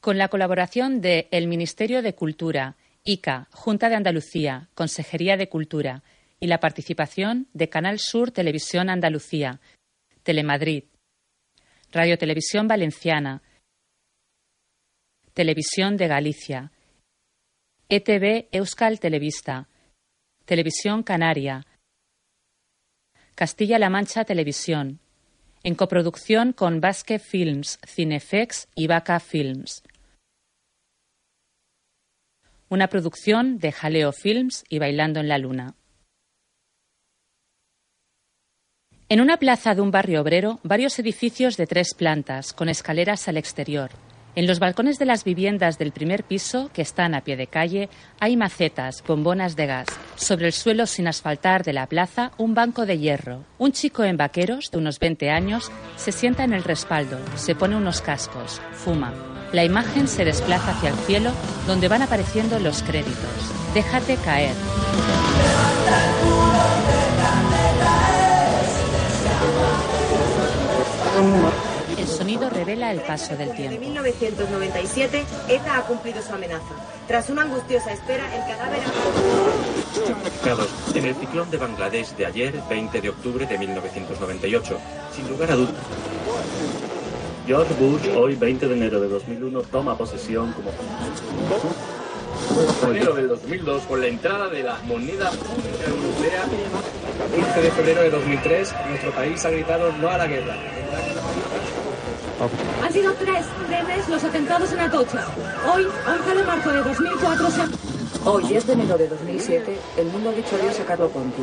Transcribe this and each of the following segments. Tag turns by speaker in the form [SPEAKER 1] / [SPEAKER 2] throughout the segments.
[SPEAKER 1] con la colaboración de el Ministerio de Cultura, ICA, Junta de Andalucía, Consejería de Cultura y la participación de Canal Sur Televisión Andalucía, Telemadrid, Radio Televisión Valenciana, Televisión de Galicia, ETV Euskal Televista, Televisión Canaria, Castilla-La Mancha Televisión, en coproducción con Basque Films, Cinefex y Vaca Films. Una producción de Jaleo Films y Bailando en la Luna. En una plaza de un barrio obrero, varios edificios de tres plantas, con escaleras al exterior. En los balcones de las viviendas del primer piso, que están a pie de calle, hay macetas, bombonas de gas. Sobre el suelo sin asfaltar de la plaza, un banco de hierro. Un chico en vaqueros, de unos 20 años, se sienta en el respaldo, se pone unos cascos, fuma. La imagen se desplaza hacia el cielo, donde van apareciendo los créditos. Déjate caer. El sonido revela el paso del
[SPEAKER 2] Desde
[SPEAKER 1] tiempo.
[SPEAKER 2] 1997, ETA E ha cumplido su amenaza. Tras una angustiosa espera, el cadáver...
[SPEAKER 3] Afectados. En el ciclón de Bangladesh de ayer, 20 de octubre de 1998, sin lugar a dudas.
[SPEAKER 4] George Bush, hoy 20 de enero de 2001, toma posesión como...
[SPEAKER 3] Enero de 2002, con la entrada de la moneda única europea. 11 de febrero de 2003, nuestro país ha gritado no a la guerra.
[SPEAKER 5] Han sido tres trenes los atentados en Atocha. Hoy, 11 de marzo de 2004, se...
[SPEAKER 6] Hoy, 10 de enero de 2007, el mundo ha dicho adiós a Carlo Ponti.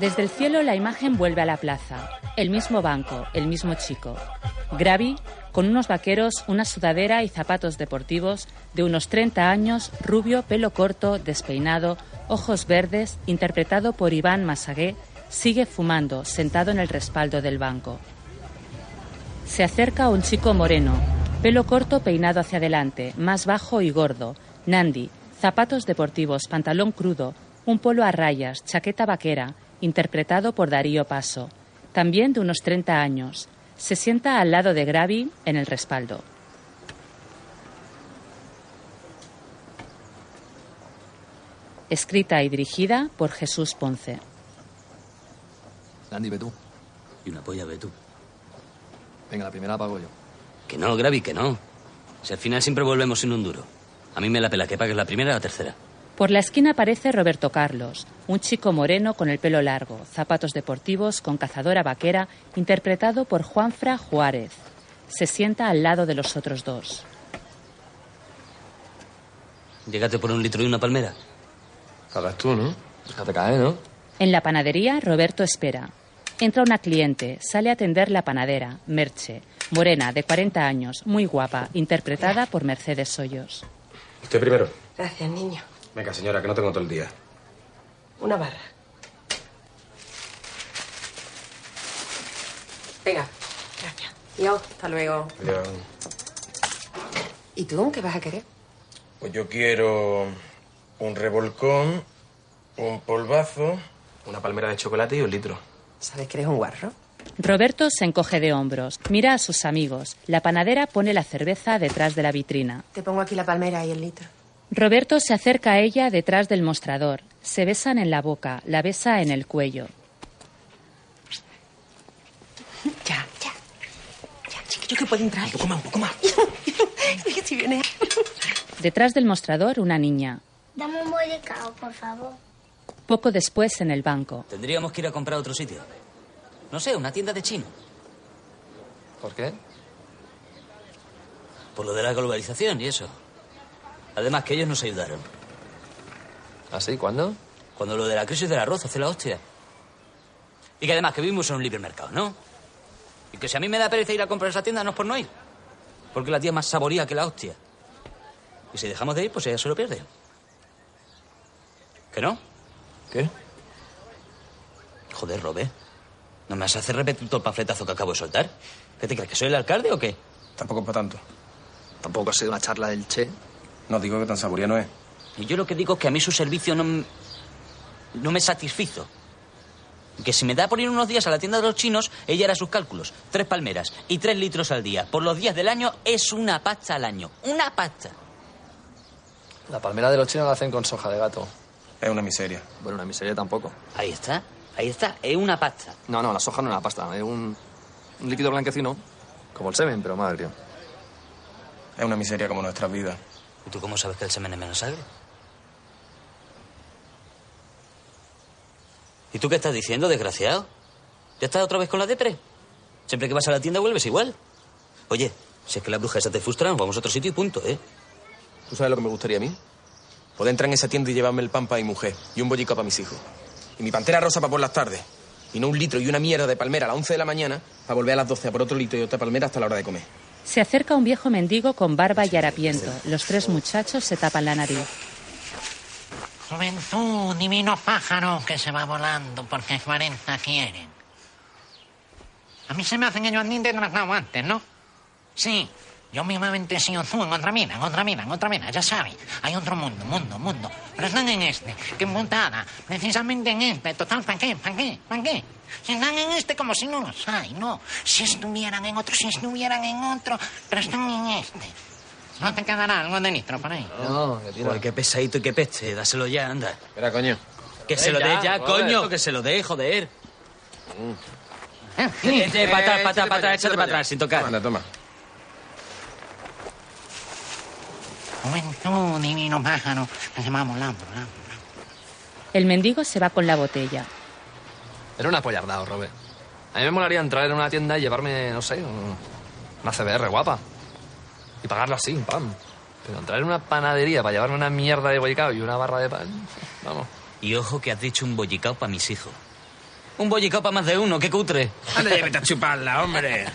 [SPEAKER 1] Desde el cielo la imagen vuelve a la plaza. El mismo banco, el mismo chico. Gravi, con unos vaqueros, una sudadera y zapatos deportivos, de unos 30 años, rubio, pelo corto, despeinado, ojos verdes, interpretado por Iván Masagué, sigue fumando, sentado en el respaldo del banco. Se acerca un chico moreno, pelo corto peinado hacia adelante, más bajo y gordo, Nandi, zapatos deportivos, pantalón crudo, un polo a rayas, chaqueta vaquera, interpretado por Darío Paso, también de unos 30 años. Se sienta al lado de Gravi en el respaldo. Escrita y dirigida por Jesús Ponce.
[SPEAKER 7] Andy, ve tú.
[SPEAKER 8] Y una polla ve tú.
[SPEAKER 7] Venga, la primera la pago yo.
[SPEAKER 8] Que no, Gravi, que no. Si al final siempre volvemos sin un duro. A mí me la pela que pagues la primera o la tercera.
[SPEAKER 1] Por la esquina aparece Roberto Carlos, un chico moreno con el pelo largo, zapatos deportivos con cazadora vaquera, interpretado por Juanfra Juárez. Se sienta al lado de los otros dos.
[SPEAKER 8] Llegate por un litro y una palmera. Pues
[SPEAKER 7] Pagas tú, ¿no? Déjate caer, ¿no?
[SPEAKER 1] En la panadería, Roberto espera. Entra una cliente, sale a atender la panadera, Merche, morena, de 40 años, muy guapa, interpretada por Mercedes Hoyos.
[SPEAKER 9] Usted primero.
[SPEAKER 2] Gracias, niño.
[SPEAKER 9] Venga, señora, que no tengo todo el día.
[SPEAKER 2] Una barra. Venga. Gracias. Yo, hasta luego.
[SPEAKER 9] Ya.
[SPEAKER 2] ¿Y tú qué vas a querer?
[SPEAKER 9] Pues yo quiero un revolcón, un polvazo, una palmera de chocolate y un litro.
[SPEAKER 2] ¿Sabes que eres un guarro?
[SPEAKER 1] Roberto se encoge de hombros, mira a sus amigos. La panadera pone la cerveza detrás de la vitrina.
[SPEAKER 2] Te pongo aquí la palmera y el litro.
[SPEAKER 1] Roberto se acerca a ella detrás del mostrador. Se besan en la boca, la besa en el cuello.
[SPEAKER 2] Ya, ya. Ya, chiquillo, que puede entrar. Un poco más, un poco más. si viene...
[SPEAKER 1] Detrás del mostrador, una niña.
[SPEAKER 10] Dame un bollicao, por favor.
[SPEAKER 1] Poco después, en el banco.
[SPEAKER 8] Tendríamos que ir a comprar a otro sitio. No sé, una tienda de chino.
[SPEAKER 7] ¿Por qué?
[SPEAKER 8] Por lo de la globalización y eso. Además, que ellos nos ayudaron.
[SPEAKER 7] ¿Ah, sí? ¿Cuándo?
[SPEAKER 8] Cuando lo de la crisis del arroz hace la hostia. Y que además que vivimos en un libre mercado, ¿no? Y que si a mí me da pereza ir a comprar esa tienda no es por no ir. Porque la tía más saboría que la hostia. Y si dejamos de ir, pues ella se lo pierde. ¿Que no?
[SPEAKER 7] ¿Qué?
[SPEAKER 8] Joder, Robé. ¿No me has hacer repetir todo el panfletazo que acabo de soltar? ¿Qué te crees, que soy el alcalde o qué?
[SPEAKER 9] Tampoco para tanto.
[SPEAKER 7] Tampoco ha sido una charla del Che.
[SPEAKER 9] No digo que tan saboría no es.
[SPEAKER 8] Y yo lo que digo es que a mí su servicio no... m- No me satisfizo. Que si me da por ir unos días a la tienda de los chinos, ella hará sus cálculos. Tres palmeras y tres litros al día. Por los días del año es una pasta al año. Una pasta.
[SPEAKER 7] La palmera de los chinos la hacen con soja de gato.
[SPEAKER 9] Es una miseria.
[SPEAKER 7] Bueno, una miseria tampoco.
[SPEAKER 8] Ahí está. Ahí está. Es una pasta.
[SPEAKER 7] No, no, la soja no es una pasta. Es un, un líquido blanquecino. Como el semen, pero más agrio.
[SPEAKER 9] Es una miseria como nuestras vidas.
[SPEAKER 8] ¿Y tú cómo sabes que el semen es menos agrio? ¿Y tú qué estás diciendo, desgraciado? ¿Ya estás otra vez con la depre? Siempre que vas a la tienda vuelves igual. Oye, si es que la bruja esa te frustra, nos vamos a otro sitio y punto, ¿eh?
[SPEAKER 9] ¿Tú sabes lo que me gustaría a mí? Poder entrar en esa tienda y llevarme el pan para mi mujer y un bollico para mis hijos. Y mi pantera rosa para por las tardes. Y no un litro y una mierda de palmera a las 11 de la mañana para volver a las 12 a por otro litro y otra palmera hasta la hora de comer.
[SPEAKER 1] Se acerca un viejo mendigo con barba y harapiento. Los tres muchachos se tapan la nariz.
[SPEAKER 11] Juventud, divino pájaro que se va volando porque 40 quieren. A mí se me hacen que yo andín desgraciado antes, ¿no? Sí, yo mismamente he sido tú en otra mina, en otra mina, en otra mina, ya sabes. Hay otro mundo, mundo, mundo. Pero están en este, que montada, precisamente en este. Total, ¿para qué? ¿Para qué? ¿Para qué? Si están en este como si no los hay, no. Si estuvieran en otro, si estuvieran en otro, pero están en este. ¿No te quedará algo de nitro por ahí?
[SPEAKER 8] No, que
[SPEAKER 11] tira.
[SPEAKER 8] qué pesadito y qué peste. Dáselo ya, anda.
[SPEAKER 9] Espera, coño.
[SPEAKER 8] Que se lo
[SPEAKER 9] Ya,
[SPEAKER 8] dé ya,
[SPEAKER 9] joder.
[SPEAKER 8] coño. Que se lo dé, joder.
[SPEAKER 11] Eh,
[SPEAKER 8] Échate para atrás,
[SPEAKER 9] eh, Mm. échate
[SPEAKER 8] para atrás, para
[SPEAKER 9] para allá,
[SPEAKER 8] atrás, échate para atrás, sin tocar.
[SPEAKER 9] Anda, toma.
[SPEAKER 11] Juventud, divino pájaro que se va volando, volando.
[SPEAKER 1] El mendigo se va con la botella.
[SPEAKER 7] Era un apoyardado, Robert. A mí me molaría entrar en una tienda y llevarme, no sé, un- una CBR guapa. Y pagarlo así, pam. Pero entrar en una panadería para llevarme una mierda de bollicao y una barra de pan, vamos.
[SPEAKER 8] Y ojo que has dicho un bollicao para mis hijos. Un bollicao para más de uno, qué cutre.
[SPEAKER 9] Anda, ya vete a chuparla, hombre.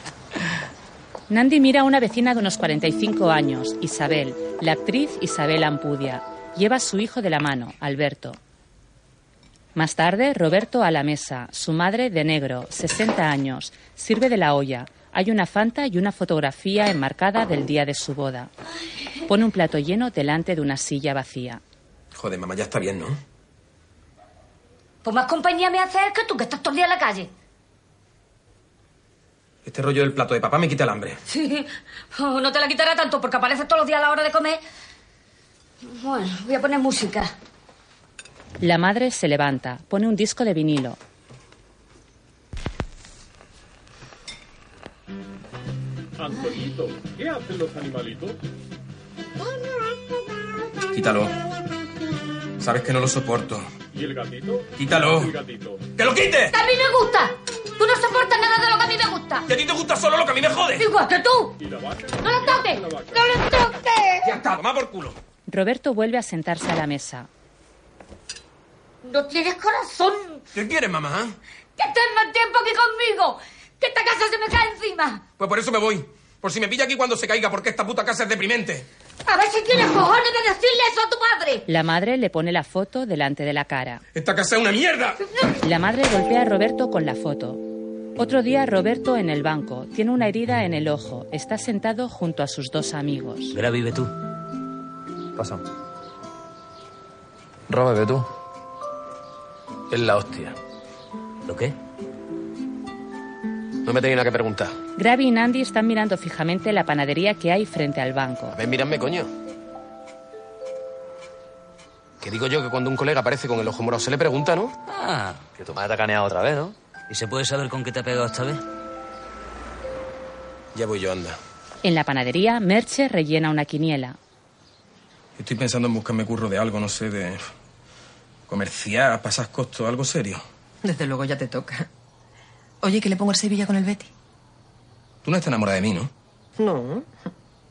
[SPEAKER 1] Nandi mira a una vecina de unos 45 años, Isabel, la actriz Isabel Ampudia. Lleva a su hijo de la mano, Alberto. Más tarde, Roberto a la mesa, su madre de negro, 60 años, sirve de la olla. Hay una fanta y una fotografía enmarcada del día de su boda. Pone un plato lleno delante de una silla vacía.
[SPEAKER 9] Joder, mamá, ya está bien, ¿no?
[SPEAKER 12] Pues más compañía me hace él que tú, que estás todo el día en la calle.
[SPEAKER 9] Este rollo del plato de papá me quita el hambre.
[SPEAKER 12] Sí, oh, no te la quitará tanto porque aparece todos los días a la hora de comer. Bueno, voy a poner música.
[SPEAKER 1] La madre se levanta, pone un disco de vinilo.
[SPEAKER 13] Antonito, ¿qué hacen los animalitos?
[SPEAKER 9] Quítalo. Sabes que no lo soporto.
[SPEAKER 13] ¿Y el gatito?
[SPEAKER 9] Quítalo.
[SPEAKER 13] El gatito.
[SPEAKER 9] ¡Que lo quite!
[SPEAKER 12] ¡Que a mí me gusta! ¡Tú no soportas nada de lo que a mí me gusta!
[SPEAKER 9] ¡Que a ti te gusta solo lo que a mí me jode!
[SPEAKER 12] ¡Igual que tú! ¡No lo toques! ¡No lo toques!
[SPEAKER 9] ¡Ya está! ¡Toma por culo!
[SPEAKER 1] Roberto vuelve a sentarse a la mesa.
[SPEAKER 12] ¡No tienes corazón!
[SPEAKER 9] ¿Qué quieres, mamá? ¿Ah?
[SPEAKER 12] ¡Que estés más tiempo aquí conmigo! ¡Que esta casa se me cae encima!
[SPEAKER 9] Pues por eso me voy. Por si me pilla aquí cuando se caiga, porque esta puta casa es deprimente.
[SPEAKER 12] A ver si tienes cojones de decirle eso a tu madre.
[SPEAKER 1] La madre le pone la foto delante de la cara.
[SPEAKER 9] ¡Esta casa es una mierda!
[SPEAKER 1] La madre golpea a Roberto con la foto. Otro día Roberto en el banco. Tiene una herida en el ojo. Está sentado junto a sus dos amigos.
[SPEAKER 8] Verá, vive tú.
[SPEAKER 7] Pasa. Robert, ve tú.
[SPEAKER 14] Es la hostia.
[SPEAKER 8] ¿Lo qué?
[SPEAKER 14] No me tenéis nada que preguntar.
[SPEAKER 1] Gravi y Nandi están mirando fijamente la panadería que hay frente al banco.
[SPEAKER 14] A ver, miradme, coño. Que digo yo que cuando un colega aparece con el ojo morado se le pregunta, ¿no?
[SPEAKER 8] Ah,
[SPEAKER 7] que tu madre te ha caneado otra vez, ¿no?
[SPEAKER 8] ¿Y se puede saber con qué te ha pegado esta vez?
[SPEAKER 9] Ya voy yo, anda.
[SPEAKER 1] En la panadería, Merche rellena una quiniela.
[SPEAKER 9] Estoy pensando en buscarme curro de algo, no sé, de. comerciar, pasar costos, algo serio.
[SPEAKER 2] Desde luego ya te toca. Oye, que le pongo el Sevilla con el Betty.
[SPEAKER 9] Tú no estás enamorada de mí, ¿no?
[SPEAKER 2] No.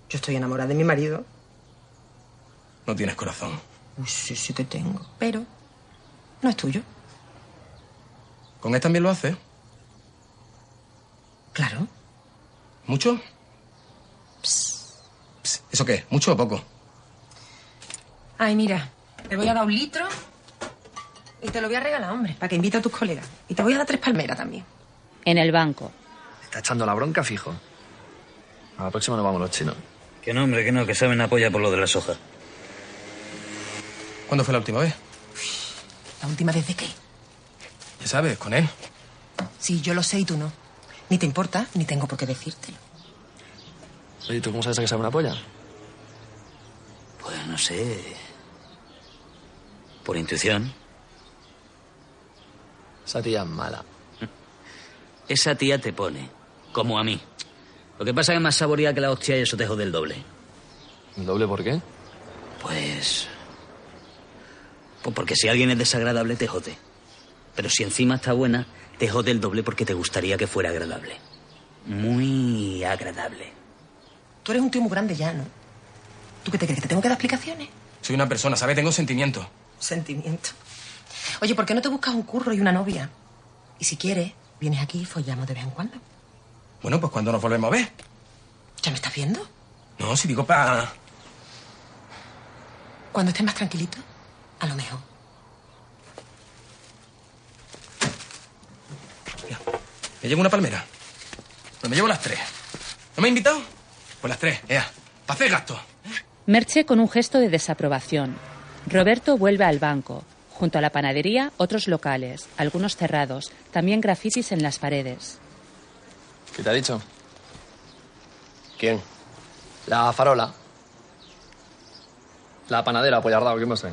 [SPEAKER 2] Yo estoy enamorada de mi marido.
[SPEAKER 9] No tienes corazón.
[SPEAKER 2] Uy, sí, sí que tengo. Pero no es tuyo.
[SPEAKER 9] ¿Con él también lo haces?
[SPEAKER 2] Claro.
[SPEAKER 9] ¿Mucho? Psst, ¿Eso qué? ¿Mucho o poco?
[SPEAKER 2] Ay, mira, te voy a dar un litro y te lo voy a regalar, hombre, para que invite a tus colegas. Y te voy a dar tres palmeras también.
[SPEAKER 1] En el banco.
[SPEAKER 7] Está echando la bronca fijo. A la próxima nos vamos los chinos.
[SPEAKER 8] Que no, hombre, que no, que saben apoya por lo de las hojas.
[SPEAKER 9] ¿Cuándo fue la última vez?
[SPEAKER 2] ¿La última desde qué?
[SPEAKER 9] Ya sabes, con él.
[SPEAKER 2] Sí, yo lo sé y tú no. Ni te importa, ni tengo por qué decírtelo.
[SPEAKER 7] Oye, ¿tú cómo sabes que sabe una polla?
[SPEAKER 8] Pues no sé. Por intuición.
[SPEAKER 7] Esa tía es mala.
[SPEAKER 8] Esa tía te pone, como a mí. Lo que pasa es que es más saboría que la hostia y eso te jode el doble.
[SPEAKER 7] ¿El doble por qué?
[SPEAKER 8] Pues. Pues porque si alguien es desagradable, te jode. Pero si encima está buena, te jode el doble porque te gustaría que fuera agradable. Muy agradable.
[SPEAKER 2] Tú eres un tío muy grande ya, ¿no? ¿Tú qué te crees? ¿Que te tengo que dar explicaciones?
[SPEAKER 9] Soy una persona, ¿sabes? Tengo sentimientos.
[SPEAKER 2] Sentimiento. Oye, ¿por qué no te buscas un curro y una novia? Y si quieres, vienes aquí y follamos de vez en cuando.
[SPEAKER 9] Bueno, pues cuando nos volvemos a ver.
[SPEAKER 2] ¿Ya me estás viendo?
[SPEAKER 9] No, si digo para.
[SPEAKER 2] Cuando estés más tranquilito, a lo mejor.
[SPEAKER 9] Me llevo una palmera. Pues me llevo las tres. ¿No me has invitado? Pues las tres, ea. Para hacer gasto.
[SPEAKER 1] Merche con un gesto de desaprobación. Roberto vuelve al banco. Junto a la panadería, otros locales, algunos cerrados, también grafitis en las paredes.
[SPEAKER 7] ¿Qué te ha dicho?
[SPEAKER 15] ¿Quién?
[SPEAKER 7] La farola. La panadera, apoyardado, ¿qué no sé?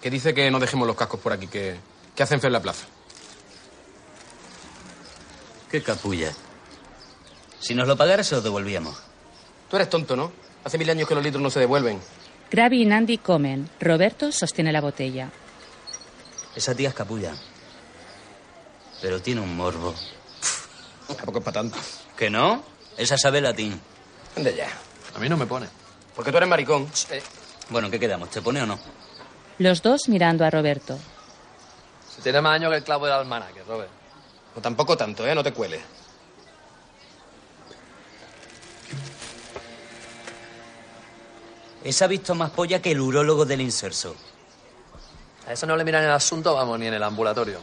[SPEAKER 15] Que dice que no dejemos los cascos por aquí, que, que hacen fe en la plaza.
[SPEAKER 8] Qué capulla. Si nos lo pagara, se lo devolvíamos.
[SPEAKER 15] Tú eres tonto, ¿no? Hace mil años que los litros no se devuelven.
[SPEAKER 1] Gravi y Nandi comen. Roberto sostiene la botella.
[SPEAKER 8] Esa tía es capulla. Pero tiene un morbo.
[SPEAKER 15] Tampoco es para tanto.
[SPEAKER 8] ¿Que no? Esa sabe latín.
[SPEAKER 15] Ande ya.
[SPEAKER 7] A mí no me pone.
[SPEAKER 15] Porque tú eres maricón.
[SPEAKER 8] Eh, Bueno, ¿qué quedamos? ¿Te pone o no?
[SPEAKER 1] Los dos mirando a Roberto.
[SPEAKER 7] Si tiene más años que el clavo del almanaque, Robert.
[SPEAKER 15] O tampoco tanto, ¿eh? No te cueles.
[SPEAKER 8] Esa ha visto más polla que el urólogo del inserso.
[SPEAKER 7] A eso no le miran el asunto, vamos, ni en el ambulatorio.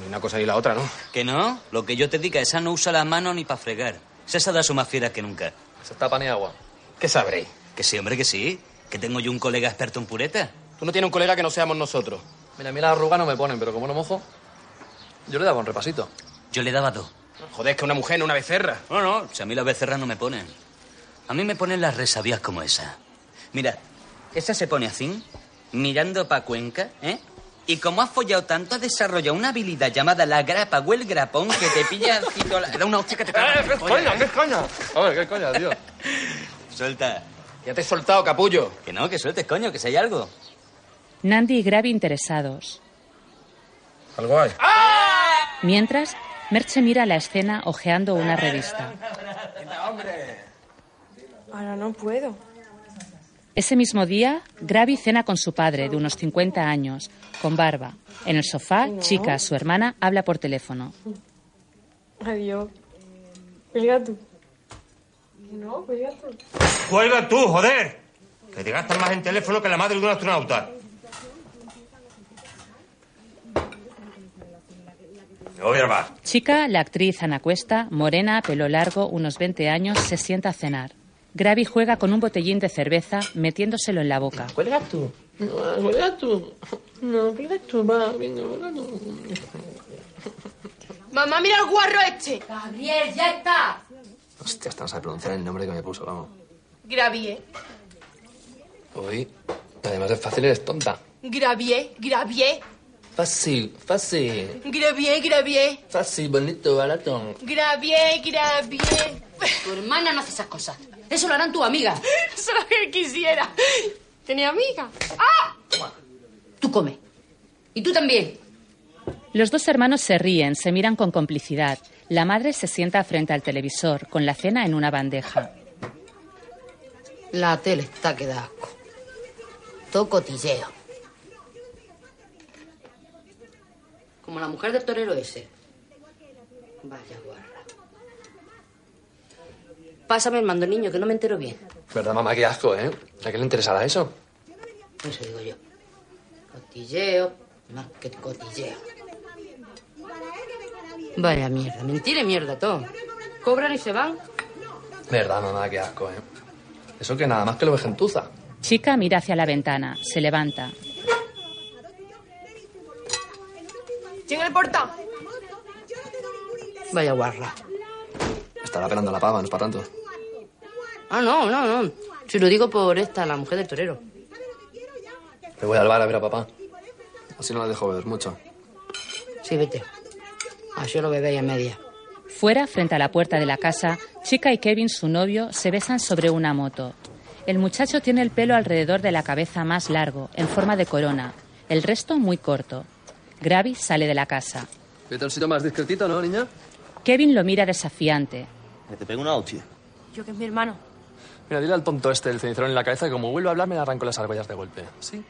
[SPEAKER 15] ni una cosa ni la otra, ¿no?
[SPEAKER 8] ¿Que no? Lo que yo te diga, esa no usa la mano ni para fregar. Esa se da su más fiera que nunca.
[SPEAKER 7] Se está pan y agua.
[SPEAKER 15] ¿Qué sabréis?
[SPEAKER 8] Que sí, hombre, que sí. Que tengo yo un colega experto en pureta.
[SPEAKER 15] Tú no tienes un colega que no seamos nosotros.
[SPEAKER 7] Mira, a mí las arrugas no me ponen, pero como no mojo, yo le daba un repasito.
[SPEAKER 8] Yo le daba dos.
[SPEAKER 15] Joder, es que una mujer no una becerra.
[SPEAKER 8] No, no, si a mí las becerras no me ponen. A mí me ponen las resabias como esa. Mira, esa se pone así, mirando pa' Cuenca, ¿eh? Y como ha follado tanto, ha desarrollado una habilidad llamada la grapa o el grapón que te pilla así toda la... Da una hostia que te caga.
[SPEAKER 15] ¡Eh, qué coña, qué coña!
[SPEAKER 7] A ver, qué coña, tío.
[SPEAKER 8] Suelta.
[SPEAKER 15] Ya te he soltado, capullo.
[SPEAKER 8] Que no, que sueltes, coño, que si hay algo.
[SPEAKER 1] Nandi y Gravi interesados.
[SPEAKER 9] Algo hay.
[SPEAKER 1] Mientras, Merche mira la escena hojeando una revista.
[SPEAKER 16] Ahora no puedo.
[SPEAKER 1] Ese mismo día, Gravi cena con su padre, de unos 50 años, con barba. En el sofá, Chica, su hermana, habla por teléfono.
[SPEAKER 16] Adiós. Cuelga tú. No,
[SPEAKER 12] pues.
[SPEAKER 16] cuelga tú.
[SPEAKER 17] ¡Cuelga tú, joder! Que te gastas más en teléfono que la madre de un astronauta. Me voy a bar.
[SPEAKER 1] Chica, la actriz Ana Cuesta, morena, pelo largo, unos 20 años, se sienta a cenar. Gravi juega con un botellín de cerveza, metiéndoselo en la boca.
[SPEAKER 13] Cuelga tú. No, cuelga tú. No, cuelga tú, va. Venga, cuelga tú.
[SPEAKER 16] Mamá, mira el guarro este.
[SPEAKER 12] Gabriel, ya está.
[SPEAKER 7] Hostia, hasta no sabe pronunciar el nombre que me puso, vamos.
[SPEAKER 16] Gravier,
[SPEAKER 7] Uy, además es fácil, eres tonta.
[SPEAKER 16] Gravier, Gravier,
[SPEAKER 7] Fácil, fácil.
[SPEAKER 16] Gravier, Gravier,
[SPEAKER 7] Fácil, bonito, barato.
[SPEAKER 16] Gravier, Gravier.
[SPEAKER 12] Tu hermana no hace esas cosas. Eso lo harán tu amiga.
[SPEAKER 16] Eso es lo que quisiera. Tenía amiga. ¡Ah!
[SPEAKER 12] Tú come. Y tú también.
[SPEAKER 1] Los dos hermanos se ríen, se miran con complicidad. La madre se sienta frente al televisor, con la cena en una bandeja.
[SPEAKER 18] La tele está que da asco. Todo cotilleo.
[SPEAKER 12] Como la mujer del torero ese. Vaya guarra. Pásame el mando, niño, que no me entero bien.
[SPEAKER 7] ¿Verdad, mamá? Qué asco, ¿eh? ¿A qué le interesará eso?
[SPEAKER 12] Eso digo yo. Cotilleo, más que cotilleo. Vaya mierda, mentira y mierda todo. Cobran y se van.
[SPEAKER 7] ¿Verdad, mamá? Qué asco, ¿eh? Eso que nada más que lo vejentuza.
[SPEAKER 1] Chica mira hacia la ventana, se levanta.
[SPEAKER 16] ¿Quién el porta?
[SPEAKER 19] Vaya guarra.
[SPEAKER 7] Estará pelando la pava, no es para tanto.
[SPEAKER 19] Ah, no, no, no. Si lo digo por esta, la mujer del torero.
[SPEAKER 7] Le voy al bar a ver a papá. Así no la dejo ver mucho.
[SPEAKER 19] Sí, vete. Así lo bebéis a media.
[SPEAKER 1] Fuera, frente a la puerta de la casa, Chica y Kevin, su novio, se besan sobre una moto. El muchacho tiene el pelo alrededor de la cabeza más largo, en forma de corona. El resto muy corto. Gravi sale de la casa.
[SPEAKER 7] Vete a un sitio más discretito, ¿no, niña?
[SPEAKER 1] Kevin lo mira desafiante.
[SPEAKER 7] Que te pego una hostia.
[SPEAKER 20] Yo que es mi hermano.
[SPEAKER 7] Mira, dile al tonto este el cenicerón en la cabeza que como vuelvo a hablar me arranco las argollas de golpe. ¿Sí?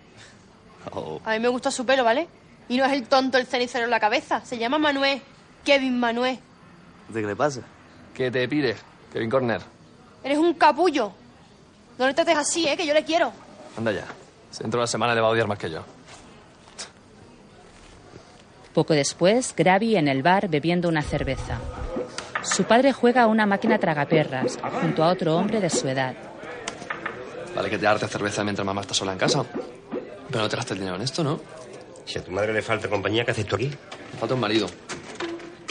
[SPEAKER 7] Oh,
[SPEAKER 20] A mí me gusta su pelo, ¿vale? Y no es el tonto el cenicero en la cabeza. Se llama Manuel. Kevin Manuel.
[SPEAKER 7] ¿De qué le pasa? Que te pires, Kevin Corner.
[SPEAKER 20] Eres un capullo. No le trates así, ¿eh? Que yo le quiero.
[SPEAKER 7] Anda ya. Si dentro de la semana le va a odiar más que yo.
[SPEAKER 1] Poco después, Gravi en el bar bebiendo una cerveza. Su padre juega a una máquina tragaperras junto a otro hombre de su edad.
[SPEAKER 7] Vale que te arte cerveza mientras mamá está sola en casa. Pero no te gastes el dinero en esto, ¿no?
[SPEAKER 17] Si a tu madre le falta compañía, ¿qué haces tú aquí?
[SPEAKER 7] Me falta un marido.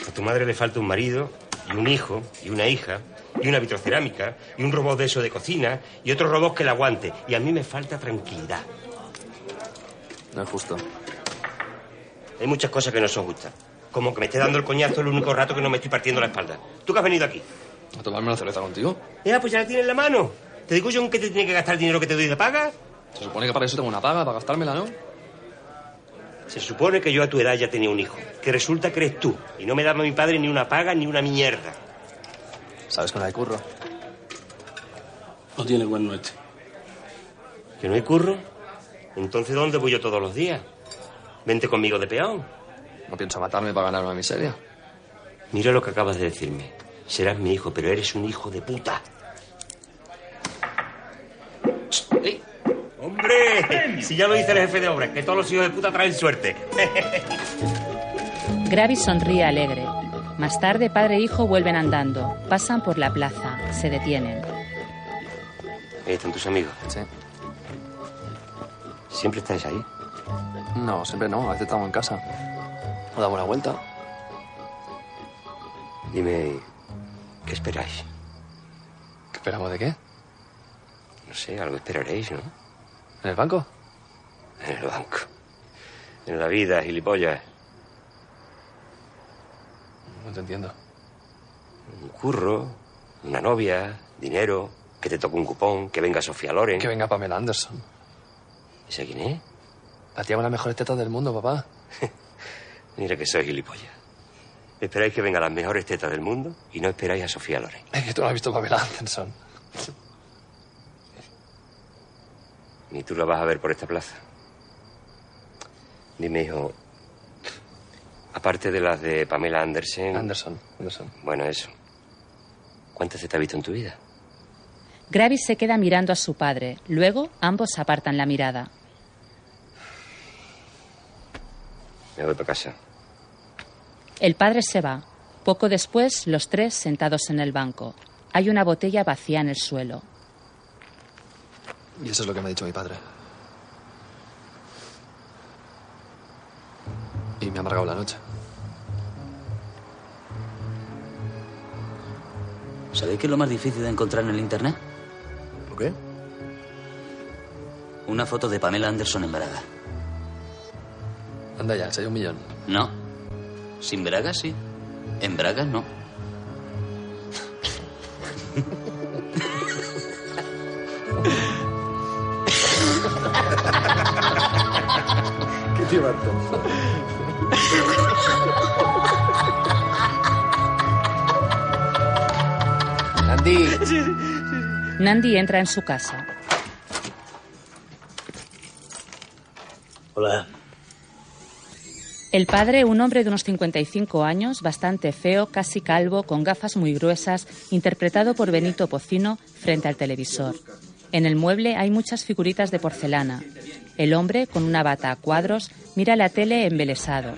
[SPEAKER 17] A tu madre le falta un marido, y un hijo, y una hija, y una vitrocerámica, y un robot de eso de cocina, y otro robot que la aguante. Y a mí me falta tranquilidad.
[SPEAKER 7] No es justo.
[SPEAKER 17] Hay muchas cosas que no son justas. Como que me esté dando el coñazo el único rato que no me estoy partiendo la espalda. ¿Tú que has venido aquí?
[SPEAKER 7] ¿A tomarme una cerveza contigo?
[SPEAKER 17] Ya, pues ya la tienes en la mano. ¿Te digo yo en qué te tiene que gastar el dinero que te doy de paga?
[SPEAKER 7] Se supone que para eso tengo una paga, para gastármela, ¿no?
[SPEAKER 17] Se supone que yo a tu edad ya tenía un hijo. Que resulta que eres tú. Y no me daba mi padre ni una paga ni una mierda.
[SPEAKER 7] ¿Sabes con la de curro?
[SPEAKER 12] No tiene buen noche.
[SPEAKER 17] ¿Que no hay curro? Entonces, ¿dónde voy yo todos los días? Vente conmigo de peón.
[SPEAKER 7] No pienso matarme para ganar una miseria.
[SPEAKER 17] Mira lo que acabas de decirme. Serás mi hijo, pero eres un hijo de puta. ¡Ey! ¡Hombre! Si ya lo dice el jefe de obras, que todos los hijos de puta traen suerte.
[SPEAKER 1] Gravi sonríe alegre. Más tarde, padre e hijo vuelven andando. Pasan por la plaza. Se detienen.
[SPEAKER 17] Ahí están tus amigos.
[SPEAKER 7] Sí.
[SPEAKER 17] ¿Siempre estáis ahí?
[SPEAKER 7] No, siempre no. A veces estamos en casa. O damos una vuelta.
[SPEAKER 17] Dime, ¿qué esperáis?
[SPEAKER 7] ¿Qué esperamos de qué?
[SPEAKER 17] No sé, algo esperaréis, ¿no?
[SPEAKER 7] ¿En el banco?
[SPEAKER 17] En el banco. En la vida, gilipollas.
[SPEAKER 7] No te entiendo.
[SPEAKER 17] Un curro, una novia, dinero, que te toque un cupón, que venga Sofía Loren.
[SPEAKER 7] Que venga Pamela Anderson.
[SPEAKER 17] ¿Esa quién es?
[SPEAKER 7] La tía con las mejores tetas del mundo, papá.
[SPEAKER 17] Mira que soy gilipollas. Esperáis que vengan las mejores tetas del mundo y no esperáis a Sofía Loren.
[SPEAKER 7] Es que tú no has visto Pamela Anderson.
[SPEAKER 17] Ni tú la vas a ver por esta plaza. Dime, hijo, aparte de las de Pamela Anderson...
[SPEAKER 7] Anderson, Anderson.
[SPEAKER 17] Bueno, eso. ¿Cuántas se te ha visto en tu vida?
[SPEAKER 1] Gravis se queda mirando a su padre. Luego, ambos apartan la mirada.
[SPEAKER 17] Me voy para casa.
[SPEAKER 1] El padre se va. Poco después, los tres sentados en el banco. Hay una botella vacía en el suelo.
[SPEAKER 7] Y eso es lo que me ha dicho mi padre. Y me ha amargado la noche.
[SPEAKER 8] ¿Sabéis qué es lo más difícil de encontrar en el internet?
[SPEAKER 7] ¿Por qué?
[SPEAKER 8] Una foto de Pamela Anderson embarazada.
[SPEAKER 7] Anda ya, si hay un millón.
[SPEAKER 8] No. Sin bragas, sí. En bragas, no.
[SPEAKER 12] ¿Qué te mató?
[SPEAKER 19] Nandi.
[SPEAKER 1] Nandi entra en su casa.
[SPEAKER 21] Hola.
[SPEAKER 1] El padre, un hombre de unos 55 años, bastante feo, casi calvo, con gafas muy gruesas, interpretado por Benito Pocino frente al televisor. En el mueble hay muchas figuritas de porcelana. El hombre, con una bata a cuadros, mira la tele embelesado.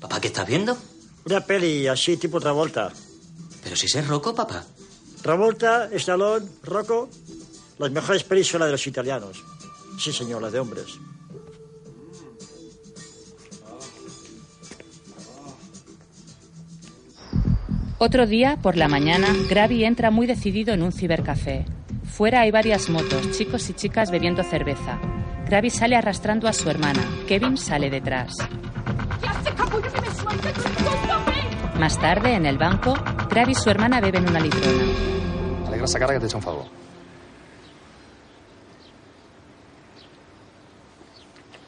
[SPEAKER 8] ¿Papá qué estás viendo?
[SPEAKER 21] Una peli así, tipo Travolta.
[SPEAKER 8] Pero si es Rocco, papá.
[SPEAKER 21] Travolta, Stallone, Rocco. Las mejores pelis son las de los italianos. Sí, señor, las de hombres.
[SPEAKER 1] Otro día, por la mañana, Gravi entra muy decidido en un cibercafé. Fuera hay varias motos, chicos y chicas bebiendo cerveza. Gravi sale arrastrando a su hermana. Kevin sale detrás. Más tarde, en el banco, Gravi y su hermana beben una litrona.
[SPEAKER 7] Alegra esa cara que te echa un favor.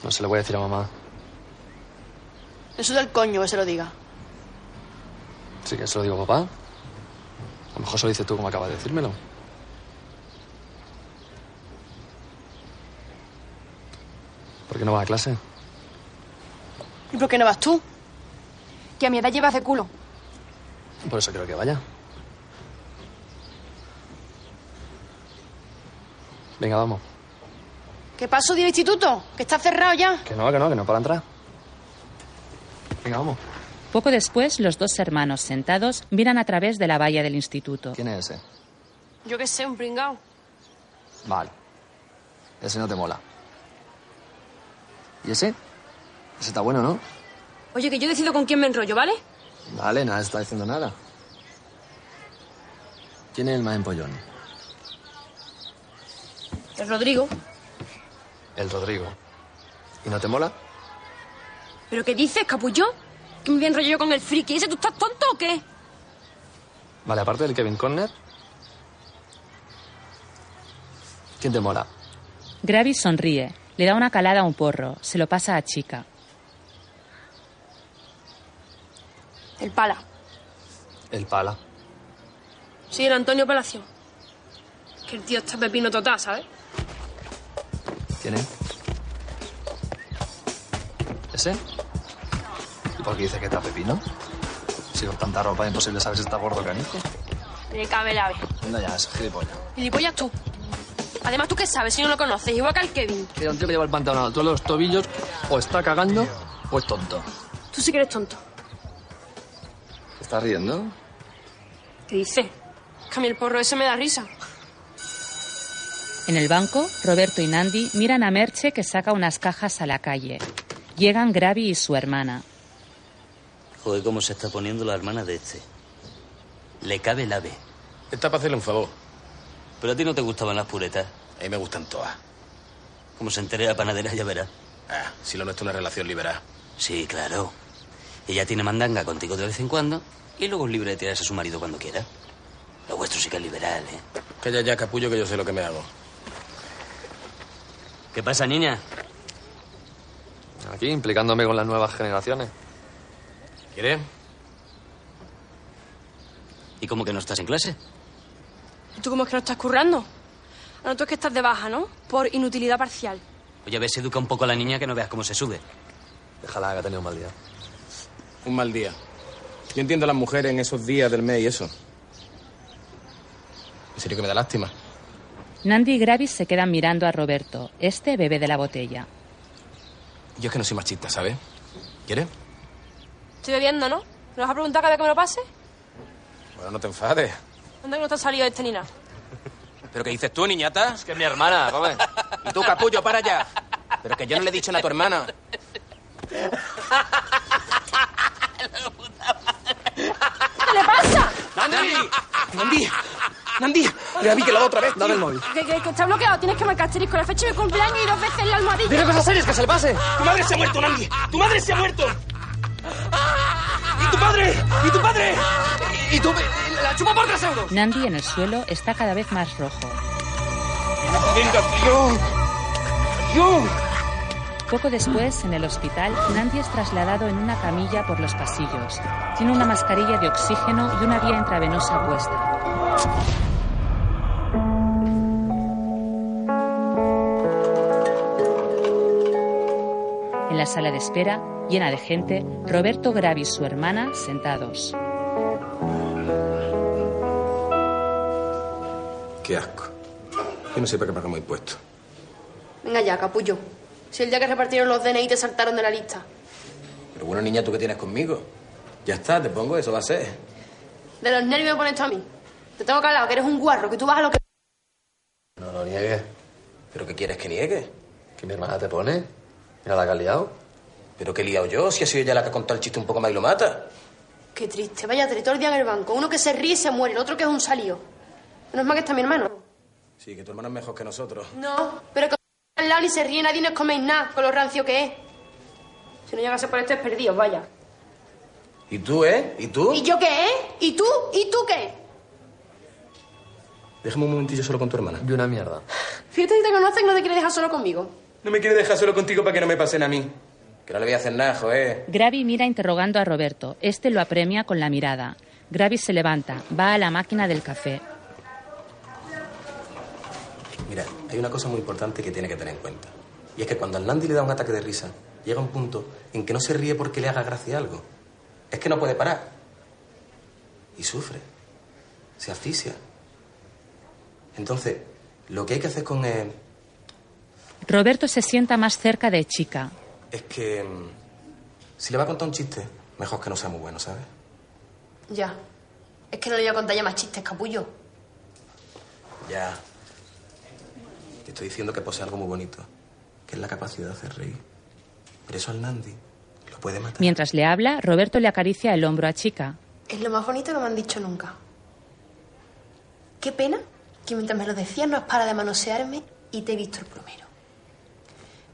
[SPEAKER 7] No se lo voy a decir a mamá.
[SPEAKER 16] Eso del coño que se lo diga.
[SPEAKER 7] Sí que se lo digo a papá. A lo mejor se lo dices tú como acabas de decírmelo. ¿Por qué no vas a clase?
[SPEAKER 16] ¿Y por qué no vas tú? Que a mi edad llevas de culo.
[SPEAKER 7] Por eso creo que vaya. Venga, vamos.
[SPEAKER 16] ¿Qué paso del instituto? Que está cerrado ya.
[SPEAKER 7] Que no, que no, que no para entrar. Venga, vamos.
[SPEAKER 1] Poco después, los dos hermanos sentados miran a través de la valla del instituto.
[SPEAKER 7] ¿Quién es ese?
[SPEAKER 16] Yo qué sé, un pringao.
[SPEAKER 7] Vale. Ese no te mola. ¿Y ese? Ese está bueno, ¿no?
[SPEAKER 22] Oye, que yo decido con quién me enrollo, ¿vale?
[SPEAKER 7] Vale, nada, está diciendo nada. ¿Quién es el más empollón?
[SPEAKER 22] El Rodrigo.
[SPEAKER 7] El Rodrigo. ¿Y no te mola?
[SPEAKER 22] ¿Pero qué dices, capullo? ¿Que me voy a enrollar yo con el friki ese? ¿Tú estás tonto o qué?
[SPEAKER 7] Vale, aparte del Kevin Conner. ¿Quién te mola?
[SPEAKER 1] Gravi sonríe, le da una calada a un porro, se lo pasa a Chica.
[SPEAKER 16] El pala.
[SPEAKER 7] El pala.
[SPEAKER 22] Sí, el Antonio Palacio. Que el tío está pepino total, ¿sabes?
[SPEAKER 7] ¿Quién es? ¿Ese? ¿Y por qué dice que está pepino? Si con tanta ropa es imposible saber si está gordo o canijo.
[SPEAKER 22] Le cabe el ave.
[SPEAKER 7] Anda ya, ese gilipollas.
[SPEAKER 22] Gilipollas tú. Además, ¿tú qué sabes si no lo conoces? Igual que al Kevin.
[SPEAKER 7] Era un tío que lleva el pantalón a todos los tobillos, o está cagando, o es tonto.
[SPEAKER 22] Tú sí que eres tonto.
[SPEAKER 7] ¿Te estás riendo?
[SPEAKER 22] ¿Qué dices? Que a mí el porro ese me da risa.
[SPEAKER 1] En el banco, Roberto y Nandi miran a Merche que saca unas cajas a la calle. Llegan Gravi y su hermana.
[SPEAKER 8] Joder, cómo se está poniendo la hermana de este. Le cabe el ave.
[SPEAKER 23] Está para hacerle un favor.
[SPEAKER 8] Pero a ti no te gustaban las puretas.
[SPEAKER 23] A mí me gustan todas.
[SPEAKER 8] Como se entere la panadera, ya verás.
[SPEAKER 23] Ah, si lo nuestro es una relación liberal.
[SPEAKER 8] Sí, claro. Ella tiene mandanga contigo de vez en cuando y luego es libre de tirarse a su marido cuando quiera. Lo vuestro sí que es liberal, ¿eh?
[SPEAKER 23] Calla ya, capullo, que yo sé lo que me hago.
[SPEAKER 8] ¿Qué pasa, niña?
[SPEAKER 7] Aquí, implicándome con las nuevas generaciones.
[SPEAKER 23] ¿Quieres?
[SPEAKER 8] ¿Y cómo que no estás en clase?
[SPEAKER 16] ¿Y tú cómo es que no estás currando? A nosotros que estás de baja, ¿no? Por inutilidad parcial.
[SPEAKER 8] Oye, a ver si educa un poco a la niña que no veas cómo se sube.
[SPEAKER 7] Déjala que ha tenido un mal día.
[SPEAKER 9] Un mal día. Yo entiendo a las mujeres en esos días del mes y eso. En serio que me da lástima.
[SPEAKER 1] Nandi y Gravis se quedan mirando a Roberto. Este bebe de la botella.
[SPEAKER 23] Yo es que no soy machista, ¿sabes? ¿Quieres?
[SPEAKER 16] Estoy bebiendo, ¿no? ¿Me vas a preguntar cada vez que me lo pase?
[SPEAKER 23] Bueno, no te enfades.
[SPEAKER 16] ¿Dónde que no te ha salido este ni nada?
[SPEAKER 9] ¿Pero qué dices tú, niñata?
[SPEAKER 7] Es que es mi hermana, vamos.
[SPEAKER 9] Y tú, capullo, para allá. Pero que yo no le he dicho nada a tu hermana.
[SPEAKER 16] ¿Qué le pasa?
[SPEAKER 9] ¡Nandi! ¡Nandi! ¡Nandi! Gravi, que la hago otra vez.
[SPEAKER 7] Dame el móvil.
[SPEAKER 16] Que, que- que está bloqueado. Tienes que marcar asterisco la fecha de cumpleaños y dos veces la almohadilla.
[SPEAKER 7] Dile cosas serias que se le pase.
[SPEAKER 9] ¡Tu madre se ha muerto, Nandi! ¡Tu madre se ha muerto! ¡Y tu padre! ¡Y tu padre! ¡Y tu... ¡La chupa por tres euros!
[SPEAKER 1] Nandi en el suelo está cada vez más rojo.
[SPEAKER 9] ¡Venga, tío! ¡Tío!
[SPEAKER 1] Poco después, en el hospital, Nandi es trasladado en una camilla por los pasillos. Tiene una mascarilla de oxígeno y una vía intravenosa puesta. En la sala de espera, llena de gente, Roberto Gravi y su hermana sentados.
[SPEAKER 9] ¡Qué asco! Yo no sé para qué pagamos impuestos.
[SPEAKER 16] Venga ya, capullo. Si el día que repartieron los DNI te saltaron de la lista.
[SPEAKER 9] Pero bueno, niña, ¿tú qué tienes conmigo? Ya está, te pongo, eso va a ser.
[SPEAKER 16] De los nervios me pones tú a mí. Te tengo calado, que eres un guarro, que tú vas a lo que...
[SPEAKER 7] No lo niegues.
[SPEAKER 9] ¿Pero qué quieres que niegue?
[SPEAKER 7] ¿Que mi hermana te pone? Mira la que ha liado.
[SPEAKER 9] ¿Pero qué he liado yo? Si ha sido ella la que ha contado el chiste un poco más y lo mata.
[SPEAKER 16] Qué triste, vaya tritordia en el banco. Uno que se ríe y se muere, el otro que es un salío. Menos mal que está mi hermano.
[SPEAKER 9] Sí, que tu hermano es mejor que nosotros.
[SPEAKER 16] No, pero que al lado ni se ríe nadie y no coméis nada con lo rancio que es. Si no llegase por esto es perdido, vaya.
[SPEAKER 9] ¿Y tú, eh? ¿Y tú?
[SPEAKER 16] ¿Y yo qué, eh? ¿Y tú? ¿Y tú qué?
[SPEAKER 9] Déjame un momentillo solo con tu hermana.
[SPEAKER 24] Y una mierda.
[SPEAKER 16] Fíjate si te conoces que no te quiere dejar solo conmigo.
[SPEAKER 9] No me quiere dejar solo contigo para que no me pasen a mí. Que no le voy a hacer nada, joder.
[SPEAKER 1] Gravi mira interrogando a Roberto. Este lo apremia con la mirada. Gravi se levanta, va a la máquina del café.
[SPEAKER 9] Mira, hay una cosa muy importante que tiene que tener en cuenta. Y es que cuando al Nandi le da un ataque de risa, llega un punto en que no se ríe porque le haga gracia algo. Es que no puede parar. Y sufre. Se asfixia. Entonces, lo que hay que hacer con él
[SPEAKER 1] Roberto se sienta más cerca de Chica.
[SPEAKER 9] es que... mm, Si le va a contar un chiste, mejor que no sea muy bueno, ¿sabes?
[SPEAKER 16] Ya. Es que no le voy a contar ya más chistes, capullo.
[SPEAKER 9] Ya. Te estoy diciendo que posee algo muy bonito, que es la capacidad de hacer reír. Pero eso al Nandi lo puede matar.
[SPEAKER 1] Mientras le habla, Roberto le acaricia el hombro a Chica.
[SPEAKER 16] Es lo más bonito que me han dicho nunca. Qué pena que mientras me lo decías no has parado de manosearme y te he visto el plumero.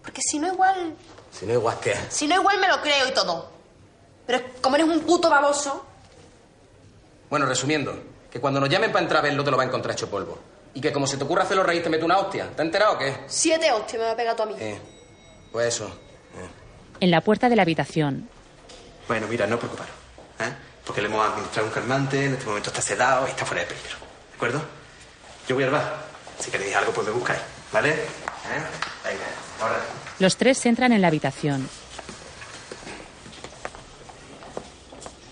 [SPEAKER 16] Porque si no igual...
[SPEAKER 9] Si no, igual que...
[SPEAKER 16] Si no igual me lo creo y todo. Pero es- como eres un puto baboso...
[SPEAKER 9] Bueno, resumiendo, que cuando nos llamen para entrar a verlo te lo va a encontrar hecho polvo. Y que como se te ocurra hacerlo reír te mete una hostia. ¿Te has enterado o qué?
[SPEAKER 16] Siete hostias me va a pegar tú a mí.
[SPEAKER 9] Eh, pues eso.
[SPEAKER 1] En la puerta de la habitación,
[SPEAKER 25] Bueno, mira, no preocuparos. ¿eh? Porque le hemos administrado un calmante, en este momento está sedado y está fuera de peligro. ¿De acuerdo? Yo voy al bar. Si queréis algo, pues me buscáis. ¿Vale? ¿Eh? Venga, ahora.
[SPEAKER 1] los tres entran en la habitación.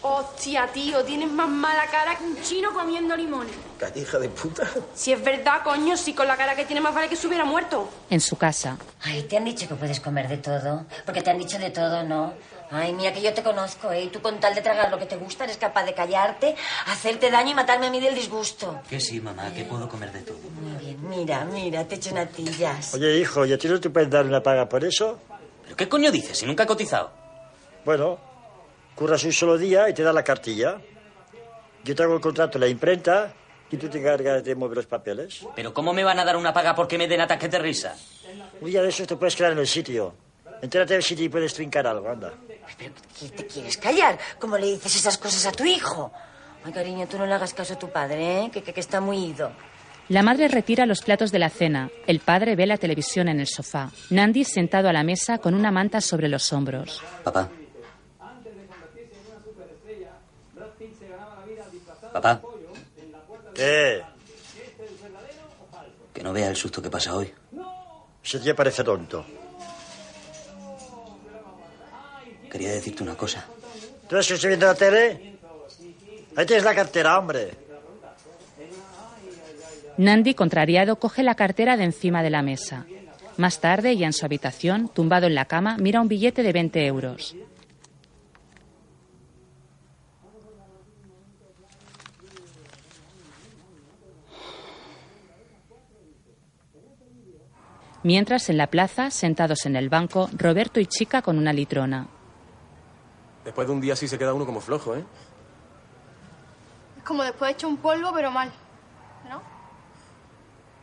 [SPEAKER 16] Hostia, tío, tienes más mala cara que un chino comiendo limones.
[SPEAKER 9] Calle, hija de puta.
[SPEAKER 16] Si es verdad, coño, si con la cara que tiene más vale que se hubiera muerto.
[SPEAKER 1] En su casa,
[SPEAKER 26] Ay, te han dicho que puedes comer de todo. Porque te han dicho de todo, ¿no? Ay, mira que yo te conozco, ¿eh? Y tú con tal de tragar lo que te gusta eres capaz de callarte, hacerte daño y matarme a mí del disgusto.
[SPEAKER 8] Que sí, mamá, que puedo comer de todo.
[SPEAKER 26] Muy bien, mira, mira, te echo natillas.
[SPEAKER 21] Oye, hijo, ¿y a ti no te puedes dar una paga por eso?
[SPEAKER 8] ¿Pero qué coño dices si nunca he cotizado?
[SPEAKER 21] Bueno, curras un solo día y te da la cartilla. Yo te hago el contrato en la imprenta y tú te encargas de mover los papeles.
[SPEAKER 8] ¿Pero cómo me van a dar una paga porque me den ataques de risa?
[SPEAKER 21] Un día de esos te puedes quedar en el sitio. Entérate a ver si te puedes trincar algo, anda.
[SPEAKER 26] ¿Qué te quieres callar? ¿Cómo le dices esas cosas a tu hijo? Ay, cariño, tú no le hagas caso a tu padre, ¿eh? Que, que, que está muy ido.
[SPEAKER 1] la madre retira los platos de la cena. El padre ve la televisión en el sofá. Nandi sentado a la mesa con una manta sobre los hombros.
[SPEAKER 8] Papá. Papá,
[SPEAKER 21] ¿Qué?
[SPEAKER 8] que no vea el susto que pasa hoy.
[SPEAKER 21] Se te parece tonto.
[SPEAKER 8] Quería decirte una cosa.
[SPEAKER 21] ¿Tú ves que estoy viendo la tele? Ahí tienes la cartera, hombre.
[SPEAKER 1] Nandi, contrariado, coge la cartera de encima de la mesa. Más tarde, ya en su habitación, tumbado en la cama, mira un billete de 20 euros. Mientras en la plaza, sentados en el banco, Roberto y Chica con una litrona.
[SPEAKER 9] Después de un día así se queda uno como flojo, ¿eh?
[SPEAKER 16] Es como después de hecho un polvo, pero mal.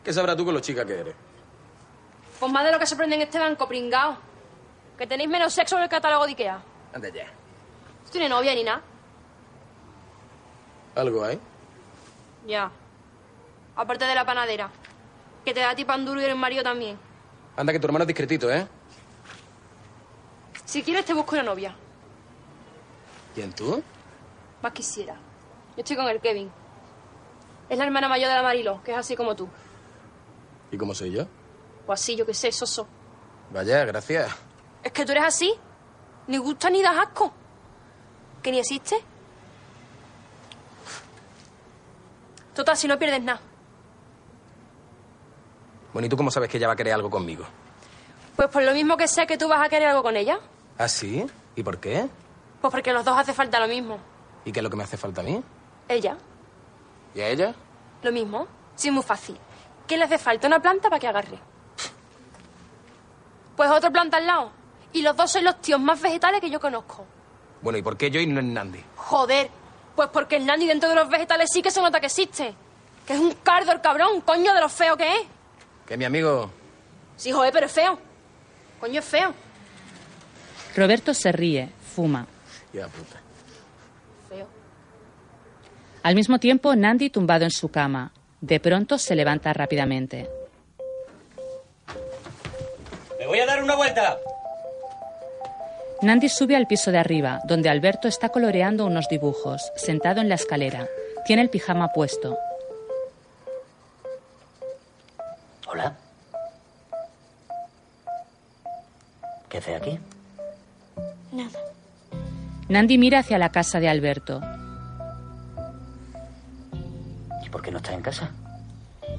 [SPEAKER 9] ¿Qué sabrás tú con lo chica que eres?
[SPEAKER 16] Pues más de lo que se prende en este banco, pringao. Que tenéis menos sexo en el catálogo de Ikea.
[SPEAKER 9] Anda ya.
[SPEAKER 16] No tiene novia ni nada.
[SPEAKER 9] ¿Algo hay?
[SPEAKER 16] Ya. Aparte de la panadera. Que te da a ti pan duro y el marido también.
[SPEAKER 9] Anda, que tu hermano es discretito, ¿eh?
[SPEAKER 16] Si quieres te busco una novia.
[SPEAKER 9] ¿Y en tú?
[SPEAKER 16] Más quisiera. Yo estoy con el Kevin. Es la hermana mayor de la Mariló, que es así como tú.
[SPEAKER 9] ¿Y cómo soy yo?
[SPEAKER 16] O así, yo qué sé, soso.
[SPEAKER 9] Vaya, gracias.
[SPEAKER 16] Es que tú eres así. Ni gusta ni das asco. Que ni existe. Total, si no pierdes nada.
[SPEAKER 9] Bueno, ¿y tú cómo sabes que ella va a querer algo conmigo?
[SPEAKER 16] Pues por lo mismo que sé que tú vas a querer algo con ella.
[SPEAKER 9] ¿Ah, sí? ¿Y por qué?
[SPEAKER 16] Pues porque los dos hace falta lo mismo.
[SPEAKER 9] ¿Y qué es lo que me hace falta a mí?
[SPEAKER 16] Ella,
[SPEAKER 9] ¿Y a ella?
[SPEAKER 16] lo mismo. Sí, muy fácil. ¿Qué le hace falta? Una planta para que agarre. Pues otra planta al lado. Y los dos sois los tíos más vegetales que yo conozco.
[SPEAKER 9] Bueno, ¿y por qué yo y no es Nandi?
[SPEAKER 16] Joder, pues porque el nani dentro de los vegetales sí que se nota que existe. Que es un cardo el cabrón, coño de lo feo que es.
[SPEAKER 9] Que mi amigo.
[SPEAKER 16] Sí, joder, pero es feo. Coño, es feo.
[SPEAKER 1] Roberto se ríe, fuma.
[SPEAKER 9] Ya, puta.
[SPEAKER 16] Feo.
[SPEAKER 1] Al mismo tiempo, Nandi tumbado en su cama. De pronto se levanta rápidamente.
[SPEAKER 27] ¡Me voy a dar una vuelta!
[SPEAKER 1] Nandi sube al piso de arriba, donde Alberto está coloreando unos dibujos, sentado en la escalera. Tiene el pijama puesto.
[SPEAKER 8] Hola. ¿Qué hace aquí?
[SPEAKER 12] Nada.
[SPEAKER 1] Nandi mira hacia la casa de Alberto.
[SPEAKER 8] ¿Y por qué no está en casa?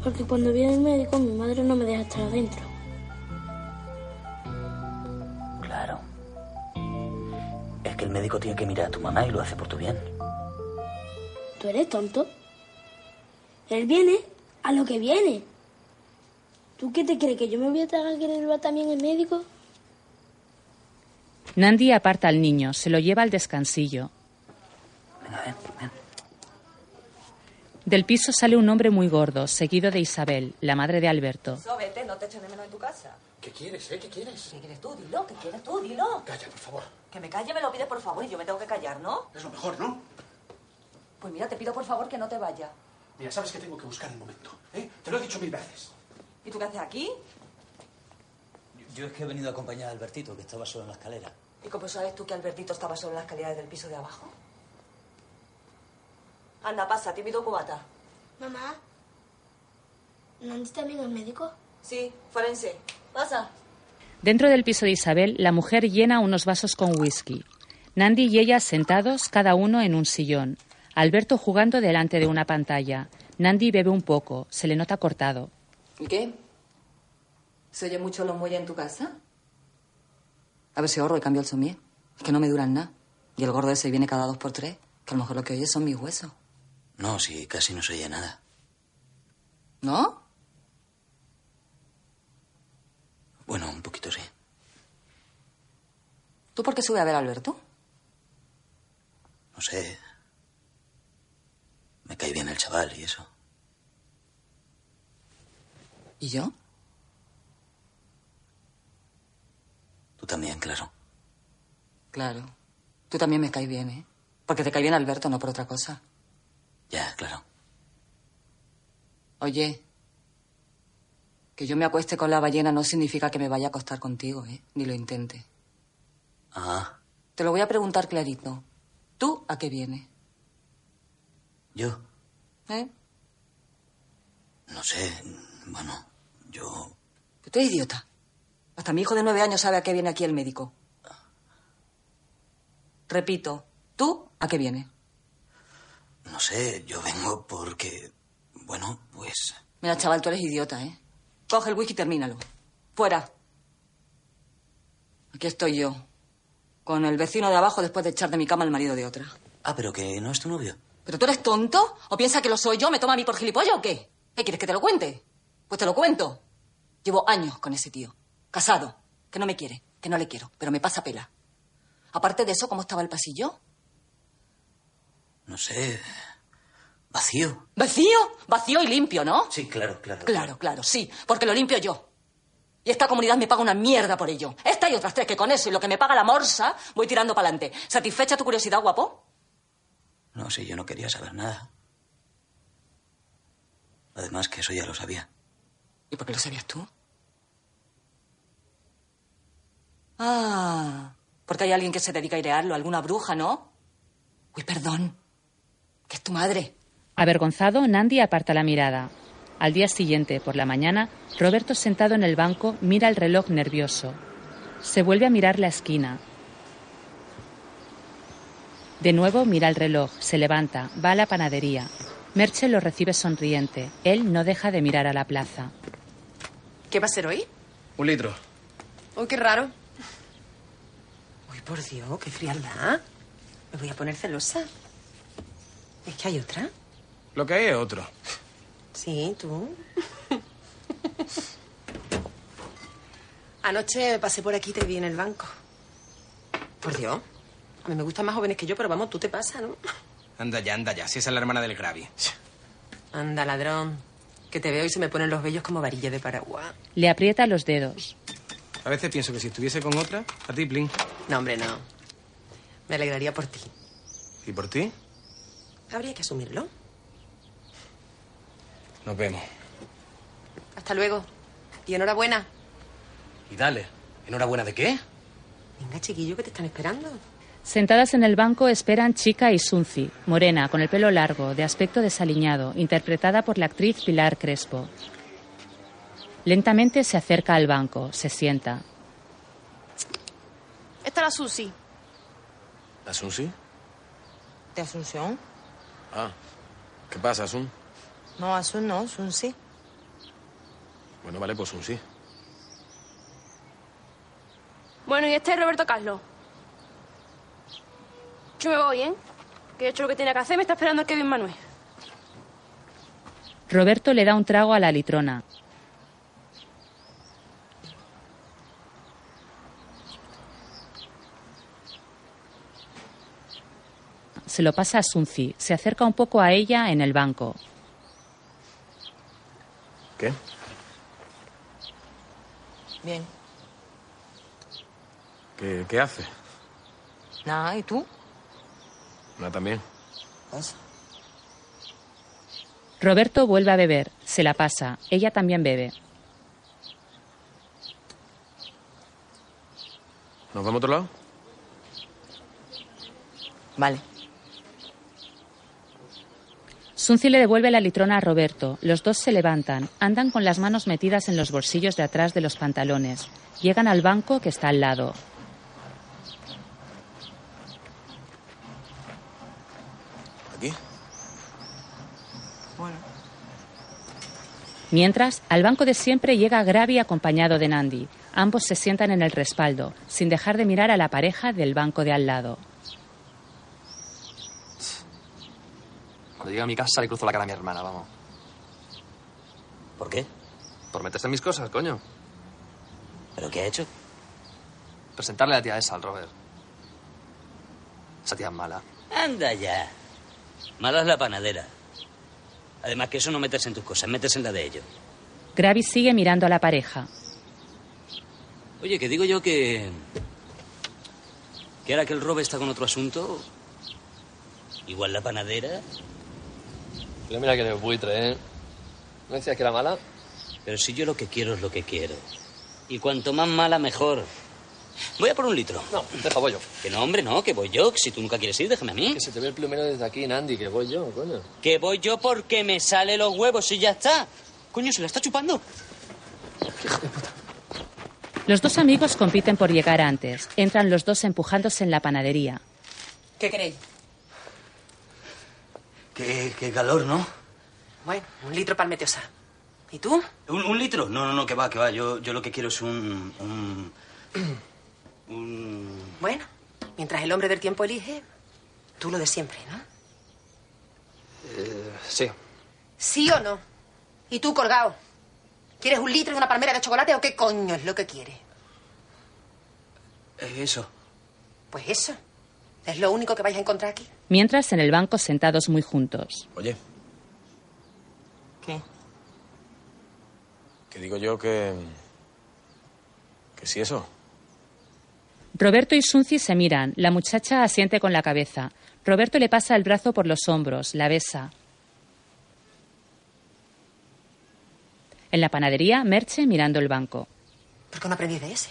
[SPEAKER 12] Porque cuando vi al médico, mi madre no me deja estar adentro.
[SPEAKER 8] Claro. Es que el médico tiene que mirar a tu mamá y lo hace por tu bien.
[SPEAKER 12] ¿Tú eres tonto? Él viene a lo que viene. ¿Tú qué te crees? ¿Que yo me voy a tragar que él va también el médico?
[SPEAKER 1] Nandi aparta al niño, se lo lleva al descansillo. Del piso sale un hombre muy gordo, seguido de Isabel, la madre de Alberto.
[SPEAKER 28] Sóbete, no te echen de menos en tu casa.
[SPEAKER 29] ¿Qué quieres, eh? ¿Qué quieres?
[SPEAKER 28] ¿Qué quieres tú? Dilo, ¿qué quieres tú? Dilo.
[SPEAKER 29] Calla, por favor.
[SPEAKER 28] Que me calle me lo pides, por favor, y yo me tengo que callar, ¿no?
[SPEAKER 29] Es lo mejor, ¿no?
[SPEAKER 28] Pues mira, te pido, por favor, que no te vaya.
[SPEAKER 29] Mira, sabes que tengo que buscar el momento, ¿eh? Te lo he dicho mil veces.
[SPEAKER 28] ¿Y tú qué haces aquí?
[SPEAKER 27] Yo es que he venido a acompañar a Albertito, que estaba solo en la escalera.
[SPEAKER 28] ¿Y cómo sabes tú que Albertito estaba solo en las escaleras del piso de abajo? Anda, pasa, tímido cubata.
[SPEAKER 12] Mamá, ¿Nandi también es médico?
[SPEAKER 28] Sí, forense. Pasa.
[SPEAKER 1] Dentro del piso de Isabel, la mujer llena unos vasos con whisky. Nandi y ella sentados, cada uno en un sillón. Alberto jugando delante de una pantalla. Nandi bebe un poco, se le nota cortado.
[SPEAKER 28] ¿Y qué? ¿Se oye mucho los muelles en tu casa? A ver si ahorro y cambio el somier. Que no me duran nada. Y el gordo ese viene cada dos por tres. Que a lo mejor lo que oye son mis huesos.
[SPEAKER 8] No, sí, casi no se oye nada.
[SPEAKER 28] ¿No?
[SPEAKER 8] Bueno, un poquito sí.
[SPEAKER 28] ¿Tú por qué sube a ver a Alberto?
[SPEAKER 8] No sé. Me cae bien el chaval y eso.
[SPEAKER 28] ¿Y yo?
[SPEAKER 8] Tú también, claro.
[SPEAKER 28] Claro. Tú también me caes bien, ¿eh? Porque te cae bien Alberto, no por otra cosa.
[SPEAKER 8] Ya, claro.
[SPEAKER 28] Oye, que yo me acueste con la ballena no significa que me vaya a acostar contigo, ¿eh? Ni lo intente.
[SPEAKER 8] Ah,
[SPEAKER 28] Te lo voy a preguntar clarito. ¿Tú a qué vienes?
[SPEAKER 8] yo.
[SPEAKER 28] ¿Eh?
[SPEAKER 8] No sé. Bueno, yo.
[SPEAKER 28] Que tú eres idiota. Hasta mi hijo de nueve años sabe a qué viene aquí el médico. Repito, ¿tú a qué vienes?
[SPEAKER 8] No sé, yo vengo porque. Bueno, pues.
[SPEAKER 28] Mira, chaval, tú eres idiota, ¿eh? Coge el whisky y termínalo. Fuera. Aquí estoy yo. Con el vecino de abajo después de echar de mi cama al marido de otra.
[SPEAKER 8] Ah, pero que no es tu novio.
[SPEAKER 28] ¿Pero tú eres tonto? ¿O piensa que lo soy yo? ¿Me toma a mí por gilipollas o qué? ¿Qué quieres que te lo cuente? Pues te lo cuento. Llevo años con ese tío. Casado. Que no me quiere. Que no le quiero. Pero me pasa pela. Aparte de eso, ¿cómo estaba el pasillo?
[SPEAKER 8] No sé. Vacío.
[SPEAKER 28] Vacío. Vacío y limpio, ¿no?
[SPEAKER 8] Sí, claro, claro.
[SPEAKER 28] Claro, claro, sí. Porque lo limpio yo. Y esta comunidad me paga una mierda por ello. Esta y otras tres que con eso y lo que me paga la morsa voy tirando para adelante. ¿Satisfecha tu curiosidad, guapo?
[SPEAKER 8] No, sí, yo no quería saber nada. Además, que eso ya lo sabía.
[SPEAKER 28] ¿Y por qué lo sabías tú? Ah, porque hay alguien que se dedica a airearlo, alguna bruja, ¿no? Uy, perdón. Que es tu madre.
[SPEAKER 1] Avergonzado, Nandi aparta la mirada. Al día siguiente, por la mañana, Roberto sentado en el banco mira el reloj nervioso. Se vuelve a mirar la esquina. De nuevo mira el reloj, se levanta, va a la panadería. Merche lo recibe sonriente. Él no deja de mirar a la plaza.
[SPEAKER 2] ¿Qué va a ser hoy?
[SPEAKER 9] Un litro.
[SPEAKER 2] Uy, qué raro. Uy, por Dios, qué frialdad. Me voy a poner celosa. ¿Es que hay otra?
[SPEAKER 9] Lo que hay es otro.
[SPEAKER 2] Sí, tú. Anoche me pasé por aquí y te vi en el banco. Por Dios. A mí me gustan más jóvenes que yo, pero vamos, tú te pasas, ¿no?
[SPEAKER 9] Anda ya, anda ya. Si esa es la hermana del Gravi.
[SPEAKER 2] Anda, ladrón. Que te veo y se me ponen los vellos como varilla de paraguas.
[SPEAKER 1] Le aprieta los dedos.
[SPEAKER 9] A veces pienso que si estuviese con otra, a ti, Plin.
[SPEAKER 2] No, hombre, no. Me alegraría por ti.
[SPEAKER 9] ¿Y por ti?
[SPEAKER 2] Habría que asumirlo.
[SPEAKER 9] Nos vemos.
[SPEAKER 2] Hasta luego. Y enhorabuena.
[SPEAKER 30] Y dale. ¿Enhorabuena de qué?
[SPEAKER 2] Venga, chiquillo, que te están esperando.
[SPEAKER 1] Sentadas en el banco esperan Chica y Sunzi, morena, con el pelo largo, de aspecto desaliñado, interpretada por la actriz Pilar Crespo. Lentamente se acerca al banco, se sienta.
[SPEAKER 3] Esta es la Susi.
[SPEAKER 9] ¿La Sunsi?
[SPEAKER 5] ¿De Asunción?
[SPEAKER 9] Ah. ¿Qué pasa, Asun?
[SPEAKER 5] No, Asun no, Sunsi.
[SPEAKER 9] Bueno, vale, pues Sunsi.
[SPEAKER 3] Bueno, y este es Roberto Carlos. Yo me voy, ¿eh? Que he hecho lo que tenía que hacer, me está esperando el Kevin Manuel.
[SPEAKER 1] Roberto le da un trago a la litrona. Se lo pasa a Sunzi. Se acerca un poco a ella en el banco.
[SPEAKER 9] ¿Qué?
[SPEAKER 5] Bien.
[SPEAKER 9] ¿Qué, qué hace?
[SPEAKER 5] Nada, ¿y tú?
[SPEAKER 9] Nada también.
[SPEAKER 1] Roberto vuelve a beber. Se la pasa. Ella también bebe.
[SPEAKER 9] ¿Nos vamos a otro lado?
[SPEAKER 5] Vale.
[SPEAKER 1] Sunzi le devuelve la litrona a Roberto. Los dos se levantan. Andan con las manos metidas en los bolsillos de atrás de los pantalones. Llegan al banco que está al lado.
[SPEAKER 9] ¿Aquí?
[SPEAKER 5] Bueno.
[SPEAKER 1] Mientras, al banco de siempre llega Gravi acompañado de Nandi. Ambos se sientan en el respaldo, sin dejar de mirar a la pareja del banco de al lado.
[SPEAKER 7] Cuando llegue a mi casa le cruzo la cara a mi hermana, vamos.
[SPEAKER 8] ¿Por qué?
[SPEAKER 7] Por meterse en mis cosas, coño.
[SPEAKER 8] ¿Pero qué ha hecho?
[SPEAKER 7] Presentarle a la tía esa al Robert. Esa tía es mala.
[SPEAKER 8] Anda ya. Mala es la panadera. Además que eso no metes en tus cosas, metes en la de ellos.
[SPEAKER 1] Gravi sigue mirando a la pareja.
[SPEAKER 8] Oye, que digo yo que... Que ahora que el Robe está con otro asunto... Igual la panadera...
[SPEAKER 7] Mira, mira que eres buitre, ¿eh? ¿No decías que era mala?
[SPEAKER 8] Pero si yo lo que quiero es lo que quiero. Y cuanto más mala, mejor. Voy a por un litro.
[SPEAKER 7] No, deja, voy yo.
[SPEAKER 8] Que no, hombre, no, que voy yo. que Si tú nunca quieres ir, déjame a mí.
[SPEAKER 7] Que se te ve el plumero desde aquí, Nandi, que voy yo, coño.
[SPEAKER 8] Que voy yo porque me sale los huevos y ya está. Coño, se la está chupando.
[SPEAKER 1] Los dos amigos compiten por llegar antes. Entran los dos empujándose en la panadería.
[SPEAKER 28] ¿Qué queréis?
[SPEAKER 8] Qué, qué calor, ¿no?
[SPEAKER 2] Bueno, un litro para el meteosa. ¿Y tú?
[SPEAKER 8] ¿Un, un litro? No, no, no, que va, que va. Yo, yo lo que quiero es un... un... un...
[SPEAKER 2] Bueno, mientras el hombre del tiempo elige, tú lo de siempre, ¿no?
[SPEAKER 7] Eh, sí.
[SPEAKER 2] ¿Sí o no? ¿Y tú, colgado? ¿Quieres un litro y una palmera de chocolate o qué coño es lo que quieres?
[SPEAKER 8] Eh, Eso.
[SPEAKER 2] Pues eso. Es lo único que vais a encontrar aquí.
[SPEAKER 1] Mientras, en el banco, sentados muy juntos.
[SPEAKER 9] Oye.
[SPEAKER 5] ¿Qué?
[SPEAKER 9] Que digo yo que... Que sí eso.
[SPEAKER 1] Roberto y Sunzi se miran. La muchacha asiente con la cabeza. Roberto le pasa el brazo por los hombros, la besa. En la panadería, Merche mirando el banco.
[SPEAKER 2] ¿Por qué no aprendí de ese?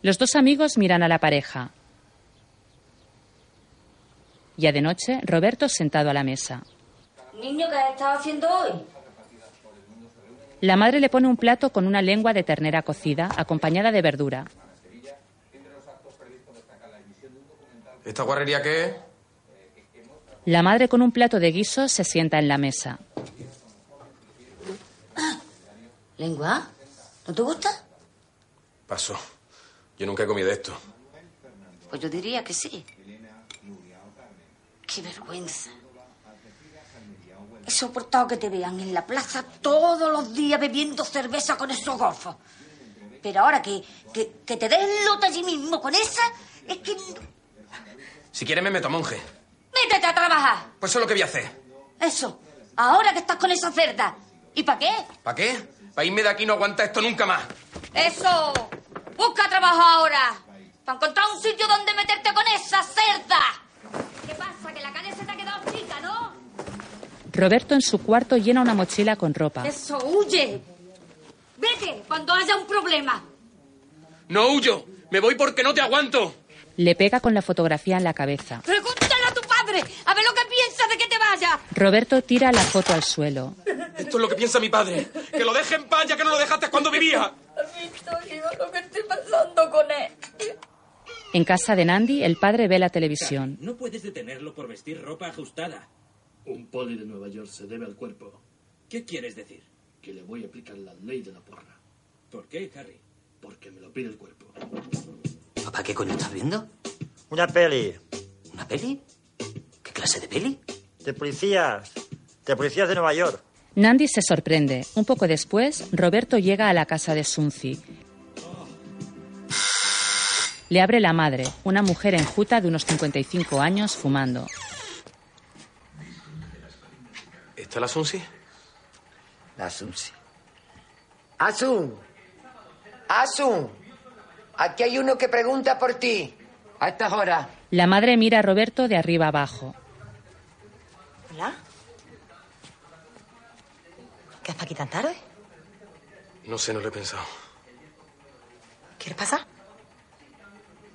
[SPEAKER 1] Los dos amigos miran a la pareja. Ya de noche, Roberto sentado a la mesa.
[SPEAKER 13] Niño, ¿qué has estado haciendo hoy?
[SPEAKER 1] La madre le pone un plato con una lengua de ternera cocida, acompañada de verdura.
[SPEAKER 9] ¿Esta guarrería qué es?
[SPEAKER 1] La madre con un plato de guiso se sienta en la mesa.
[SPEAKER 26] ¿Lengua? ¿No te gusta?
[SPEAKER 9] Paso. Yo nunca he comido esto.
[SPEAKER 26] Pues yo diría que sí. Qué vergüenza.
[SPEAKER 13] He soportado que te vean en la plaza todos los días bebiendo cerveza con esos golfos. Pero ahora que, que, que te den lota allí mismo con esa, es que
[SPEAKER 9] Si quieres me meto a monje.
[SPEAKER 12] Métete a trabajar.
[SPEAKER 9] Pues eso es lo que voy a hacer.
[SPEAKER 12] Eso. Ahora que estás con esa cerda. ¿Y para qué?
[SPEAKER 9] ¿Para qué? Para irme de aquí no aguanta esto nunca más.
[SPEAKER 12] Eso. Busca trabajo ahora. Para encontrar un sitio donde meterte con esa cerda. ¿Qué pasa? Que la calle se te ha quedado chica, ¿no?
[SPEAKER 1] Roberto en su cuarto llena una mochila con ropa.
[SPEAKER 12] Eso, huye. Vete cuando haya un problema.
[SPEAKER 9] No huyo. Me voy porque no te aguanto.
[SPEAKER 1] Le pega con la fotografía en la cabeza.
[SPEAKER 12] Pregúntale a tu padre. A ver lo que piensa de que te vaya.
[SPEAKER 1] Roberto tira la foto al suelo.
[SPEAKER 9] Esto es lo que piensa mi padre. Que lo deje en paz ya que no lo dejaste cuando vivía.
[SPEAKER 12] ¿Has visto, hijo, lo que estoy pasando con él?
[SPEAKER 1] En casa de Nandi, el padre ve la televisión.
[SPEAKER 8] No puedes detenerlo por vestir ropa ajustada.
[SPEAKER 7] Un poli de Nueva York se debe al cuerpo.
[SPEAKER 8] ¿Qué quieres decir?
[SPEAKER 7] Que le voy a aplicar la ley de la porra.
[SPEAKER 8] ¿Por qué, Harry?
[SPEAKER 7] Porque me lo pide el cuerpo.
[SPEAKER 8] Papá, ¿qué coño estás viendo?
[SPEAKER 21] Una peli.
[SPEAKER 8] ¿Una peli? ¿Qué clase de peli?
[SPEAKER 21] De policías. De policías de Nueva York.
[SPEAKER 1] Nandi se sorprende. Un poco después, Roberto llega a la casa de Sunzi. Le abre la madre, una mujer enjuta de unos 55 años fumando.
[SPEAKER 9] ¿Está la Sunsi?
[SPEAKER 2] La Sunsi. Asun. Asun. Aquí hay uno que pregunta por ti. A estas horas.
[SPEAKER 1] La madre mira a Roberto de arriba abajo.
[SPEAKER 5] Hola. ¿Qué haces aquí tan tarde?
[SPEAKER 9] No sé, no lo he pensado.
[SPEAKER 5] ¿Quieres pasar?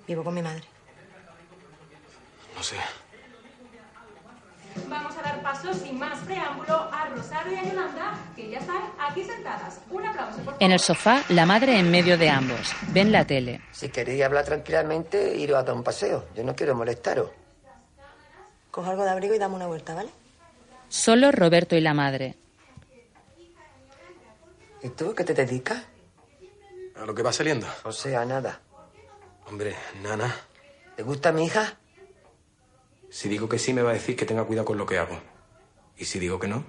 [SPEAKER 5] Vivo con mi madre.
[SPEAKER 9] No sé.
[SPEAKER 16] Vamos a dar paso sin más preámbulo a Rosario y a Yolanda, que ya están aquí sentadas. Un aplauso, por favor.
[SPEAKER 1] En el sofá, la madre en medio de ambos. Ven la tele.
[SPEAKER 2] Si queréis hablar tranquilamente, iros a dar un paseo. Yo no quiero molestaros.
[SPEAKER 5] Coge algo de abrigo y dame una vuelta, ¿vale?
[SPEAKER 1] Solo Roberto y la madre.
[SPEAKER 2] ¿Y tú qué te dedicas?
[SPEAKER 9] A lo que va saliendo.
[SPEAKER 2] O sea, nada.
[SPEAKER 9] Hombre, nana.
[SPEAKER 2] ¿Te gusta mi hija?
[SPEAKER 9] Si digo que sí, me va a decir que tenga cuidado con lo que hago. Y si digo que no,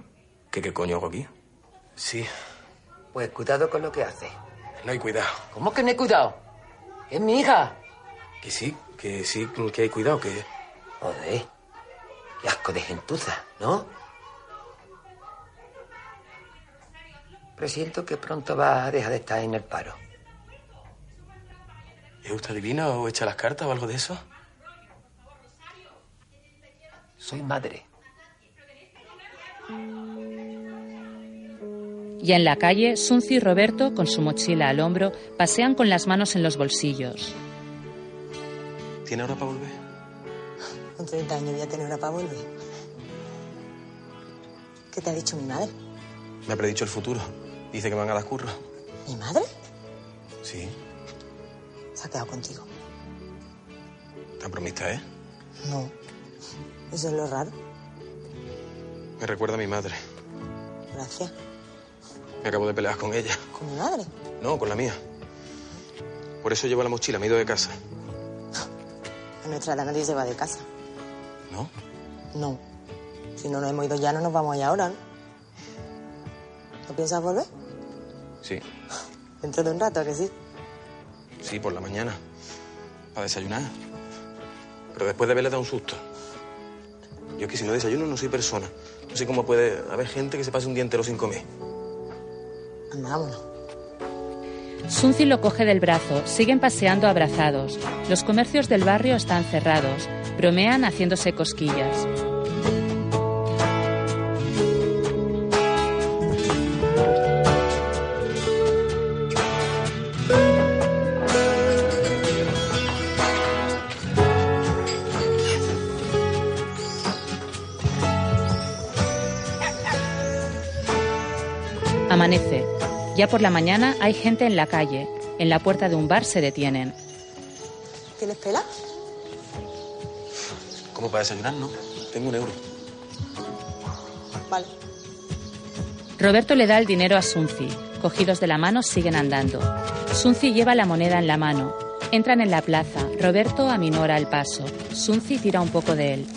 [SPEAKER 9] que qué coño hago aquí. Sí,
[SPEAKER 2] Pues cuidado con lo que haces.
[SPEAKER 9] no hay cuidado.
[SPEAKER 2] ¿Cómo que no he cuidado? Es mi hija.
[SPEAKER 9] Que sí, que sí, que hay cuidado, que...
[SPEAKER 2] Joder. Qué asco de gentuza, ¿no? Presiento que pronto vas a dejar de estar en el paro.
[SPEAKER 9] ¿Es usted divina o echa las cartas o algo de eso?
[SPEAKER 2] Soy madre.
[SPEAKER 1] Y en la calle, Sunzi y Roberto, con su mochila al hombro, pasean con las manos en los bolsillos.
[SPEAKER 9] ¿Tiene hora para volver?
[SPEAKER 5] Con 30 años voy a tener hora para volver. ¿Qué te ha dicho mi madre?
[SPEAKER 9] Me ha predicho el futuro. Dice que me van a dar curro.
[SPEAKER 5] ¿Mi madre?
[SPEAKER 9] Sí,
[SPEAKER 5] Se ha quedado contigo.
[SPEAKER 9] tan bromista, ¿eh?
[SPEAKER 5] No. Eso es lo raro.
[SPEAKER 9] Me recuerda a mi madre.
[SPEAKER 5] Gracias.
[SPEAKER 9] Me acabo de pelear con ella.
[SPEAKER 5] ¿Con mi madre?
[SPEAKER 9] No, con la mía. Por eso llevo la mochila, me he ido de casa.
[SPEAKER 5] A nuestra edad nadie se va de casa.
[SPEAKER 9] ¿No?
[SPEAKER 5] No. Si no nos hemos ido ya, no nos vamos a ir ahora, ¿no? ¿No piensas volver?
[SPEAKER 9] Sí.
[SPEAKER 5] Dentro de un rato, ¿a que sí?
[SPEAKER 9] Sí, por la mañana. Para desayunar. Pero después de verle da un susto. Yo es que si no desayuno no soy persona. No sé cómo puede haber gente que se pase un día entero sin comer.
[SPEAKER 5] Anda, vámonos.
[SPEAKER 1] Sunzi lo coge del brazo, siguen paseando abrazados. Los comercios del barrio están cerrados, bromean haciéndose cosquillas. Amanece. Ya por la mañana hay gente en la calle. En la puerta de un bar se detienen.
[SPEAKER 5] ¿Tienes pela?
[SPEAKER 9] ¿Cómo para desayunar, no? Tengo un euro.
[SPEAKER 5] Vale.
[SPEAKER 1] Roberto le da el dinero a Sunzi. Cogidos de la mano siguen andando. Sunzi lleva la moneda en la mano. Entran en la plaza. Roberto aminora el paso. Sunzi tira un poco de él.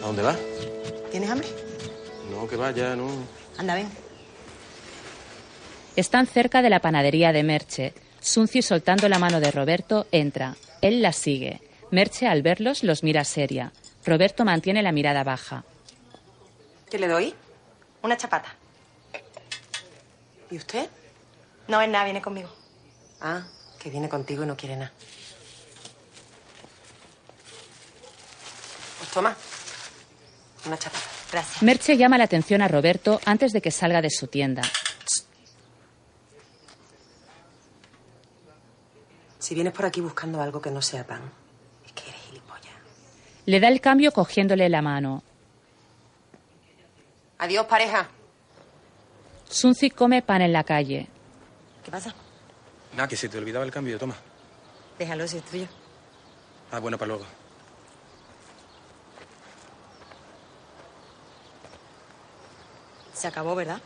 [SPEAKER 9] ¿A dónde va?
[SPEAKER 5] ¿Tienes hambre?
[SPEAKER 9] No, que vaya, no.
[SPEAKER 5] Anda, ven.
[SPEAKER 1] Están cerca de la panadería de Merche. Sunzi soltando la mano de Roberto entra. Él la sigue. Merche al verlos los mira seria. Roberto mantiene la mirada baja.
[SPEAKER 2] ¿Qué le doy? Una chapata. ¿Y usted? No es nada, viene conmigo. Ah, que viene contigo y no quiere nada. Pues toma. Una chapata. Gracias.
[SPEAKER 1] Merche llama la atención a Roberto antes de que salga de su tienda.
[SPEAKER 2] Si vienes por aquí buscando algo que no sea pan, es que eres gilipollas.
[SPEAKER 1] Le da el cambio cogiéndole la mano.
[SPEAKER 2] Adiós, pareja.
[SPEAKER 1] Sunzi come pan en la calle.
[SPEAKER 2] ¿Qué pasa?
[SPEAKER 9] Nada, Ah, que se te olvidaba el cambio, toma.
[SPEAKER 2] Déjalo, si es tuyo.
[SPEAKER 9] Ah, bueno, para luego.
[SPEAKER 2] Se acabó, ¿verdad?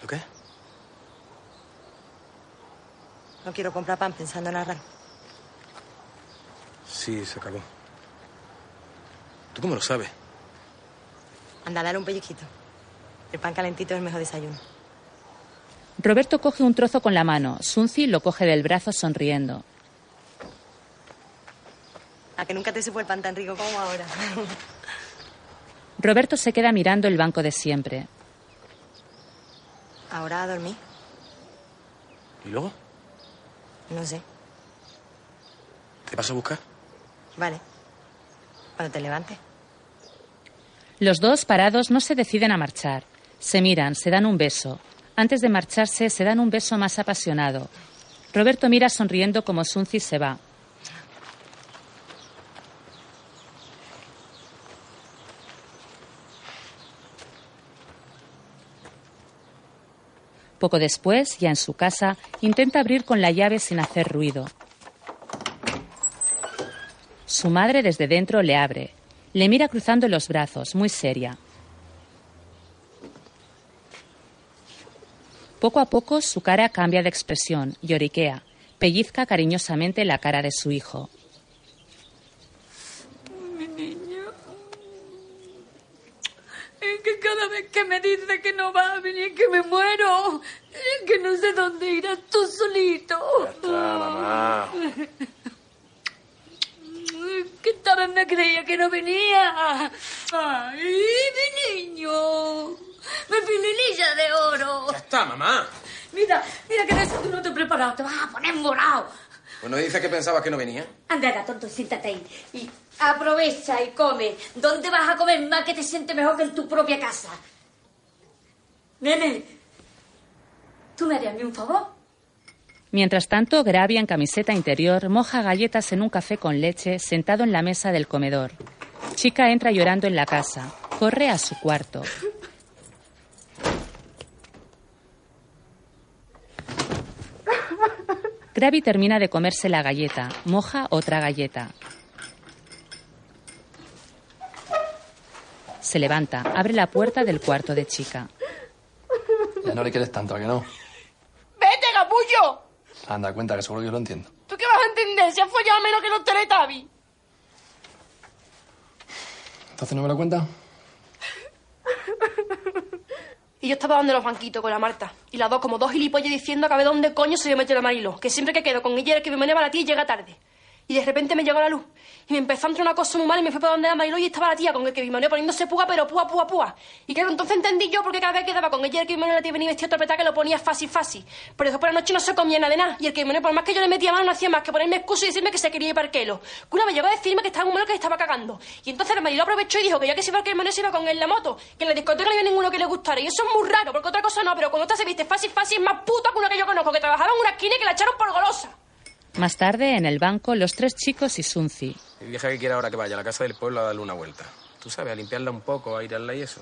[SPEAKER 9] ¿Lo qué?
[SPEAKER 2] No quiero comprar pan pensando en ahorrar.
[SPEAKER 9] Sí, se acabó. ¿Tú cómo lo sabes?
[SPEAKER 2] Anda, dale un pellizquito. El pan calentito es el mejor desayuno.
[SPEAKER 1] Roberto coge un trozo con la mano. Sunzi lo coge del brazo sonriendo.
[SPEAKER 2] A que nunca te supo el pan tan rico como ahora.
[SPEAKER 1] Roberto se queda mirando el banco de siempre.
[SPEAKER 2] ahora a dormir,
[SPEAKER 9] ¿Y luego?
[SPEAKER 2] no sé.
[SPEAKER 9] ¿Te paso a buscar?
[SPEAKER 2] Vale. Cuando te levantes.
[SPEAKER 1] Los dos parados no se deciden a marchar. Se miran, se dan un beso. Antes de marcharse, se dan un beso más apasionado. Roberto mira sonriendo como Sunzi se va. Poco después, ya en su casa, intenta abrir con la llave sin hacer ruido. Su madre desde dentro le abre. Le mira cruzando los brazos, muy seria. Poco a poco su cara cambia de expresión, lloriquea, pellizca cariñosamente la cara de su hijo.
[SPEAKER 16] Mi niño. Es que cada vez que me dice que no va a venir, que me muero. Es que no sé dónde irás tú solito.
[SPEAKER 9] mamá.
[SPEAKER 16] Es que esta vez me creía que no venía. Ay, mi niño. Mi filinilla de oro.
[SPEAKER 9] ¡Está, mamá!
[SPEAKER 16] Mira, mira que de eso tú no te he preparado. Te vas a poner morado.
[SPEAKER 9] Pues no dices que pensabas que no venía.
[SPEAKER 16] Anda, era tonto, siéntate ahí.
[SPEAKER 13] Y aprovecha y come. ¿Dónde vas a comer más que te siente mejor que en tu propia casa?
[SPEAKER 16] Nene, ¿tú me harías a mí un favor?
[SPEAKER 1] Mientras tanto, Gravia en camiseta interior moja galletas en un café con leche sentado en la mesa del comedor. Chica entra llorando en la casa. Corre a su cuarto. Gravi termina de comerse la galleta, moja otra galleta. Se levanta, abre la puerta del cuarto de chica.
[SPEAKER 7] Ya no le quieres tanto, ¿a que no?
[SPEAKER 16] ¡Vete, capullo!
[SPEAKER 7] Anda, cuenta, que seguro que yo lo entiendo.
[SPEAKER 16] ¿Tú qué vas a entender? Se ha follado menos que los Teletubbies.
[SPEAKER 7] ¿Entonces no me lo cuenta?
[SPEAKER 16] Y yo estaba dando los banquitos con la Marta. Y las dos, como dos gilipollas, diciendo a ver dónde coño se yo meter el amarillo. Que siempre que quedo con ella, el que me viene para la tía y llega tarde. Y de repente me llegó la luz. Y me empezó a entrar una cosa muy mala y me fui para donde era Mariló y estaba la tía con el que me poniéndose púa, pero púa, púa, púa. Y claro, entonces entendí yo porque cada vez que quedaba con ella el que me la tía venía vestida de torpeta que lo ponía fácil, fácil. Pero después por la noche no se comía nada de nada. Y el que me por más que yo le metía mano, no hacía más que ponerme excusa y decirme que se quería ir parquelo. Que una me llegó a decirme que estaba muy malo que estaba cagando. Y entonces el Mariló aprovechó y dijo que ya que se iba al que el se iba con él en la moto, que en la discoteca no había ninguno que le gustara. Y eso es muy raro, porque otra cosa no, pero cuando otra se viste fácil, fácil es más puta que una que yo conozco, que trabajaba en una esquina y que la echaron por golosa.
[SPEAKER 1] Más tarde, en el banco, los tres chicos y Sunzi.
[SPEAKER 9] Y vieja que quiere ahora que vaya a la casa del pueblo a darle una vuelta. Tú sabes, a limpiarla un poco, a airarla y eso.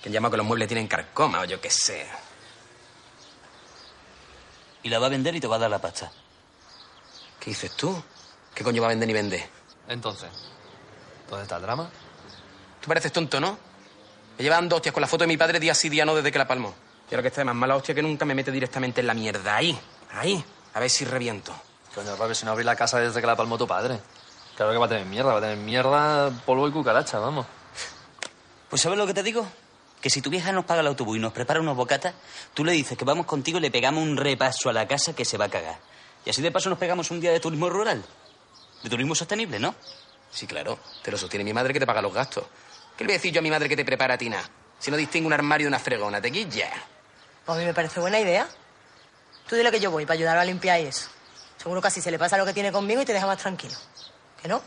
[SPEAKER 9] Que llama que los muebles tienen carcoma o yo qué sé.
[SPEAKER 8] Y la va a vender y te va a dar la pasta.
[SPEAKER 9] ¿Qué dices tú? ¿Qué coño va a vender ni vender?
[SPEAKER 7] Entonces, ¿dónde está el drama?
[SPEAKER 9] Tú pareces tonto, ¿no? Me llevan dos hostias con la foto de mi padre día sí, día no, desde que la palmó. Y ahora que está de más mala hostia que nunca me mete directamente en la mierda. Ahí, ahí. A ver si reviento.
[SPEAKER 7] Coño, papi, si no abrí la casa desde que la palmó tu padre. Claro que va a tener mierda, va a tener mierda, polvo y cucaracha, vamos.
[SPEAKER 8] Pues ¿sabes lo que te digo? Que si tu vieja nos paga el autobús y nos prepara unos bocatas, tú le dices que vamos contigo y le pegamos un repaso a la casa que se va a cagar. Y así de paso nos pegamos un día de turismo rural. De turismo sostenible, ¿no?
[SPEAKER 30] Sí, claro. Te lo sostiene mi madre que te paga los gastos. ¿Qué le voy a decir yo a mi madre que te prepara a ti nada? Si no distingue un armario de una fregona, te quilla.
[SPEAKER 5] Pues A mí me parece buena idea. Tú dile que yo voy para ayudar a limpiar y eso. Seguro que así se le pasa lo que tiene conmigo y te deja más tranquilo. ¿Que no?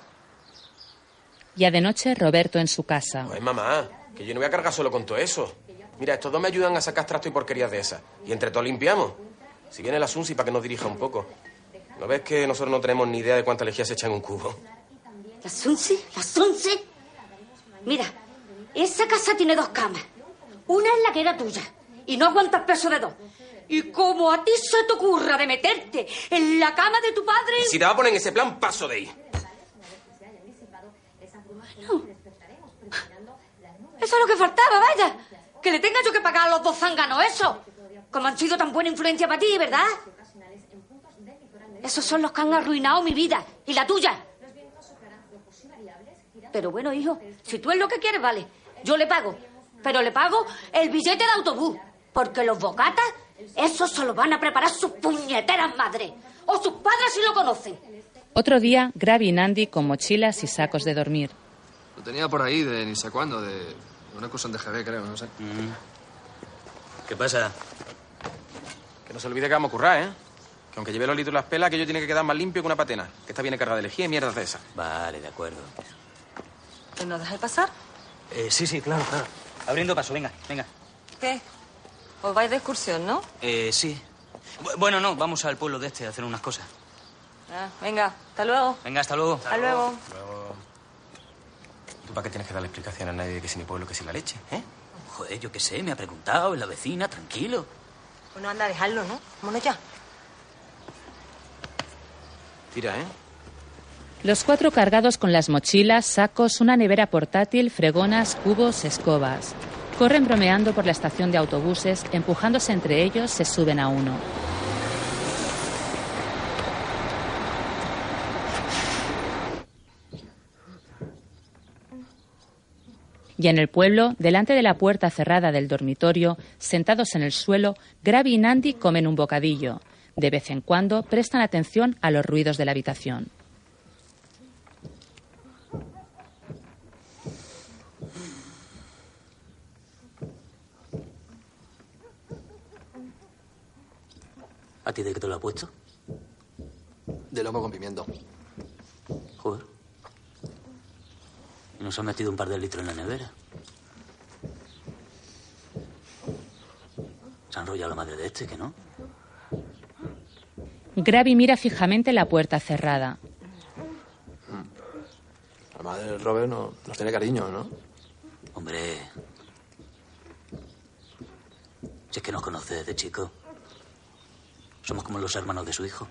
[SPEAKER 1] Ya de noche, Roberto en su casa.
[SPEAKER 9] Pues mamá, que yo no voy a cargar solo con todo eso. Mira, estos dos me ayudan a sacar trasto y porquerías de esas. Y entre todos limpiamos. Si viene el Asunsi para que nos dirija un poco. ¿No ves que nosotros no tenemos ni idea de cuánta lejía se echa en un cubo?
[SPEAKER 13] ¿La Sunsi? ¿La Sunsi? Mira, esa casa tiene dos camas. Una es la que era tuya. Y no aguantas peso de dos. Y como a ti se te ocurra de meterte en la cama de tu padre...
[SPEAKER 9] Y si te va a poner en ese plan, paso de ahí.
[SPEAKER 13] Eso es lo que faltaba, vaya. Que le tenga yo que pagar a los dos zánganos eso. Como han sido tan buena influencia para ti, ¿verdad? Esos son los que han arruinado mi vida y la tuya. Pero bueno, hijo, si tú es lo que quieres, vale. Yo le pago. Pero le pago el billete de autobús. Porque los bocatas, esos se los van a preparar sus puñeteras madres. O sus padres si lo conocen.
[SPEAKER 1] Otro día, Gravi y Nandi con mochilas y sacos de dormir.
[SPEAKER 7] Lo tenía por ahí de ni sé cuándo, de, de una cosa de GB, creo, no sé.
[SPEAKER 9] Mm.
[SPEAKER 8] ¿Qué pasa?
[SPEAKER 9] Que no se olvide que vamos a currar, ¿eh? Que aunque lleve los litros y las pelas, que yo tiene que quedar más limpio que una patena. Que esta viene cargada de lejía y mierdas de esas.
[SPEAKER 8] Vale, de acuerdo.
[SPEAKER 2] ¿Que nos dejáis pasar?
[SPEAKER 8] Eh, sí, sí, claro, claro. Abriendo paso, venga, venga.
[SPEAKER 2] ¿Qué? ¿Os vais de excursión, no?
[SPEAKER 8] Eh, sí. Bu- bueno, no, vamos al pueblo de este a hacer unas cosas.
[SPEAKER 2] Ah, venga, hasta luego.
[SPEAKER 8] Venga, hasta luego.
[SPEAKER 2] Hasta luego.
[SPEAKER 9] ¿Tú para qué tienes que darle explicación a nadie de que si mi pueblo, que si la leche, eh?
[SPEAKER 8] Joder, yo qué sé, me ha preguntado, es la vecina, tranquilo.
[SPEAKER 5] Bueno, anda, dejarlo, ¿no? Vámonos ya.
[SPEAKER 9] Tira, ¿eh?
[SPEAKER 1] Los cuatro cargados con las mochilas, sacos, una nevera portátil, fregonas, cubos, escobas. Corren bromeando por la estación de autobuses, empujándose entre ellos, se suben a uno. Y en el pueblo, delante de la puerta cerrada del dormitorio, sentados en el suelo, Gravi y Nandi comen un bocadillo. De vez en cuando prestan atención a los ruidos de la habitación.
[SPEAKER 8] ¿A ti de qué te lo ha puesto?
[SPEAKER 7] De lomo con pimiento.
[SPEAKER 8] Joder. Y nos han metido un par de litros en la nevera. Se ha enrollado la madre de este, que no.
[SPEAKER 1] Gravi mira fijamente la puerta cerrada.
[SPEAKER 7] La madre del Robert no, nos tiene cariño, ¿no?
[SPEAKER 8] Hombre. Si es que nos conoce desde chico. Somos como los hermanos de su hijo.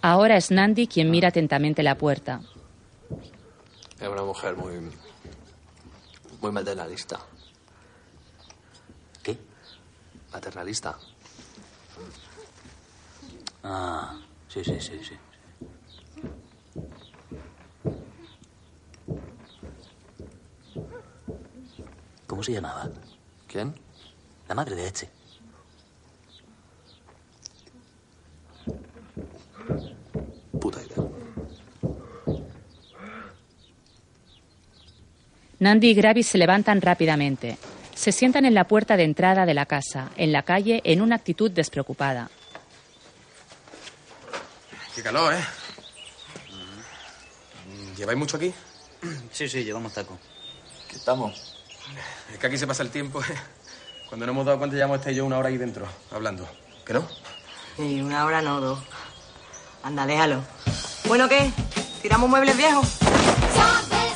[SPEAKER 1] Ahora es Nandi quien mira atentamente la puerta.
[SPEAKER 7] Es una mujer muy. muy maternalista.
[SPEAKER 8] ¿Qué?
[SPEAKER 7] Maternalista.
[SPEAKER 8] Ah, sí, sí, sí, sí. ¿Cómo se llamaba?
[SPEAKER 7] ¿Quién?
[SPEAKER 8] La madre de este.
[SPEAKER 7] Puta idea.
[SPEAKER 1] Nandi y Gravi se levantan rápidamente. Se sientan en la puerta de entrada de la casa, en la calle, en una actitud despreocupada.
[SPEAKER 9] Qué calor, ¿eh? Mm. ¿Lleváis mucho aquí?
[SPEAKER 8] Sí, sí, llevamos taco.
[SPEAKER 7] ¿Qué estamos?
[SPEAKER 9] Es que aquí se pasa el tiempo, ¿eh? Cuando no hemos dado cuenta, llevamos este y yo una hora ahí dentro, hablando. ¿Que no?
[SPEAKER 5] Y una hora no, dos. Anda, déjalo. Bueno, ¿qué? ¿Tiramos muebles viejos?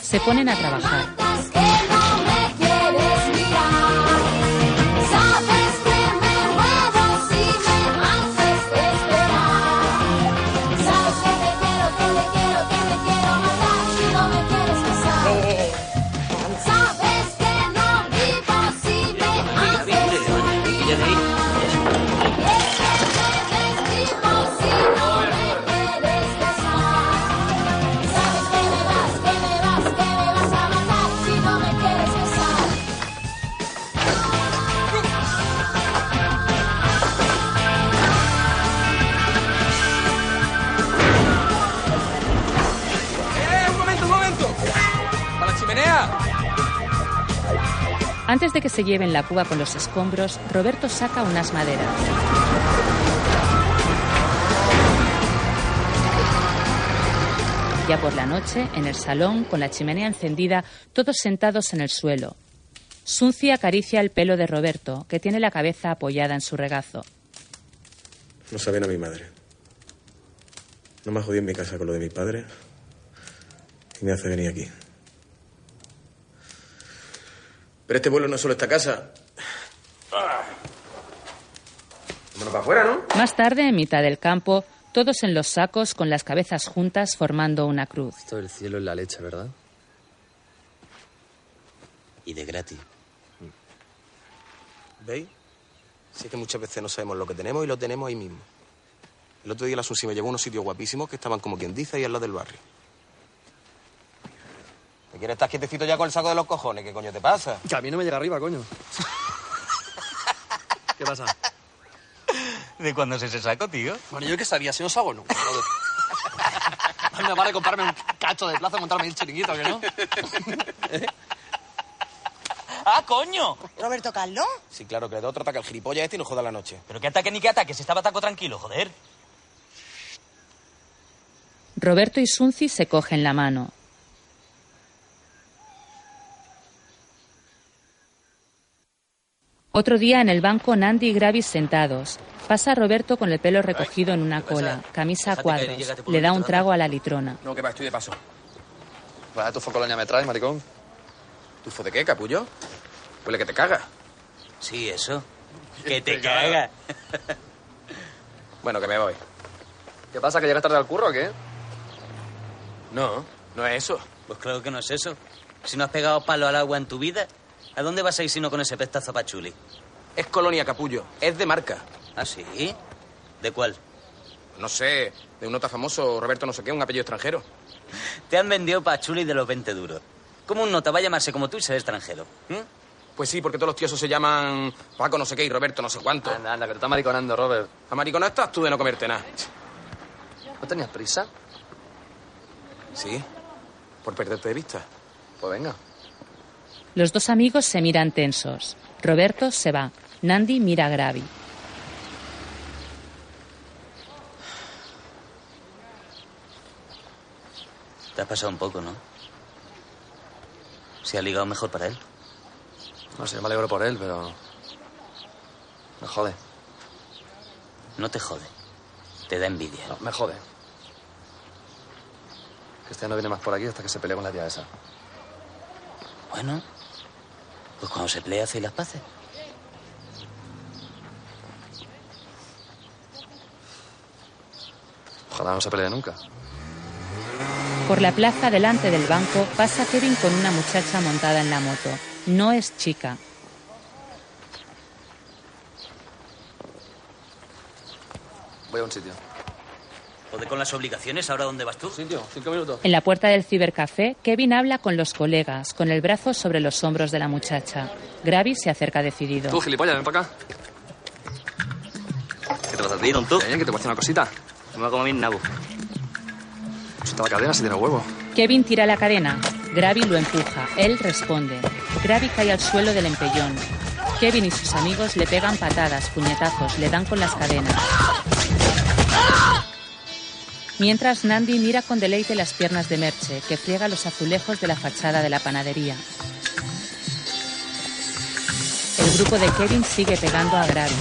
[SPEAKER 1] Se ponen a trabajar.
[SPEAKER 13] Quieres mirar, sabes que me muevo si me haces esperar. Sabes que te quiero, que te quiero, que te quiero matar si no me quieres casar. Sabes que no vivo si me haces olvidar. Sabes que me vas, que me vas, que me vas a matar
[SPEAKER 1] Antes de que se lleven la púa con los escombros, Roberto saca unas maderas. Ya por la noche, en el salón, con la chimenea encendida, todos sentados en el suelo. Sunci acaricia el pelo de Roberto, que tiene la cabeza apoyada en su regazo.
[SPEAKER 17] No saben a mi madre. No me ha jodido en mi casa con lo de mi padre. Y me hace venir aquí.
[SPEAKER 9] Pero este pueblo no es solo esta casa. Ah. Vámonos para afuera, ¿no?
[SPEAKER 1] Más tarde, en mitad del campo, todos en los sacos con las cabezas juntas formando una cruz.
[SPEAKER 7] Esto del cielo es la leche, ¿verdad?
[SPEAKER 6] Y de gratis.
[SPEAKER 9] ¿Veis? Si es que muchas veces no sabemos lo que tenemos y lo tenemos ahí mismo. El otro día la Susi me llevó a unos sitios guapísimos que estaban como quien dice ahí al lado del barrio. ¿Te quieres estar quietecito ya con el saco de los cojones? ¿Qué coño te pasa?
[SPEAKER 7] Que a mí no me llega arriba, coño. ¿Qué pasa?
[SPEAKER 6] ¿De cuándo es ese saco, tío?
[SPEAKER 7] Bueno, yo qué sabía, si no saco nunca. joder. Ay, Me vale comprarme un cacho de plaza, montarme el chiringuito, ¿que no?
[SPEAKER 8] ¡Ah, coño!
[SPEAKER 5] Roberto Carlos,
[SPEAKER 9] Sí, claro, que le da otro ataque al gilipollas este y nos joda la noche.
[SPEAKER 8] Pero qué ataque ni qué ataque, si estaba taco tranquilo, joder.
[SPEAKER 1] Roberto y Sunci se cogen la mano. Otro día en el banco, Nandi y Gravis sentados. Pasa Roberto con el pelo recogido en una cola, camisa a
[SPEAKER 7] Déjate caer y
[SPEAKER 1] cuadros.
[SPEAKER 7] llégate por
[SPEAKER 1] Le
[SPEAKER 7] un
[SPEAKER 1] da un
[SPEAKER 7] restaurante.
[SPEAKER 1] trago a la litrona.
[SPEAKER 9] No, que va, estoy de paso.
[SPEAKER 7] Vaya tufo colonia me traes, maricón.
[SPEAKER 9] ¿Tufo de qué, capullo? Huele que te caga.
[SPEAKER 8] Sí, eso. Que te caga.
[SPEAKER 9] Bueno, que me voy.
[SPEAKER 7] ¿Qué pasa, que llegas tarde al curro o qué?
[SPEAKER 9] No, no es eso.
[SPEAKER 8] Pues claro que no es eso. Si no has pegado palo al agua en tu vida, ¿a dónde vas a ir si no con ese pestazo pachuli?
[SPEAKER 9] Es colonia, capullo. Es de marca.
[SPEAKER 8] ¿Ah, sí? ¿De cuál?
[SPEAKER 9] No sé, de un nota famoso, Roberto no sé qué, un apellido extranjero.
[SPEAKER 8] Te han vendido pachuli de los 20 duros. ¿Cómo un nota va a llamarse como tú y ser extranjero?
[SPEAKER 9] Pues sí, porque todos los tíos esos se llaman Paco no sé qué y Roberto no sé cuánto.
[SPEAKER 7] Anda, anda, que te estás mariconando, Robert.
[SPEAKER 9] A maricona estás tú de no comerte nada.
[SPEAKER 7] ¿No tenías prisa?
[SPEAKER 9] Sí, por perderte de vista.
[SPEAKER 7] Pues venga.
[SPEAKER 1] Los dos amigos se miran tensos. Roberto se va. Nandi mira a Gravi.
[SPEAKER 8] Te has pasado un poco, ¿no? Se ha ligado mejor para él.
[SPEAKER 7] No sé, me alegro por él, pero. Me jode.
[SPEAKER 8] No te jode. Te da envidia.
[SPEAKER 7] No, me jode. Que este no viene más por aquí hasta que se pelee con la tía esa.
[SPEAKER 8] Bueno, pues cuando se pelea hace las paces.
[SPEAKER 7] Ojalá no se pelee nunca.
[SPEAKER 1] Por la plaza delante del banco pasa Kevin con una muchacha montada en la moto. No es chica.
[SPEAKER 7] Voy a un sitio.
[SPEAKER 8] ¿Jode con las obligaciones ahora dónde vas tú?
[SPEAKER 7] Sitio, cinco minutos.
[SPEAKER 1] En la puerta del cibercafé, Kevin habla con los colegas, con el brazo sobre los hombros de la muchacha. Gravi se acerca decidido.
[SPEAKER 7] Tú, gilipollas, ven para acá. ¿Qué te vas a ti, tonto? Eh, que te voy a hacer una cosita. Me va a comer nabo. Suelta la cadena si tiene huevo.
[SPEAKER 1] Kevin tira la cadena. Gravi lo empuja. Él responde. Gravi cae al suelo del empellón. Kevin y sus amigos le pegan patadas, puñetazos, le dan con las cadenas. Mientras Nandi mira con deleite las piernas de Merche, que friega los azulejos de la fachada de la panadería. El grupo de Kevin sigue pegando a Gravi.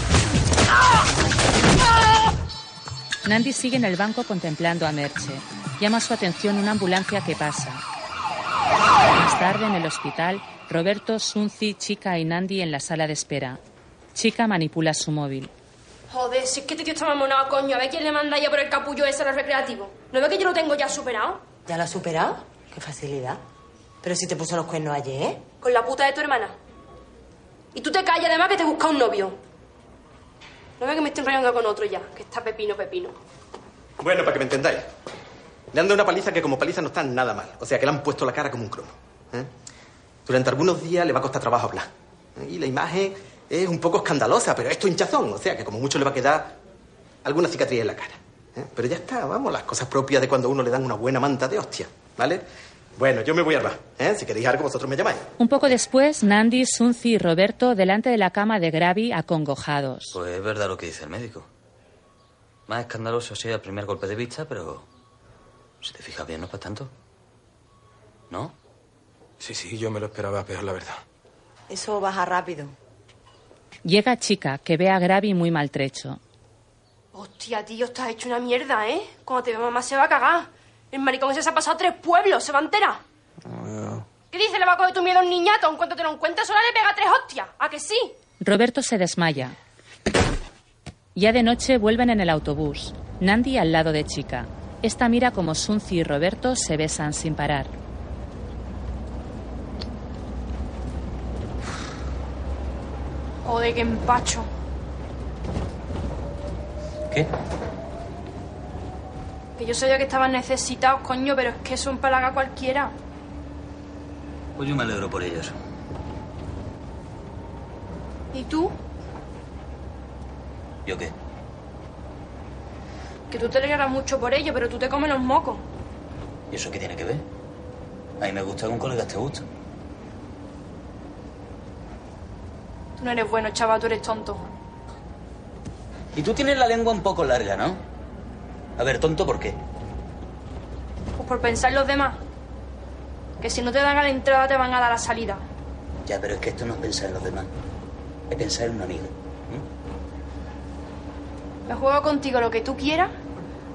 [SPEAKER 1] Nandi sigue en el banco contemplando a Merche. Llama su atención una ambulancia que pasa. Más tarde, en el hospital, Roberto, Sunzi, Chica y Nandi en la sala de espera. Chica manipula su móvil.
[SPEAKER 16] Joder, si es que este tío está mamonado, coño. A ver quién le manda ya por el capullo ese a los recreativos. ¿No ve que yo lo tengo ya superado?
[SPEAKER 5] ¿ya lo has superado? Qué facilidad. Pero si te puso los cuernos ayer, ¿eh?
[SPEAKER 16] Con la puta de tu hermana. Y tú te callas además que te busca un novio. No ve que me estoy enrollando con otro ya, que está pepino, pepino.
[SPEAKER 19] Bueno, para que me entendáis. Le han dado una paliza que como paliza no está nada mal. O sea, que le han puesto la cara como un cromo. ¿eh? Durante algunos días le va a costar trabajo hablar. ¿eh? Y la imagen es un poco escandalosa, pero esto hinchazón. O sea, que como mucho le va a quedar alguna cicatriz en la cara. ¿eh? Pero ya está, vamos, las cosas propias de cuando a uno le dan una buena manta de hostia. ¿Vale?
[SPEAKER 9] Bueno, yo me voy al bar. ¿eh? Si queréis algo, vosotros me llamáis.
[SPEAKER 1] Un poco después, Nandi, Sunzi y Roberto delante de la cama de Gravi acongojados.
[SPEAKER 8] Pues es verdad lo que dice el médico. Más escandaloso ha sido el primer golpe de vista, pero. Si te fijas bien, no es para tanto. ¿No?
[SPEAKER 31] Sí, sí, yo me lo esperaba peor, la verdad.
[SPEAKER 5] Eso baja rápido.
[SPEAKER 1] Llega Chica, que ve a Gravi muy maltrecho.
[SPEAKER 16] Hostia, tío, estás hecho una mierda, ¿eh? Cuando te vea mamá se va a cagar. El maricón ese se ha pasado tres pueblos, se va entera. ¿Qué dice? Le va a coger tu miedo a un niñato. En cuanto te lo encuentres, ahora le pega tres hostias. ¿A que sí?
[SPEAKER 1] Roberto se desmaya. Ya de noche vuelven en el autobús. Nandi al lado de Chica. Esta mira como Sunzi y Roberto se besan sin parar.
[SPEAKER 16] Joder, qué empacho.
[SPEAKER 8] ¿Qué?
[SPEAKER 16] Que yo sabía que estaban necesitados, coño, pero es que eso empalaga a cualquiera.
[SPEAKER 8] Pues yo me alegro por ellos.
[SPEAKER 16] ¿Y tú?
[SPEAKER 8] ¿Yo qué?
[SPEAKER 16] Que tú te alegras mucho por ello, pero tú te comes los mocos.
[SPEAKER 8] ¿Y eso qué tiene que ver? A mí me gusta que un colega te guste.
[SPEAKER 16] Tú no eres bueno, chaval, tú eres tonto.
[SPEAKER 8] Y tú tienes la lengua un poco larga, ¿no? A ver, tonto, ¿por qué?
[SPEAKER 16] Pues por pensar en los demás. Que si no te dan a la entrada, te van a dar a la salida.
[SPEAKER 8] Ya, pero es que esto no es pensar en los demás. Es pensar en un amigo.
[SPEAKER 16] Me juego contigo lo que tú quieras.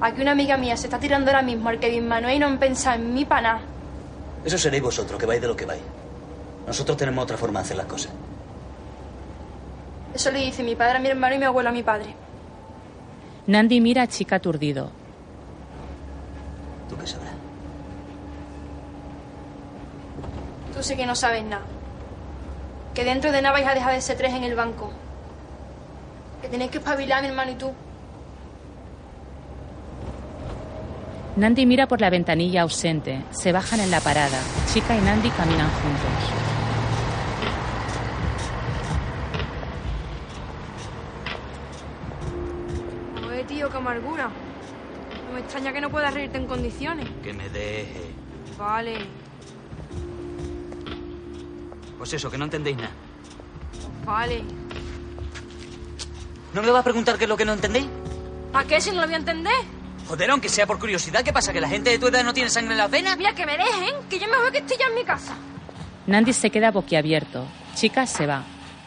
[SPEAKER 16] Aquí una amiga mía se está tirando ahora mismo al Kevin Manuel y no han pensado en mí para nada.
[SPEAKER 8] Eso seréis vosotros, que vais de lo que vais. Nosotros tenemos otra forma de hacer las cosas.
[SPEAKER 16] Eso le dice mi padre a mi hermano y mi abuelo a mi padre.
[SPEAKER 1] Nandi mira a Chica aturdido.
[SPEAKER 8] ¿Tú qué sabrás?
[SPEAKER 16] Tú sé que no sabes nada. Que dentro de nada vais a dejar de ser tres en el banco. Que tenéis que espabilar, mi hermano y tú.
[SPEAKER 1] Nandi mira por la ventanilla ausente. Se bajan en la parada. Chica y Nandi caminan juntos.
[SPEAKER 16] Joder, tío, qué amargura. No me extraña que no puedas reírte en condiciones.
[SPEAKER 8] Que me deje.
[SPEAKER 16] Vale.
[SPEAKER 8] Pues eso, que no entendéis nada.
[SPEAKER 16] Vale.
[SPEAKER 8] ¿No me vas a preguntar qué es lo que no entendéis?
[SPEAKER 16] ¿Para qué si no lo voy a entender?
[SPEAKER 8] Joder, aunque sea por curiosidad, ¿qué pasa? ¿Que la gente de tu edad no tiene sangre en las venas?
[SPEAKER 16] Mira, que me dejen, que yo me voy que estoy ya en mi casa.
[SPEAKER 1] Nandi se queda boquiabierto. Chica se va.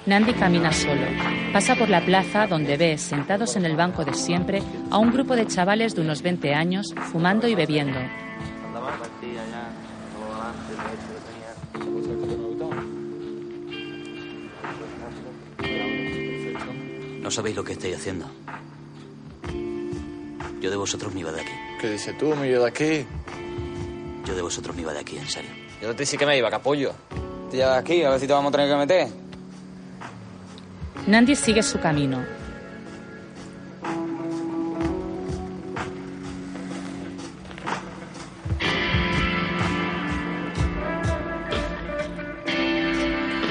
[SPEAKER 1] Nandi camina solo. Pasa por la plaza donde ve, sentados en el banco de siempre, a un grupo de chavales de unos 20 años fumando y bebiendo.
[SPEAKER 8] No sabéis lo que estáis haciendo. Yo de vosotros me iba de aquí.
[SPEAKER 31] ¿Qué dices tú, me iba de aquí?
[SPEAKER 8] Yo de vosotros me iba de aquí, en serio.
[SPEAKER 32] Yo te sí que me iba, capullo. Te llevas aquí, a ver si te vamos a tener que meter.
[SPEAKER 1] Nandi sigue su camino.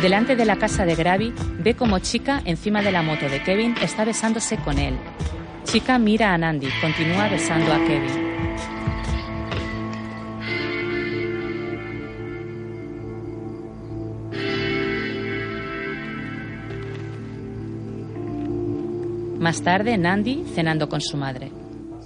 [SPEAKER 1] Delante de la casa de Gravi, ve como Chica, encima de la moto de Kevin, está besándose con él. Chica mira a Nandi, continúa besando a Kevin. Más tarde, Nandi cenando con su madre.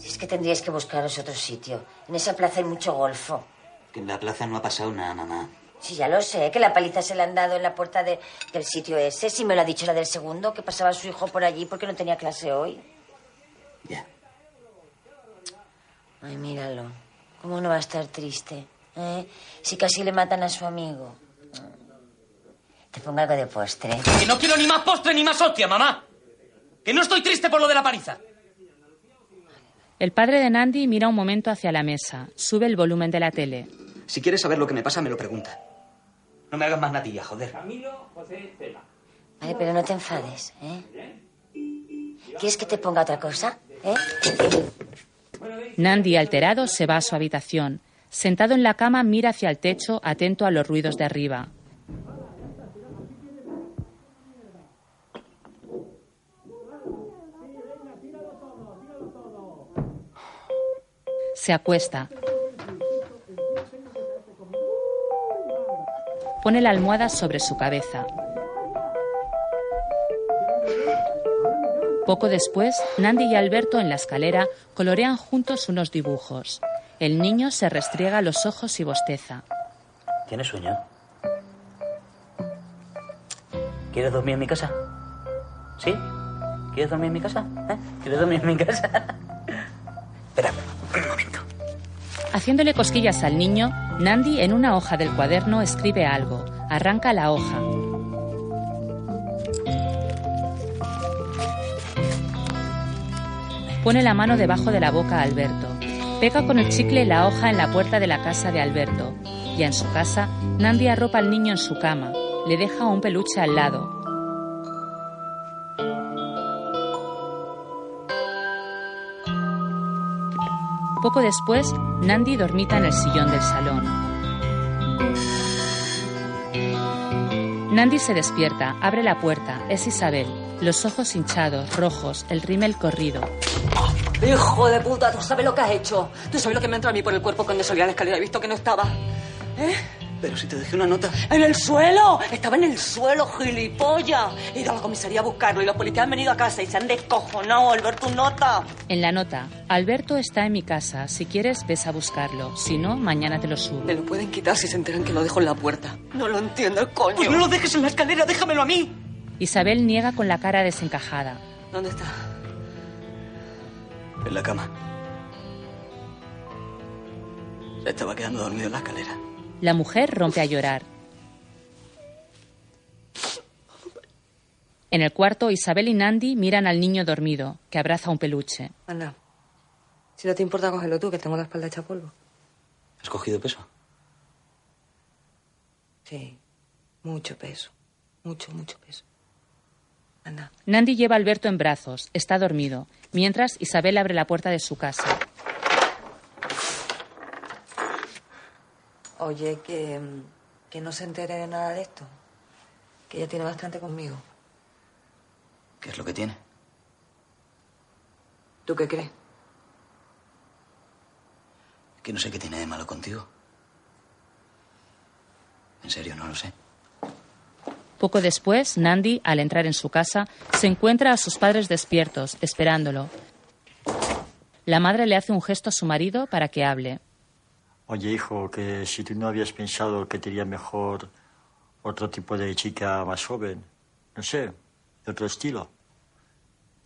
[SPEAKER 26] Es que tendríais que buscaros otro sitio. En esa plaza hay mucho golfo.
[SPEAKER 8] Que en la plaza no ha pasado nada, mamá.
[SPEAKER 26] Sí, ya lo sé, que la paliza se la han dado en la puerta de- del sitio ese. Si me lo ha dicho la del segundo, que pasaba su hijo por allí porque no tenía clase hoy.
[SPEAKER 8] Ya.
[SPEAKER 26] Ay, míralo. ¿Cómo no va a estar triste? eh? Si casi le matan a su amigo. Te pongo algo de postre.
[SPEAKER 8] Que no quiero ni más postre ni más hostia, mamá. Que no estoy triste por lo de la pariza.
[SPEAKER 1] El padre de Nandi mira un momento hacia la mesa, sube el volumen de la tele.
[SPEAKER 8] Si quieres saber lo que me pasa, me lo pregunta. No me hagas más natilla, joder.
[SPEAKER 26] Vale, pero no te enfades, ¿eh? ¿Quieres que te ponga otra cosa? ¿Eh?
[SPEAKER 1] Nandi, alterado, se va a su habitación. Sentado en la cama, mira hacia el techo, atento a los ruidos de arriba. Se acuesta. pone la almohada sobre su cabeza. Poco después, Nandi y Alberto en la escalera colorean juntos unos dibujos. El niño se restriega los ojos y bosteza.
[SPEAKER 8] ¿Tienes sueño? ¿Quieres dormir en mi casa? ¿Sí? ¿Quieres dormir en mi casa? ¿Eh? ¿Quieres dormir en mi casa?
[SPEAKER 1] Haciéndole cosquillas al niño, Nandi en una hoja del cuaderno escribe algo. Arranca la hoja. Pone la mano debajo de la boca a Alberto. Pega con el chicle la hoja en la puerta de la casa de Alberto. Y en su casa, Nandi arropa al niño en su cama. Le deja un peluche al lado. Poco después, Nandi dormita en el sillón del salón. Nandi se despierta, abre la puerta. Es Isabel. Los ojos hinchados, rojos, el rímel corrido.
[SPEAKER 28] Hijo de puta, tú sabes lo que has hecho. Tú sabes lo que me entró a mí por el cuerpo cuando salí a la escalera. He visto que no estaba. ¿Eh?
[SPEAKER 33] Pero si te dejé una nota.
[SPEAKER 28] ¡En el suelo! Estaba en el suelo, gilipollas. He ido a la comisaría a buscarlo y los policías han venido a casa y se han descojonado al ver tu nota.
[SPEAKER 1] En la nota, Alberto está en mi casa. Si quieres, ves a buscarlo. Si no, mañana te lo subo.
[SPEAKER 28] Me lo pueden quitar si se enteran que lo dejo en la puerta. No lo entiendo, coño.
[SPEAKER 1] Pues no lo
[SPEAKER 28] dejes en la escalera, déjamelo a mí.
[SPEAKER 1] Isabel niega con la cara desencajada.
[SPEAKER 28] ¿Dónde está?
[SPEAKER 33] En la cama. Se estaba quedando dormido en la escalera.
[SPEAKER 1] La mujer rompe a llorar. En el cuarto, Isabel y Nandi miran al niño dormido, que abraza un peluche.
[SPEAKER 34] Anda. Si no te importa, cógelo tú, que tengo la espalda hecha polvo.
[SPEAKER 8] ¿Has cogido peso?
[SPEAKER 34] Sí, mucho peso. Mucho, mucho peso. Anda.
[SPEAKER 1] Nandi lleva a Alberto en brazos, está dormido, mientras Isabel abre la puerta de su casa.
[SPEAKER 34] Oye, que, mm, que no se entere de nada de esto. Que ella tiene bastante conmigo.
[SPEAKER 8] ¿Qué es lo que tiene?
[SPEAKER 34] ¿Tú qué crees?
[SPEAKER 8] Que no sé qué tiene de malo contigo. En serio, no lo sé.
[SPEAKER 1] Poco después, Nandi, al entrar en su casa, se encuentra a sus padres despiertos, esperándolo. La madre le hace un gesto a su marido para que hable.
[SPEAKER 21] Oye, hijo, que si tú no habías pensado que te iría mejor otro tipo de chica más joven, no sé, de otro estilo.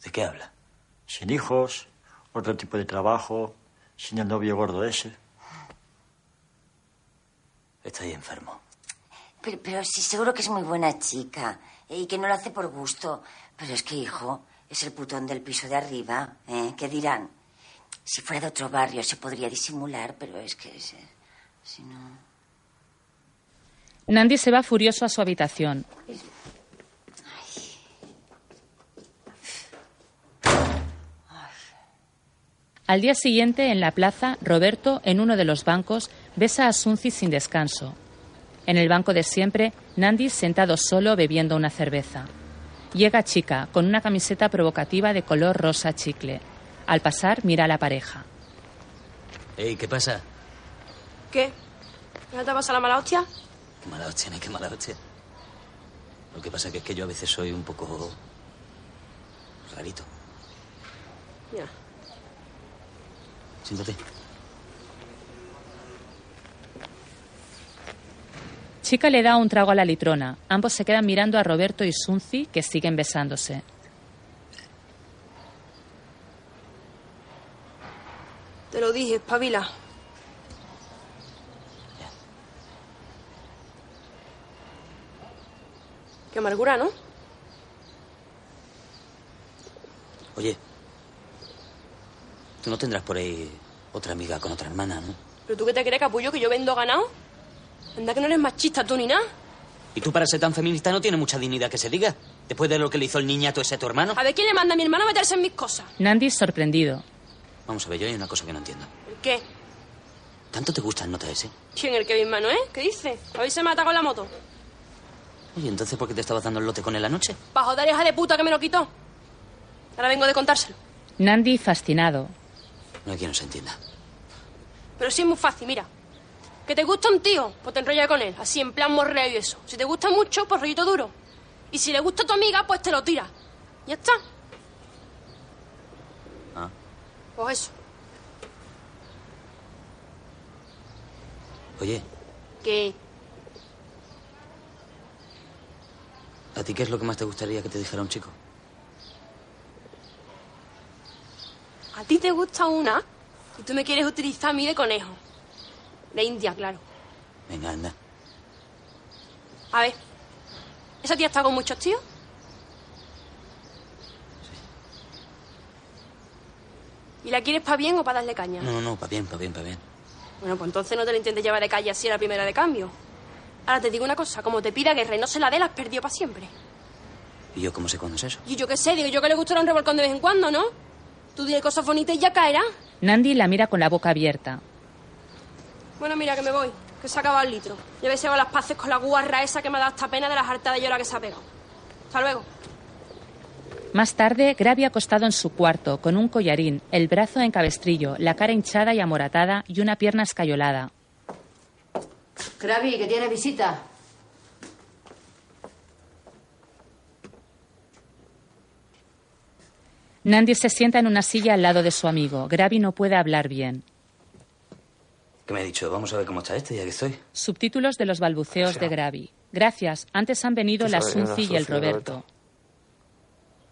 [SPEAKER 8] ¿De qué habla?
[SPEAKER 21] Sin hijos, otro tipo de trabajo, sin el novio gordo ese.
[SPEAKER 8] Estoy enfermo.
[SPEAKER 26] Pero, pero sí, seguro que es muy buena chica eh, y que no lo hace por gusto. Pero es que, hijo, es el putón del piso de arriba. ¿eh? ¿Qué dirán? Si fuera de otro barrio se podría disimular, pero es que... es, eh, Si no...
[SPEAKER 1] Nandi se va furioso a su habitación. Al día siguiente, en la plaza, Roberto, en uno de los bancos, besa a Sunzi sin descanso. En el banco de siempre, Nandi sentado solo bebiendo una cerveza. Llega Chica, con una camiseta provocativa de color rosa chicle. Al pasar, mira a la pareja.
[SPEAKER 8] Ey, ¿qué pasa?
[SPEAKER 16] ¿Qué? ¿No te vas a la mala hostia?
[SPEAKER 8] Qué mala hostia, ni qué mala hostia. Lo que pasa que es que yo a veces soy un poco... rarito.
[SPEAKER 16] Ya.
[SPEAKER 8] Siéntate.
[SPEAKER 1] Chica le da un trago a la litrona. Ambos se quedan mirando a Roberto y Sunzi, que siguen besándose.
[SPEAKER 16] Te lo dije, espabila. Qué amargura, ¿no?
[SPEAKER 8] Oye, tú no tendrás por ahí otra amiga con otra hermana, ¿no?
[SPEAKER 16] ¿Pero tú qué te crees, capullo, que yo vendo ganado? Anda que no eres machista tú ni nada.
[SPEAKER 33] ¿Y tú para ser tan feminista no tienes mucha dignidad que se diga? Después de lo que le hizo el niñato ese a tu hermano.
[SPEAKER 16] A ver quién le manda a mi hermano a meterse en mis cosas.
[SPEAKER 1] Nandi sorprendido.
[SPEAKER 8] Vamos a ver, yo hay una cosa que no entiendo.
[SPEAKER 16] ¿El qué?
[SPEAKER 8] ¿Tanto te gusta el nota ese?
[SPEAKER 16] ¿Quién el Kevin Mano, eh? ¿Qué dice? ¿Habéis se mata con la moto?
[SPEAKER 8] Oye, entonces ¿por qué te estabas dando el lote con él anoche?
[SPEAKER 16] Pa' joder hija de puta que me lo quitó. Ahora vengo de contárselo.
[SPEAKER 1] Nandi fascinado.
[SPEAKER 8] No hay quien nos entienda.
[SPEAKER 16] Pero sí es muy fácil, mira. ¿Que te gusta un tío? Pues te enrollas con él, así en plan morreo y eso. Si te gusta mucho, pues rollito duro. Y si le gusta a tu amiga, pues te lo tira. Ya está.
[SPEAKER 4] Ah.
[SPEAKER 16] Pues eso.
[SPEAKER 4] Oye,
[SPEAKER 16] Que
[SPEAKER 4] ¿a ti qué es lo que más te gustaría que te dijera un chico?
[SPEAKER 16] a ti te gusta una y tú me quieres utilizar a mí de conejo. De India, claro.
[SPEAKER 4] Venga, anda.
[SPEAKER 16] A ver. ¿Esa tía está con muchos tíos? ¿Y la quieres para bien o para darle caña?
[SPEAKER 8] Mm.
[SPEAKER 4] No, no, no, pa' bien, pa' bien, pa' bien.
[SPEAKER 16] Bueno, pues entonces no te la intentes llevar de calle así a la primera de cambio. Ahora te digo una cosa, como te pida guerra y no se la dé, la has perdido para siempre.
[SPEAKER 4] ¿Y yo cómo sé cuándo es eso?
[SPEAKER 16] Y yo qué sé, digo yo que le gustará un revolcón de vez en cuando, ¿no? Tú dile cosas bonitas y ya caerá.
[SPEAKER 1] Nandi la mira con la boca abierta.
[SPEAKER 16] Bueno, mira, que me voy, que se ha acabado el litro. Ya ves, hago las paces con la guarra esa que me ha dado esta pena de las hartadas de llorar que se ha pegado. Hasta luego.
[SPEAKER 1] Más tarde, Gravi acostado en su cuarto, con un collarín, el brazo en cabestrillo, la cara hinchada y amoratada y una pierna escayolada.
[SPEAKER 12] Krabi, que tiene visita.
[SPEAKER 1] Nandi se sienta en una silla al lado de su amigo. Gravi no puede hablar bien.
[SPEAKER 4] ¿Qué me ha dicho? Vamos a ver cómo está este ya que estoy.
[SPEAKER 1] Subtítulos de los balbuceos de Gravi. Gracias, antes han venido
[SPEAKER 4] Tú
[SPEAKER 1] la
[SPEAKER 4] sabes, la
[SPEAKER 1] Sunci y el
[SPEAKER 4] Sunci y el
[SPEAKER 1] Roberto.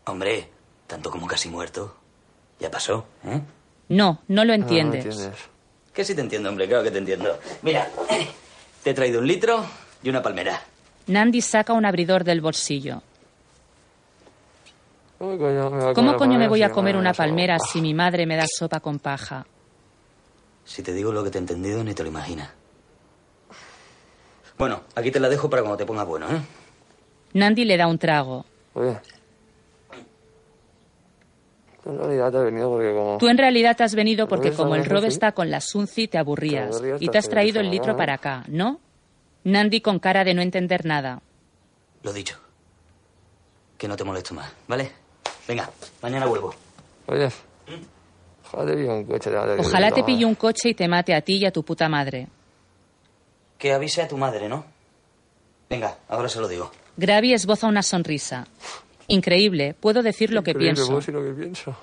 [SPEAKER 4] Hombre, tanto como casi muerto. Ya pasó, ¿eh?
[SPEAKER 1] No, Ah, no lo entiende.
[SPEAKER 4] Que sí te entiendo, hombre, claro que te entiendo. Mira, te he traído un litro y una palmera.
[SPEAKER 1] Nandi saca un abridor del bolsillo.
[SPEAKER 7] ¿Cómo
[SPEAKER 1] ¿Cómo coño me voy a comer una palmera si mi madre me da sopa con paja?
[SPEAKER 4] Si te digo lo que te he entendido, ni te lo imaginas. Bueno, aquí te la dejo para cuando te pongas bueno, ¿eh?
[SPEAKER 1] Nandi le da un trago.
[SPEAKER 7] Oye. Tú en realidad te has venido porque como...
[SPEAKER 1] Tú en realidad te has venido porque
[SPEAKER 7] ¿Ves
[SPEAKER 1] como el
[SPEAKER 7] algo
[SPEAKER 1] Rob
[SPEAKER 7] así?
[SPEAKER 1] está con la Sunzi te aburrías
[SPEAKER 7] Te aburrías,
[SPEAKER 1] y
[SPEAKER 7] te
[SPEAKER 1] te has
[SPEAKER 7] hace
[SPEAKER 1] traído el
[SPEAKER 7] ilusión,
[SPEAKER 1] litro
[SPEAKER 7] ¿no?
[SPEAKER 1] para acá, ¿no? Nandi con cara de no entender nada.
[SPEAKER 4] Lo dicho. Que no te molesto más, ¿vale? Venga, mañana vuelvo. ¿Mm?
[SPEAKER 7] Oye. Ojalá te eh. pille un coche.
[SPEAKER 1] Ojalá te pille un coche y te mate a ti y a tu puta madre.
[SPEAKER 4] Que avise a tu madre, ¿no? Venga, ahora se lo digo.
[SPEAKER 1] Gravi esboza una sonrisa. Increíble, puedo decir lo que
[SPEAKER 7] Increíble,
[SPEAKER 1] pienso.
[SPEAKER 7] pues. puedo decir lo que pienso.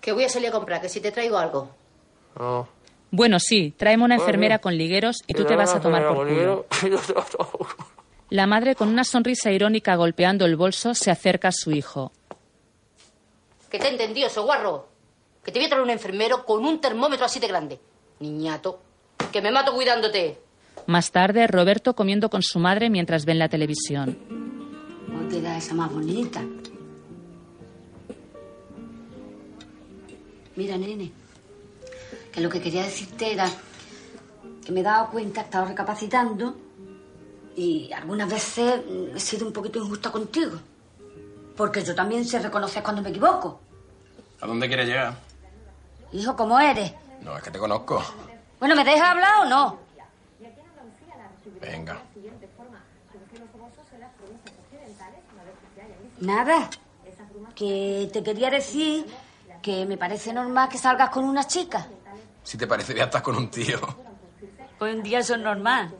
[SPEAKER 12] Que voy a salir a comprar, que si te traigo algo.
[SPEAKER 7] No.
[SPEAKER 1] Bueno, sí, tráeme una
[SPEAKER 7] Bueno,
[SPEAKER 1] enfermera
[SPEAKER 7] bien.
[SPEAKER 1] con ligueros y
[SPEAKER 7] Que
[SPEAKER 1] tú te
[SPEAKER 7] la
[SPEAKER 1] vas a
[SPEAKER 7] haga
[SPEAKER 1] tomar
[SPEAKER 7] la
[SPEAKER 1] por culo.
[SPEAKER 7] bolivero y yo te lo tomo.
[SPEAKER 1] La madre, con una sonrisa irónica golpeando el bolso, se acerca a su hijo.
[SPEAKER 12] Que te he entendido, soguarro. Que te voy a traer un enfermero con un termómetro así de grande. Niñato. Que me mato cuidándote.
[SPEAKER 1] Más tarde, Roberto comiendo con su madre mientras ven la televisión.
[SPEAKER 12] Ponte la esa más bonita. Mira, nene, que lo que quería decirte era que me he dado cuenta, he estado recapacitando y algunas veces mm, he sido un poquito injusta contigo. Porque yo también sé reconocer cuando me equivoco.
[SPEAKER 9] ¿A dónde quieres llegar?
[SPEAKER 12] Hijo, ¿cómo eres?
[SPEAKER 9] No, es que te conozco.
[SPEAKER 12] Bueno, ¿me dejas hablar o no?
[SPEAKER 9] Venga.
[SPEAKER 12] Nada. Que te quería decir que me parece normal que salgas con una chica.
[SPEAKER 9] Si te parecería estar con un tío.
[SPEAKER 12] Hoy en día eso es normal.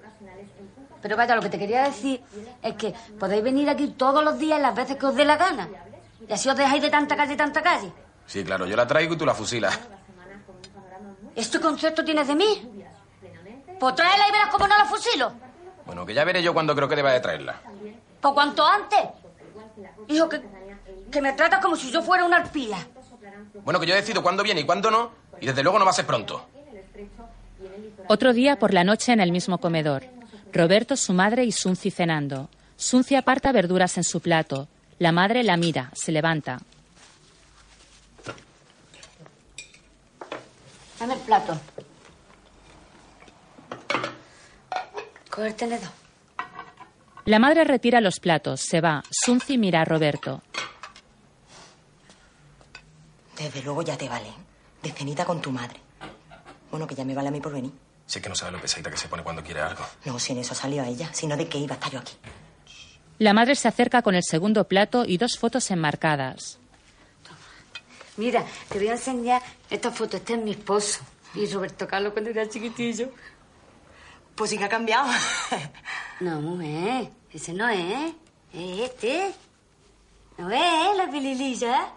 [SPEAKER 12] Pero vaya, lo que te quería decir es que podéis venir aquí todos los días las veces que os dé la gana. Y así os dejáis de tanta calle y tanta calle.
[SPEAKER 9] Sí, claro, yo la traigo y tú la fusilas.
[SPEAKER 12] ¿Este concepto tienes de mí? Pues tráela y verás cómo no la fusilo.
[SPEAKER 9] Bueno, que ya veré yo cuando creo que deba de traerla.
[SPEAKER 12] Por Pues cuanto antes. Hijo, que, que me tratas como si yo fuera una arpía.
[SPEAKER 9] Bueno, que yo decido cuándo viene y cuándo no, y desde luego no va a ser pronto.
[SPEAKER 1] Otro día por la noche en el mismo comedor. Roberto, su madre y Sunci cenando. Sunci aparta verduras en su plato. La madre la mira, se levanta.
[SPEAKER 12] Dame el plato. Coge el tenedor.
[SPEAKER 1] La madre retira los platos, se va. Sunci mira a Roberto.
[SPEAKER 5] Desde luego ya te vale. ¿eh? De cenita con tu madre. Bueno, que ya me vale a mí por venir.
[SPEAKER 9] Si es que no sabe lo pesadita que se pone cuando quiere algo.
[SPEAKER 5] No, si en eso salió a ella. Si no, ¿de qué iba a estar yo aquí?
[SPEAKER 1] La madre se acerca con el segundo plato y dos fotos enmarcadas.
[SPEAKER 12] Mira, te voy a enseñar esta foto. Este es mi esposo. Y Roberto Carlos cuando era chiquitillo.
[SPEAKER 5] Pues sí que ha cambiado.
[SPEAKER 12] No, mujer, ese no es. Es este. ¿No es la pilililla?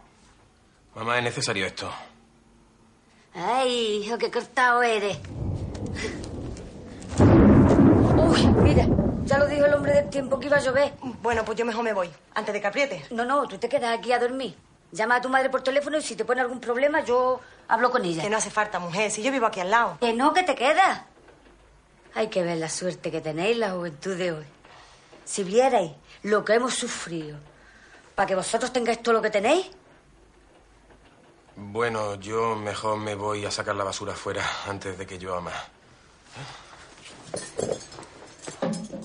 [SPEAKER 9] Mamá, es necesario esto.
[SPEAKER 12] Ay, hijo, qué cortado eres. Uy, mira, ya lo dijo el hombre del tiempo que iba a llover.
[SPEAKER 5] Bueno, pues yo mejor me voy, antes de que apriete.
[SPEAKER 12] No, no, tú te quedas aquí a dormir. Llama a tu madre por teléfono y si te pone algún problema, yo hablo con ella.
[SPEAKER 5] Que no hace falta, mujer, si yo vivo aquí al lado.
[SPEAKER 12] Que no, que te quedas. Hay que ver la suerte que tenéis la juventud de hoy. Si vierais lo que hemos sufrido para que vosotros tengáis todo lo que tenéis,
[SPEAKER 9] Bueno, yo mejor me voy a sacar la basura fuera antes de que yo ama.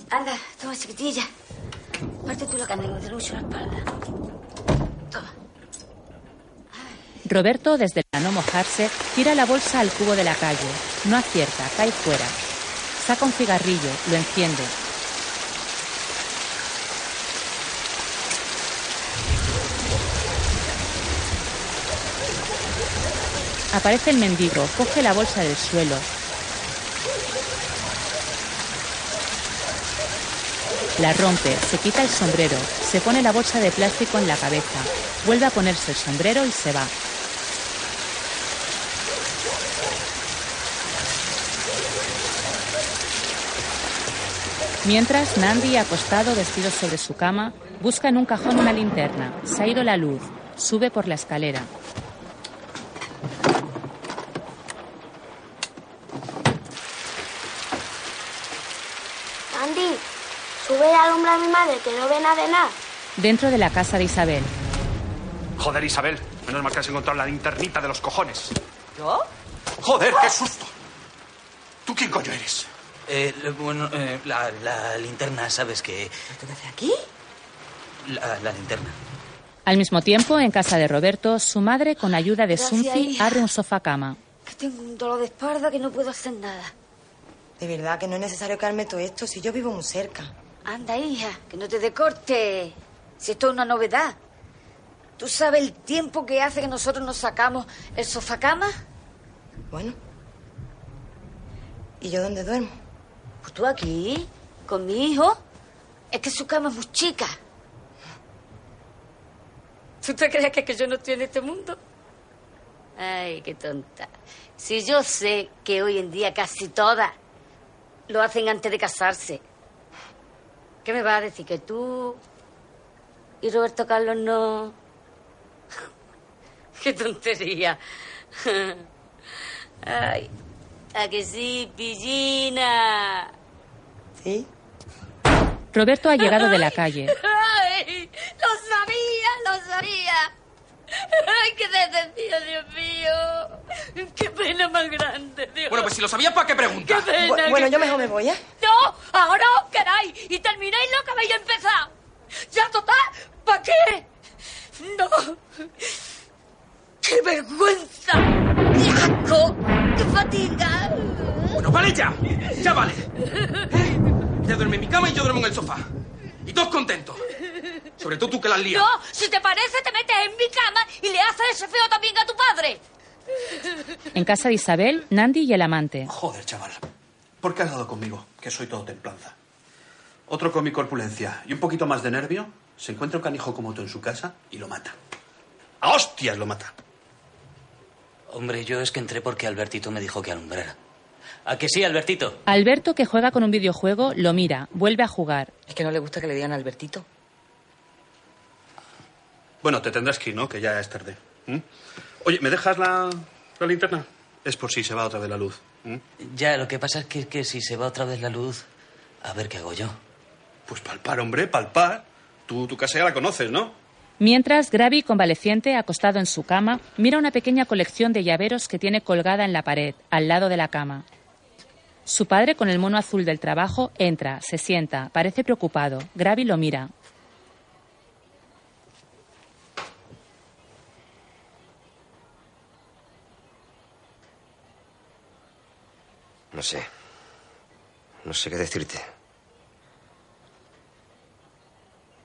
[SPEAKER 12] Anda, toma, chiquitilla. Parte tú la cana que me duele mucho la espalda.
[SPEAKER 1] Roberto, desde la no mojarse, tira la bolsa al cubo de la calle. No acierta, cae fuera. Saca un cigarrillo, lo enciende. Aparece el mendigo, coge la bolsa del suelo. La rompe, se quita el sombrero, se pone la bolsa de plástico en la cabeza, vuelve a ponerse el sombrero y se va. Mientras, Nandi, acostado vestido sobre su cama, busca en un cajón una linterna. Se ha ido la luz. Sube por la escalera.
[SPEAKER 35] Andy, sube la alumbra a mi madre que no ve nada de nada.
[SPEAKER 1] Dentro de la casa de Isabel,
[SPEAKER 36] Joder, Isabel, menos mal que has encontrado la linternita de los cojones.
[SPEAKER 3] ¿Yo?
[SPEAKER 36] Joder, qué susto. ¿Tú quién coño eres?
[SPEAKER 8] Eh, lo- bueno, eh, la, la linterna, ¿sabes qué? ¿Tú qué haces aquí? La, la linterna.
[SPEAKER 1] al mismo tiempo, en casa de Roberto, su madre, con ayuda de
[SPEAKER 12] Gracias,
[SPEAKER 1] Sunzi,
[SPEAKER 12] hija.
[SPEAKER 1] abre un sofá cama.
[SPEAKER 12] que tengo un dolor de espalda que no puedo hacer nada.
[SPEAKER 5] De verdad que no es necesario que arme todo esto si yo vivo muy cerca.
[SPEAKER 12] Anda, hija, que no te decorte. Si esto es una novedad. ¿Tú sabes el tiempo que hace que nosotros nos sacamos el sofá cama?
[SPEAKER 5] Bueno. ¿Y yo dónde duermo?
[SPEAKER 12] Pues tú aquí, con mi hijo. Es que su cama es muy chica. ¿Tú te crees que, es que yo no estoy en este mundo? Ay, qué tonta. Si yo sé que hoy en día casi todas lo hacen antes de casarse, ¿qué me vas a decir? ¿Que tú y Roberto Carlos no...? ¡Qué tontería! Ay, ¿a que sí, pillina?
[SPEAKER 5] ¿Sí?
[SPEAKER 1] Roberto ha llegado de la calle.
[SPEAKER 13] ¡Ay! ¡Lo sabía! ¡Lo sabía! ¡Ay, qué decepción, Dios mío! ¡Qué pena más grande, Dios!
[SPEAKER 30] Bueno, pues si lo sabías, ¿para qué preguntas?
[SPEAKER 13] Qué pena, qué
[SPEAKER 5] bueno, yo
[SPEAKER 13] pena.
[SPEAKER 5] mejor me voy, ¿eh?
[SPEAKER 13] ¡No! ¡Ahora os queráis! ¡Y termináis lo que habéis empezado! ¡Ya total! ¿Para qué? ¡No! ¡Qué vergüenza! ¡Qué asco! ¡Qué fatiga!
[SPEAKER 30] Bueno, vale ya. Ya vale. Ella duerme en mi cama y yo duermo en el sofá. Y todos contentos. Sobre todo tú que la has liado.
[SPEAKER 13] No, si te parece, te metes en mi cama y le haces ese feo también a tu padre.
[SPEAKER 1] En casa de Isabel, Nandi y el amante.
[SPEAKER 19] Joder, chaval. ¿Por qué has dado conmigo? Que soy todo templanza. Otro con mi corpulencia y un poquito más de nervio se encuentra un canijo como tú en su casa y lo mata. ¡A hostias lo mata!
[SPEAKER 8] Hombre, yo es que entré porque Albertito me dijo que alumbrara. ¿A que sí, Albertito?
[SPEAKER 1] Alberto, que juega con un videojuego, lo mira, vuelve a jugar.
[SPEAKER 5] Es que no le gusta que le digan Albertito.
[SPEAKER 19] Bueno, te tendrás que ir, ¿no? Que ya es tarde. ¿Mm? Oye, ¿me dejas la, la linterna? Es por si se va otra vez la luz. ¿Mm?
[SPEAKER 8] Ya, lo que pasa es que, que si se va otra vez la luz, a ver qué hago yo.
[SPEAKER 19] Pues palpar, hombre, palpar. Tú tu casa ya la conoces, ¿no?
[SPEAKER 1] Mientras, Gravi, convaleciente, acostado en su cama, mira una pequeña colección de llaveros que tiene colgada en la pared, al lado de la cama. Su padre, con el mono azul del trabajo, entra, se sienta, parece preocupado. Gravi lo mira.
[SPEAKER 6] No sé. No sé qué decirte.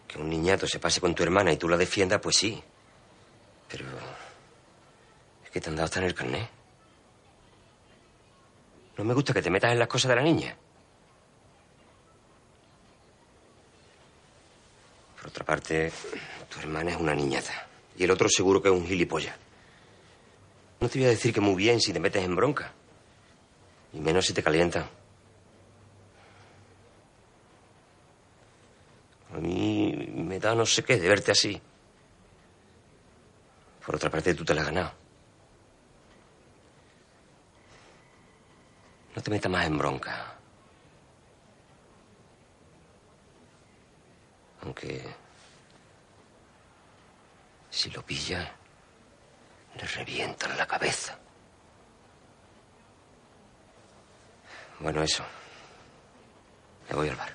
[SPEAKER 6] Que un niñato se pase con tu hermana y tú la defiendas, pues sí. Pero. Es que te han dado hasta en el carné. No me gusta que te metas en las cosas de la niña.
[SPEAKER 17] Por otra parte, tu hermana es una niñata. Y el otro seguro que es un gilipollas. No te voy a decir que muy bien si te metes en bronca. Y menos si te calientan. A mí me da no sé qué de verte así. Por otra parte, tú te la has ganado. No te metas más en bronca. Aunque... Si lo pilla, le revientan la cabeza. Bueno, eso. Me voy al bar.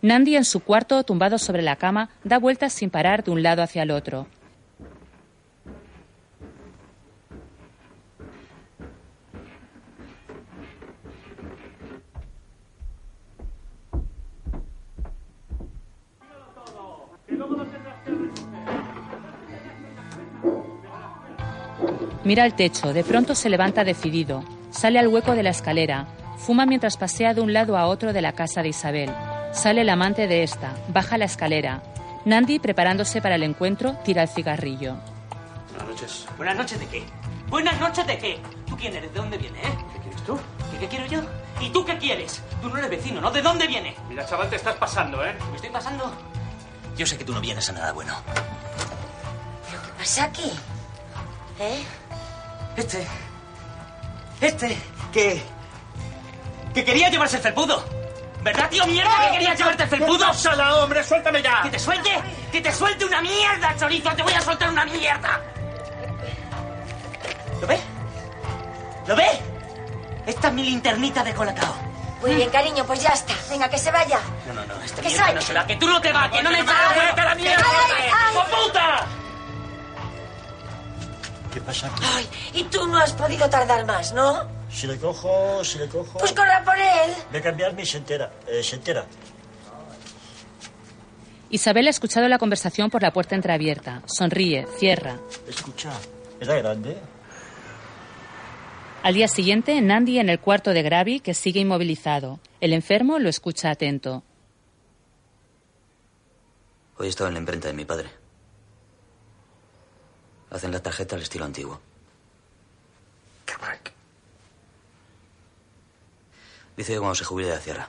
[SPEAKER 1] Nandi en su cuarto, tumbado sobre la cama, da vueltas sin parar de un lado hacia el otro. Mira al techo, de pronto se levanta decidido, sale al hueco de la escalera, fuma mientras pasea de un lado a otro de la casa de Isabel. Sale el amante de esta, baja la escalera. Nandi, preparándose para el encuentro, tira el cigarrillo.
[SPEAKER 37] Buenas noches.
[SPEAKER 38] ¿Buenas noches de qué? ¿Buenas noches de qué? ¿Tú quién eres? ¿De dónde vienes, eh? ¿Qué quieres tú? ¿Qué, quiero yo? ¿Y tú qué quieres? Tú no eres vecino, ¿no? ¿De dónde vienes?
[SPEAKER 39] Mira, chaval, te estás pasando, ¿eh?
[SPEAKER 38] ¿Me estoy pasando?
[SPEAKER 40] Yo sé que tú no vienes a nada bueno.
[SPEAKER 26] ¿Qué pasa aquí? ¿Eh?
[SPEAKER 38] Este. Este. Que. Que quería llevarse el felpudo. ¿Verdad, tío mierda? Que quería llevarte el felpudo.
[SPEAKER 39] ¡Sala, hombre! ¡Suéltame ya!
[SPEAKER 38] ¡Que te suelte! ¡Que te suelte una mierda, chorizo! ¡Te voy a soltar una mierda! ¿Lo ves? ¿Lo ves? Esta es mi linternita de colacao.
[SPEAKER 26] Muy bien, cariño, pues ya está. Venga, que se vaya.
[SPEAKER 38] No, no, no. Esta
[SPEAKER 26] ¿Qué
[SPEAKER 38] mierda
[SPEAKER 26] soy?
[SPEAKER 38] no será. ¡Que tú no te vas! ¡Que no me
[SPEAKER 26] ¡Ay,
[SPEAKER 38] pagas! ¡Vete a la
[SPEAKER 26] ay,
[SPEAKER 38] mierda!
[SPEAKER 26] ay, ay!
[SPEAKER 38] ¡Oh, puta!
[SPEAKER 21] ¿Qué pasa?
[SPEAKER 26] Ay, y tú no has podido tardar más, ¿no?
[SPEAKER 21] Si le cojo, si le cojo...
[SPEAKER 26] Pues corra por él.
[SPEAKER 21] Voy a cambiarme y se entera. eh, se entera.
[SPEAKER 1] Isabel ha escuchado la conversación por la puerta entreabierta. Sonríe, cierra.
[SPEAKER 21] Escucha, era grande.
[SPEAKER 1] Al día siguiente, Nandi en el cuarto de Gravi, que sigue inmovilizado. El enfermo lo escucha atento.
[SPEAKER 8] Hoy he estado en la imprenta de mi padre. Hacen la tarjeta al estilo antiguo. Dice que cuando se jubile la cierra.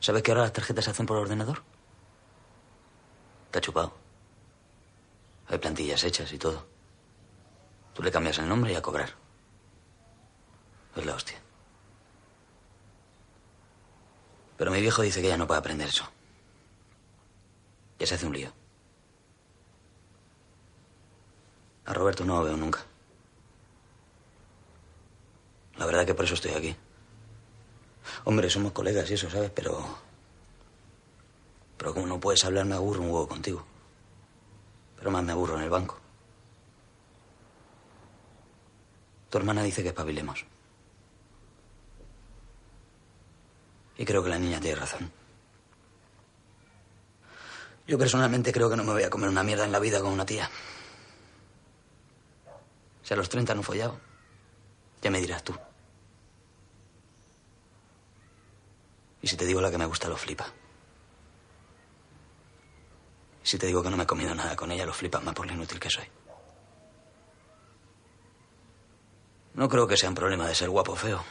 [SPEAKER 8] ¿Sabes que ahora las tarjetas se hacen por ordenador? Te ha chupado. Hay plantillas hechas y todo. Tú le cambias el nombre y a cobrar. Es la hostia. Pero mi viejo dice que ya no puede aprender eso. Ya se hace un lío. A Roberto no lo veo nunca. La verdad que por eso estoy aquí. Hombre, somos colegas y eso, ¿sabes? Pero... Pero como no puedes hablar, me aburro un huevo contigo. Pero más me aburro en el banco. Tu hermana dice que espabilemos. Y creo que la niña tiene razón. Yo personalmente creo que no me voy a comer una mierda en la vida con una tía. Si a los 30 no he follado, ya me dirás tú. Y si te digo la que me gusta, lo flipa. Y si te digo que no me he comido nada con ella, lo flipas más por lo inútil que soy. No creo que sea un problema de ser guapo o feo.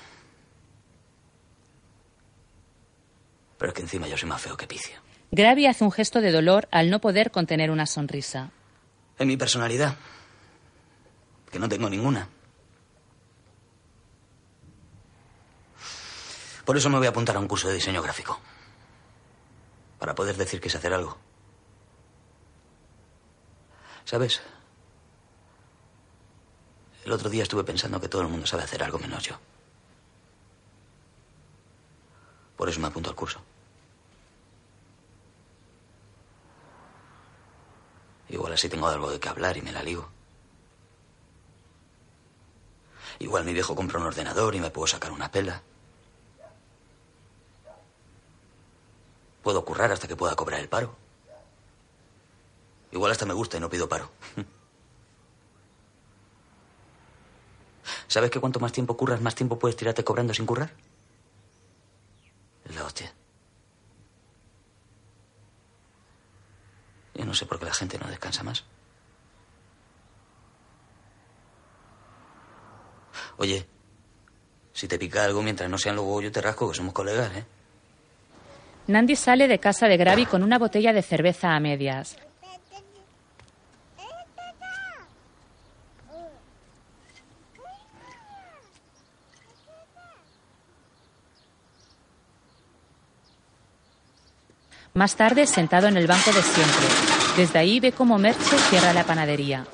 [SPEAKER 8] Pero es que encima yo soy más feo que Picio.
[SPEAKER 1] Gravi hace un gesto de dolor al no poder contener una sonrisa.
[SPEAKER 8] En mi personalidad. Que no tengo ninguna. Por eso me voy a apuntar a un curso de diseño gráfico. Para poder decir que sé hacer algo. ¿Sabes? El otro día estuve pensando que todo el mundo sabe hacer algo menos yo. Por eso me apunto al curso. Igual así tengo algo de qué hablar y me la ligo. Igual mi viejo compra un ordenador y me puedo sacar una pela. Puedo currar hasta que pueda cobrar el paro. Igual hasta me gusta y no pido paro. ¿Sabes que cuanto más tiempo curras, más tiempo puedes tirarte cobrando sin currar? Es la hostia. Yo no sé por qué la gente no descansa más. Oye, si te pica algo mientras no sean luego yo te rasco, que somos colegas, ¿eh?
[SPEAKER 1] Nandi sale de casa de Gravi con una botella de cerveza a medias. Más tarde, sentado en el banco de siempre. Desde ahí ve cómo Merche cierra la panadería.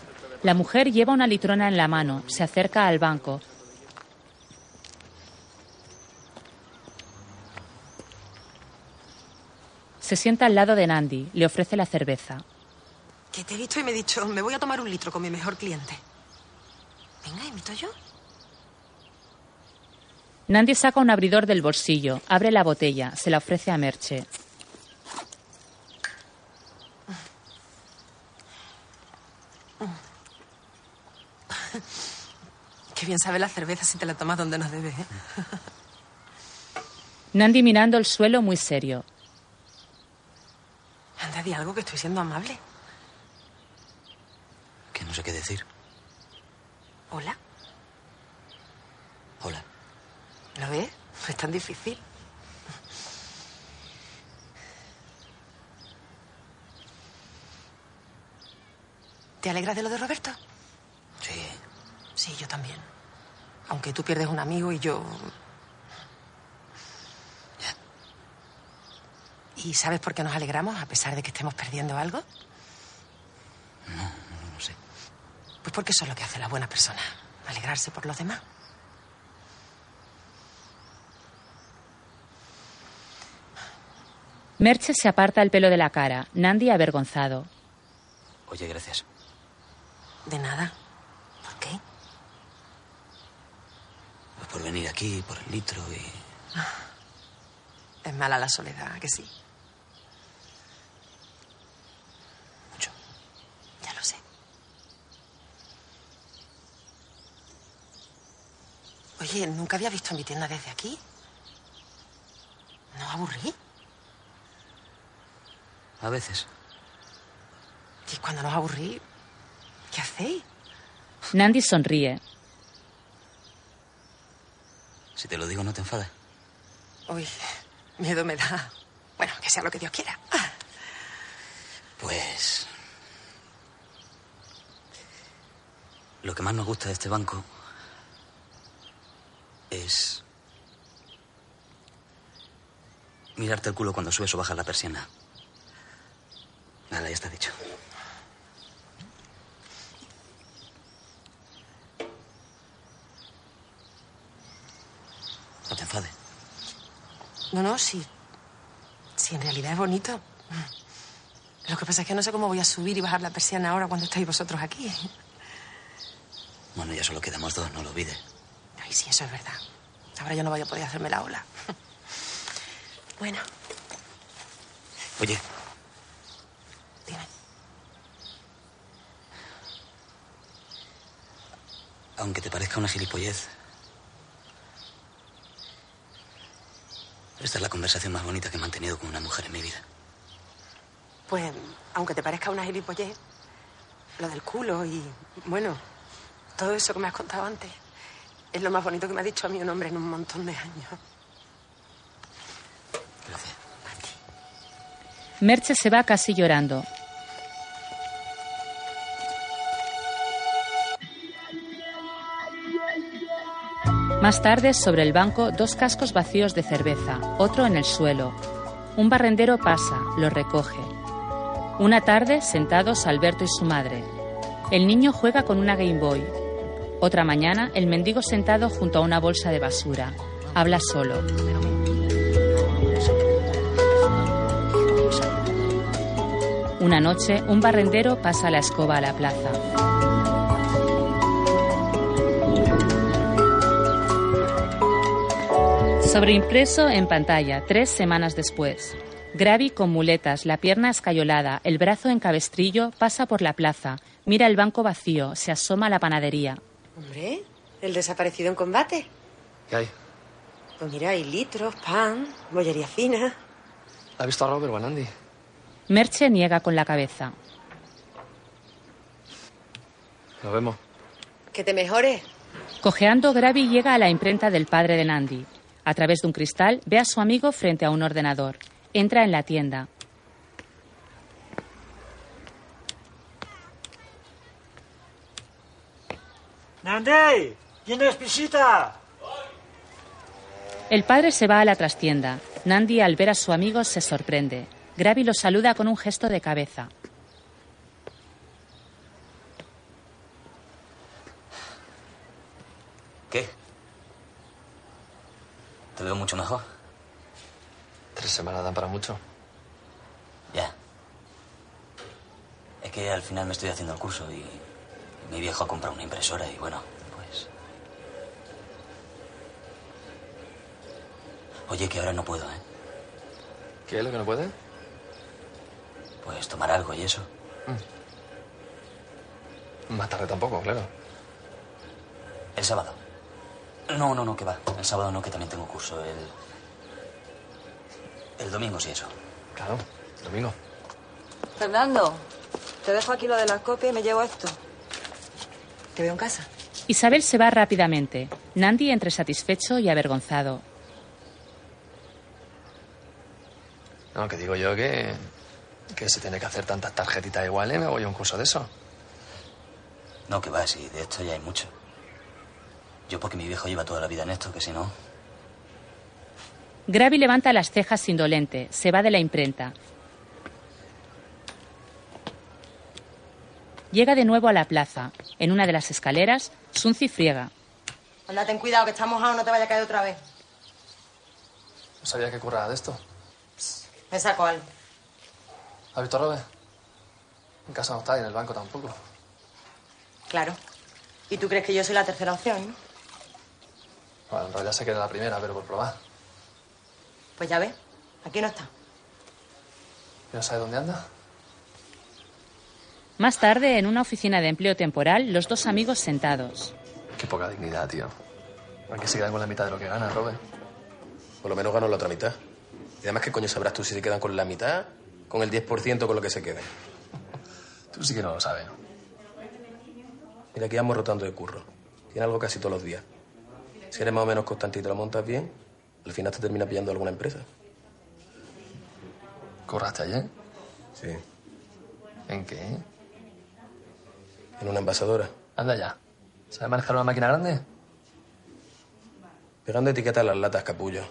[SPEAKER 1] La mujer lleva una litrona en la mano, se acerca al banco. Se sienta al lado de Nandi, le ofrece la cerveza.
[SPEAKER 2] Que te he visto y me he dicho, me voy a tomar un litro con mi mejor cliente. Venga, invito yo.
[SPEAKER 1] Nandi saca un abridor del bolsillo, abre la botella, se la ofrece a Merche.
[SPEAKER 2] Qué bien sabe la cerveza si te la tomas donde nos debes. ¿eh?
[SPEAKER 1] Nandi mirando el suelo muy serio.
[SPEAKER 2] Anda, di algo que estoy siendo amable.
[SPEAKER 8] Que no sé qué decir.
[SPEAKER 2] Hola,
[SPEAKER 8] Hola.
[SPEAKER 2] ¿lo ves? No es tan difícil. ¿Te alegras de lo de Roberto?
[SPEAKER 8] Sí.
[SPEAKER 2] Sí, yo también. Aunque tú pierdes un amigo y yo. ¿Y sabes por qué nos alegramos a pesar de que estemos perdiendo algo?
[SPEAKER 8] No lo sé.
[SPEAKER 2] Pues porque eso es lo que hace la buena persona, alegrarse por los demás.
[SPEAKER 1] Merche se aparta el pelo de la cara, Nandi avergonzado.
[SPEAKER 8] Oye, gracias.
[SPEAKER 2] De nada.
[SPEAKER 8] Pues por venir aquí, por el litro y...
[SPEAKER 2] Es mala la soledad, ¿a que sí.
[SPEAKER 8] Mucho.
[SPEAKER 2] Ya lo sé. Oye, nunca había visto mi tienda desde aquí. ¿No aburrí?
[SPEAKER 8] A veces.
[SPEAKER 2] Y cuando nos aburrí, ¿qué hacéis?
[SPEAKER 1] Nandi sonríe.
[SPEAKER 8] Si te lo digo, no te enfadas.
[SPEAKER 2] Uy, miedo me da. Bueno, que sea lo que Dios quiera.
[SPEAKER 8] Pues... Lo que más nos gusta de este banco es mirarte el culo cuando subes o bajas la persiana. Nada, ya está dicho. No te enfades.
[SPEAKER 2] No, no, sí. Sí, en realidad es bonito. Lo que pasa es que no sé cómo voy a subir y bajar la persiana ahora cuando estáis vosotros aquí.
[SPEAKER 8] Bueno, ya solo quedamos dos, no lo olvides.
[SPEAKER 2] Ay, sí, eso es verdad. Ahora yo no voy a poder hacerme la ola. Bueno,
[SPEAKER 8] Oye.
[SPEAKER 2] Dime.
[SPEAKER 8] Aunque te parezca una gilipollez. Esta es la conversación más bonita que he mantenido con una mujer en mi vida.
[SPEAKER 2] pues aunque te parezca una gilipollez, lo del culo y, bueno, todo eso que me has contado antes, es lo más bonito que me ha dicho a mí un hombre en un montón de años.
[SPEAKER 1] Merche se va casi llorando. Más tarde, sobre el banco, dos cascos vacíos de cerveza, otro en el suelo. Un barrendero pasa, lo recoge. Una tarde, sentados Alberto y su madre. El niño juega con una Game Boy. Otra mañana, el mendigo sentado junto a una bolsa de basura. Habla solo. Una noche, un barrendero pasa la escoba a la plaza. Sobreimpreso en pantalla, tres semanas después. Gravi con muletas, la pierna escayolada, el brazo en cabestrillo, pasa por la plaza, mira el banco vacío, se asoma a la panadería.
[SPEAKER 41] Hombre,
[SPEAKER 2] El desaparecido en combate.
[SPEAKER 7] ¿Qué hay?
[SPEAKER 2] Pues mira, hay litros, pan, bollería fina.
[SPEAKER 7] ¿Ha visto a Robert o a Nandi?
[SPEAKER 1] Merche niega con la cabeza.
[SPEAKER 7] Nos vemos.
[SPEAKER 2] Que te mejores.
[SPEAKER 1] Cojeando, Gravi llega a la imprenta del padre de Nandi. A través de un cristal ve a su amigo frente a un ordenador. Entra en la tienda.
[SPEAKER 21] ¡Nandi! ¿Tienes visita?
[SPEAKER 1] El padre se va a la trastienda. Nandi, al ver a su amigo, se sorprende. Gravi lo saluda con un gesto de cabeza.
[SPEAKER 8] ¿Qué?
[SPEAKER 7] Te veo mucho mejor. Tres semanas dan para mucho.
[SPEAKER 8] Ya. Es que al final me estoy haciendo el curso y mi viejo ha comprado una impresora y bueno, pues... Oye, que ahora no puedo, ¿eh?
[SPEAKER 7] ¿Qué es lo que no puede?
[SPEAKER 8] Pues tomar algo y eso.
[SPEAKER 7] Mm. Más tarde tampoco, claro.
[SPEAKER 8] El sábado. No, no, no, que va. El sábado no, que también tengo curso. El. El domingo sí, eso.
[SPEAKER 7] Claro, domingo.
[SPEAKER 5] Fernando, te dejo aquí lo de las copias y me llevo esto.
[SPEAKER 2] Te veo en casa.
[SPEAKER 1] Isabel se va rápidamente. Nandi entre satisfecho y avergonzado.
[SPEAKER 7] No, que digo yo que. que se tiene que hacer tantas tarjetitas iguales, me hago yo un curso de eso.
[SPEAKER 8] No, que va, sí, de esto ya hay mucho. Yo porque mi viejo lleva toda la vida en esto, que si no...
[SPEAKER 1] Gravi levanta las cejas indolente. Se va de la imprenta. Llega de nuevo a la plaza. En una de las escaleras, Sunzi friega.
[SPEAKER 5] Anda, ten cuidado, que estamos mojado, no te vaya a caer otra vez.
[SPEAKER 7] No sabía que curraba de esto.
[SPEAKER 5] Me saco algo.
[SPEAKER 7] ¿Has visto a Robert? En casa no está y en el banco tampoco.
[SPEAKER 5] Claro. ¿Y tú crees que yo soy la tercera opción? no?
[SPEAKER 7] Bueno, en realidad sé que era la primera, pero por probar.
[SPEAKER 5] Pues ya ves, aquí no está.
[SPEAKER 7] ¿Y no sabe dónde anda?
[SPEAKER 1] Más tarde, en una oficina de empleo temporal, los dos amigos sentados.
[SPEAKER 7] Qué poca dignidad, tío. Aunque se quedan con la mitad de lo que gana, Robert.
[SPEAKER 9] Por lo menos gano la otra mitad. Y además, ¿qué coño sabrás tú si se quedan con la mitad, con el 10%, con lo que se queden?
[SPEAKER 7] Tú sí que no lo sabes.
[SPEAKER 9] Mira, que vamos rotando de curro. Tiene algo casi todos los días. Si eres más o menos constante y te lo montas bien, al final te termina pillando alguna empresa.
[SPEAKER 7] ¿Curraste ayer?
[SPEAKER 9] Sí.
[SPEAKER 7] ¿En qué?
[SPEAKER 9] En una envasadora.
[SPEAKER 7] Anda ya. ¿Sabe manejar una máquina grande?
[SPEAKER 9] Pegando etiquetas a las latas, capullo.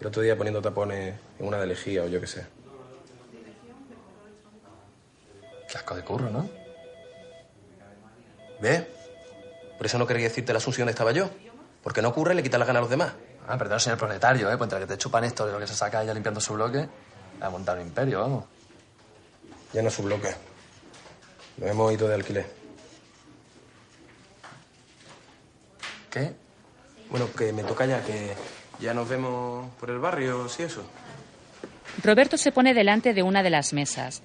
[SPEAKER 9] El otro día poniendo tapones en una de lejía o yo qué sé.
[SPEAKER 7] Qué asco de curro, ¿no?
[SPEAKER 9] ¿Ves? Por eso no quería decirte la asunción estaba yo. Porque no ocurre le quita la gana a los demás.
[SPEAKER 7] Ah, perdón, señor proletario, ¿eh? Pues entre que te chupan esto de lo que se saca ella limpiando su bloque, ha montado un imperio, vamos.
[SPEAKER 9] Ya no subloca. Nos hemos ido de alquiler.
[SPEAKER 7] ¿Qué?
[SPEAKER 9] Bueno, que me toca ya, que ya nos vemos por el barrio, si eso.
[SPEAKER 1] Roberto se pone delante de una de las mesas.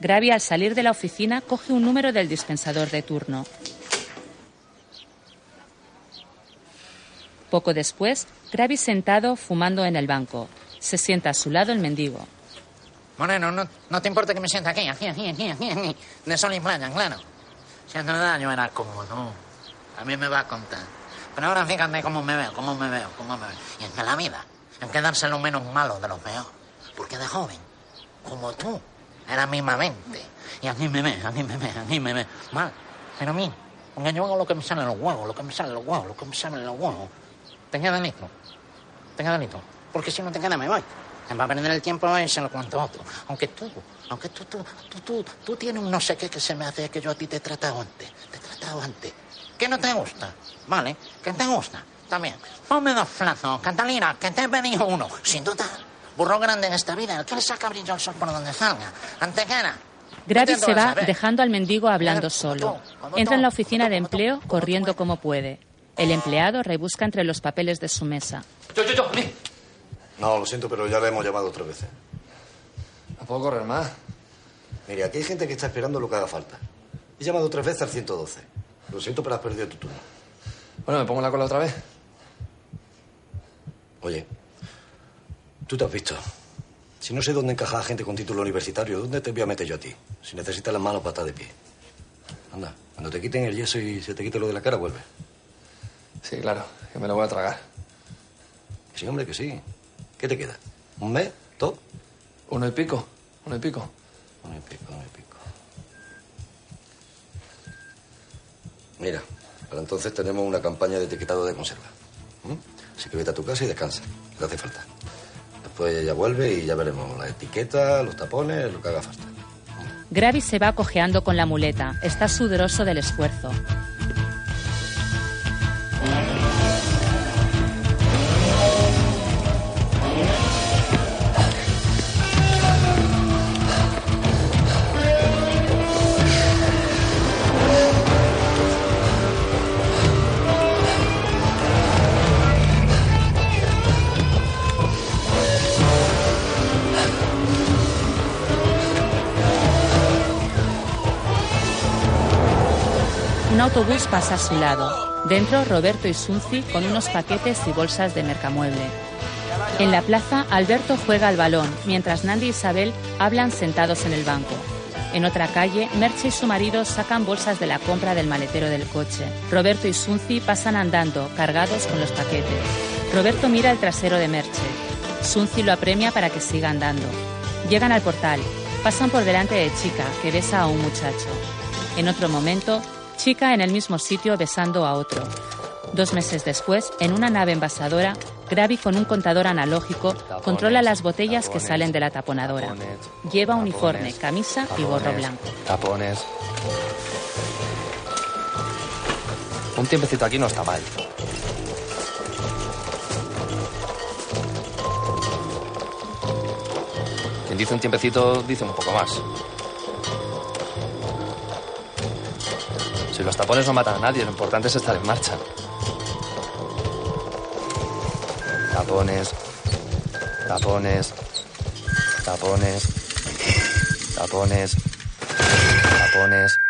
[SPEAKER 1] Gravi, al salir de la oficina, coge un número del dispensador de turno. Poco después, Gravi sentado fumando en el banco. Se sienta a su lado el mendigo.
[SPEAKER 11] Moreno, no, no te importa que me sienta aquí, aquí, aquí, aquí, aquí, aquí, de sol y playa, claro. Si no daño era como, no. A mí me va a contar. Pero ahora fíjate cómo me veo, cómo me veo, cómo me veo. Y en que la vida, en quedarse lo menos malo de los peor. Porque de joven, como tú, era mismamente. Y aquí me ve, aquí me ve, aquí me ve. Mal. Pero a mí, porque yo hago lo que me sale en los huevos, lo que me sale en los huevos, lo que me sale en los huevos. Te queda listo. Te queda listo. Porque si no te queda, me voy. Se va a perder el tiempo y se lo cuento a otro. Aunque tú, aunque tú, tú, tú, tú, tú tienes un no sé qué que se me hace que yo a ti te he tratado antes. Te he tratado antes. ¿Qué no te gusta? ¿Vale? ¿Qué te gusta? También. Ponme dos flazos, Catalina, que te he pedido uno. Sin duda. Burro grande en esta vida, el que le saca brillo al sol por donde salga. Antequera.
[SPEAKER 1] Gravi
[SPEAKER 11] Intento
[SPEAKER 1] se va
[SPEAKER 11] saber.
[SPEAKER 1] dejando al mendigo hablando solo. Entra en la oficina de empleo corriendo como puede. El empleado rebusca entre los papeles de su mesa.
[SPEAKER 7] Yo, yo, yo, a mí.
[SPEAKER 42] No, lo siento, pero ya le hemos llamado tres
[SPEAKER 11] ¿eh?
[SPEAKER 42] veces.
[SPEAKER 7] No puedo correr más.
[SPEAKER 42] Mire, aquí hay gente que está esperando lo que haga falta.
[SPEAKER 11] He llamado tres veces al 112. Lo siento, pero has perdido tu turno.
[SPEAKER 7] Bueno, me pongo la cola otra vez.
[SPEAKER 11] Oye, tú te has visto. Si no sé dónde encaja gente con título universitario, ¿dónde te voy a meter yo a ti? Si necesitas las manos, patas de pie. Anda, cuando te quiten el yeso y se te quite lo de la cara, vuelve.
[SPEAKER 7] Sí, claro, que me lo voy a tragar.
[SPEAKER 11] Sí, hombre, que sí. ¿Qué te queda? ¿Un mes? ¿Todo?
[SPEAKER 7] Uno y pico, uno y pico.
[SPEAKER 11] Uno y pico, uno y pico. Mira, para entonces tenemos una campaña de etiquetado de conserva. ¿Mm? Así que vete a tu casa y descansa, que te hace falta. Después ya vuelve y ya veremos la etiqueta, los tapones, lo que haga falta.
[SPEAKER 1] Gravy se va cojeando con la muleta. Está sudoroso del esfuerzo. Un autobús pasa a su lado. Dentro, Roberto y Sunzi con unos paquetes y bolsas de mercamueble. En la plaza, Alberto juega al balón, mientras Nandi y Isabel hablan sentados en el banco. En otra calle, Merche y su marido sacan bolsas de la compra del maletero del coche. Roberto y Sunzi pasan andando, cargados con los paquetes. Roberto mira el trasero de Merche. Sunzi lo apremia para que siga andando. Llegan al portal. Pasan por delante de Chica, que besa a un muchacho. En otro momento, Chica en el mismo sitio besando a otro. Dos meses después, en una nave envasadora, Gravy con un contador analógico controla las botellas que salen de la taponadora. Lleva uniforme, camisa y gorro blanco.
[SPEAKER 7] Tapones. Un tiempecito aquí no está mal. Quien dice un tiempecito dice un poco más. Si los tapones no matan a nadie, lo importante es estar en marcha. Tapones, tapones, tapones, tapones, tapones.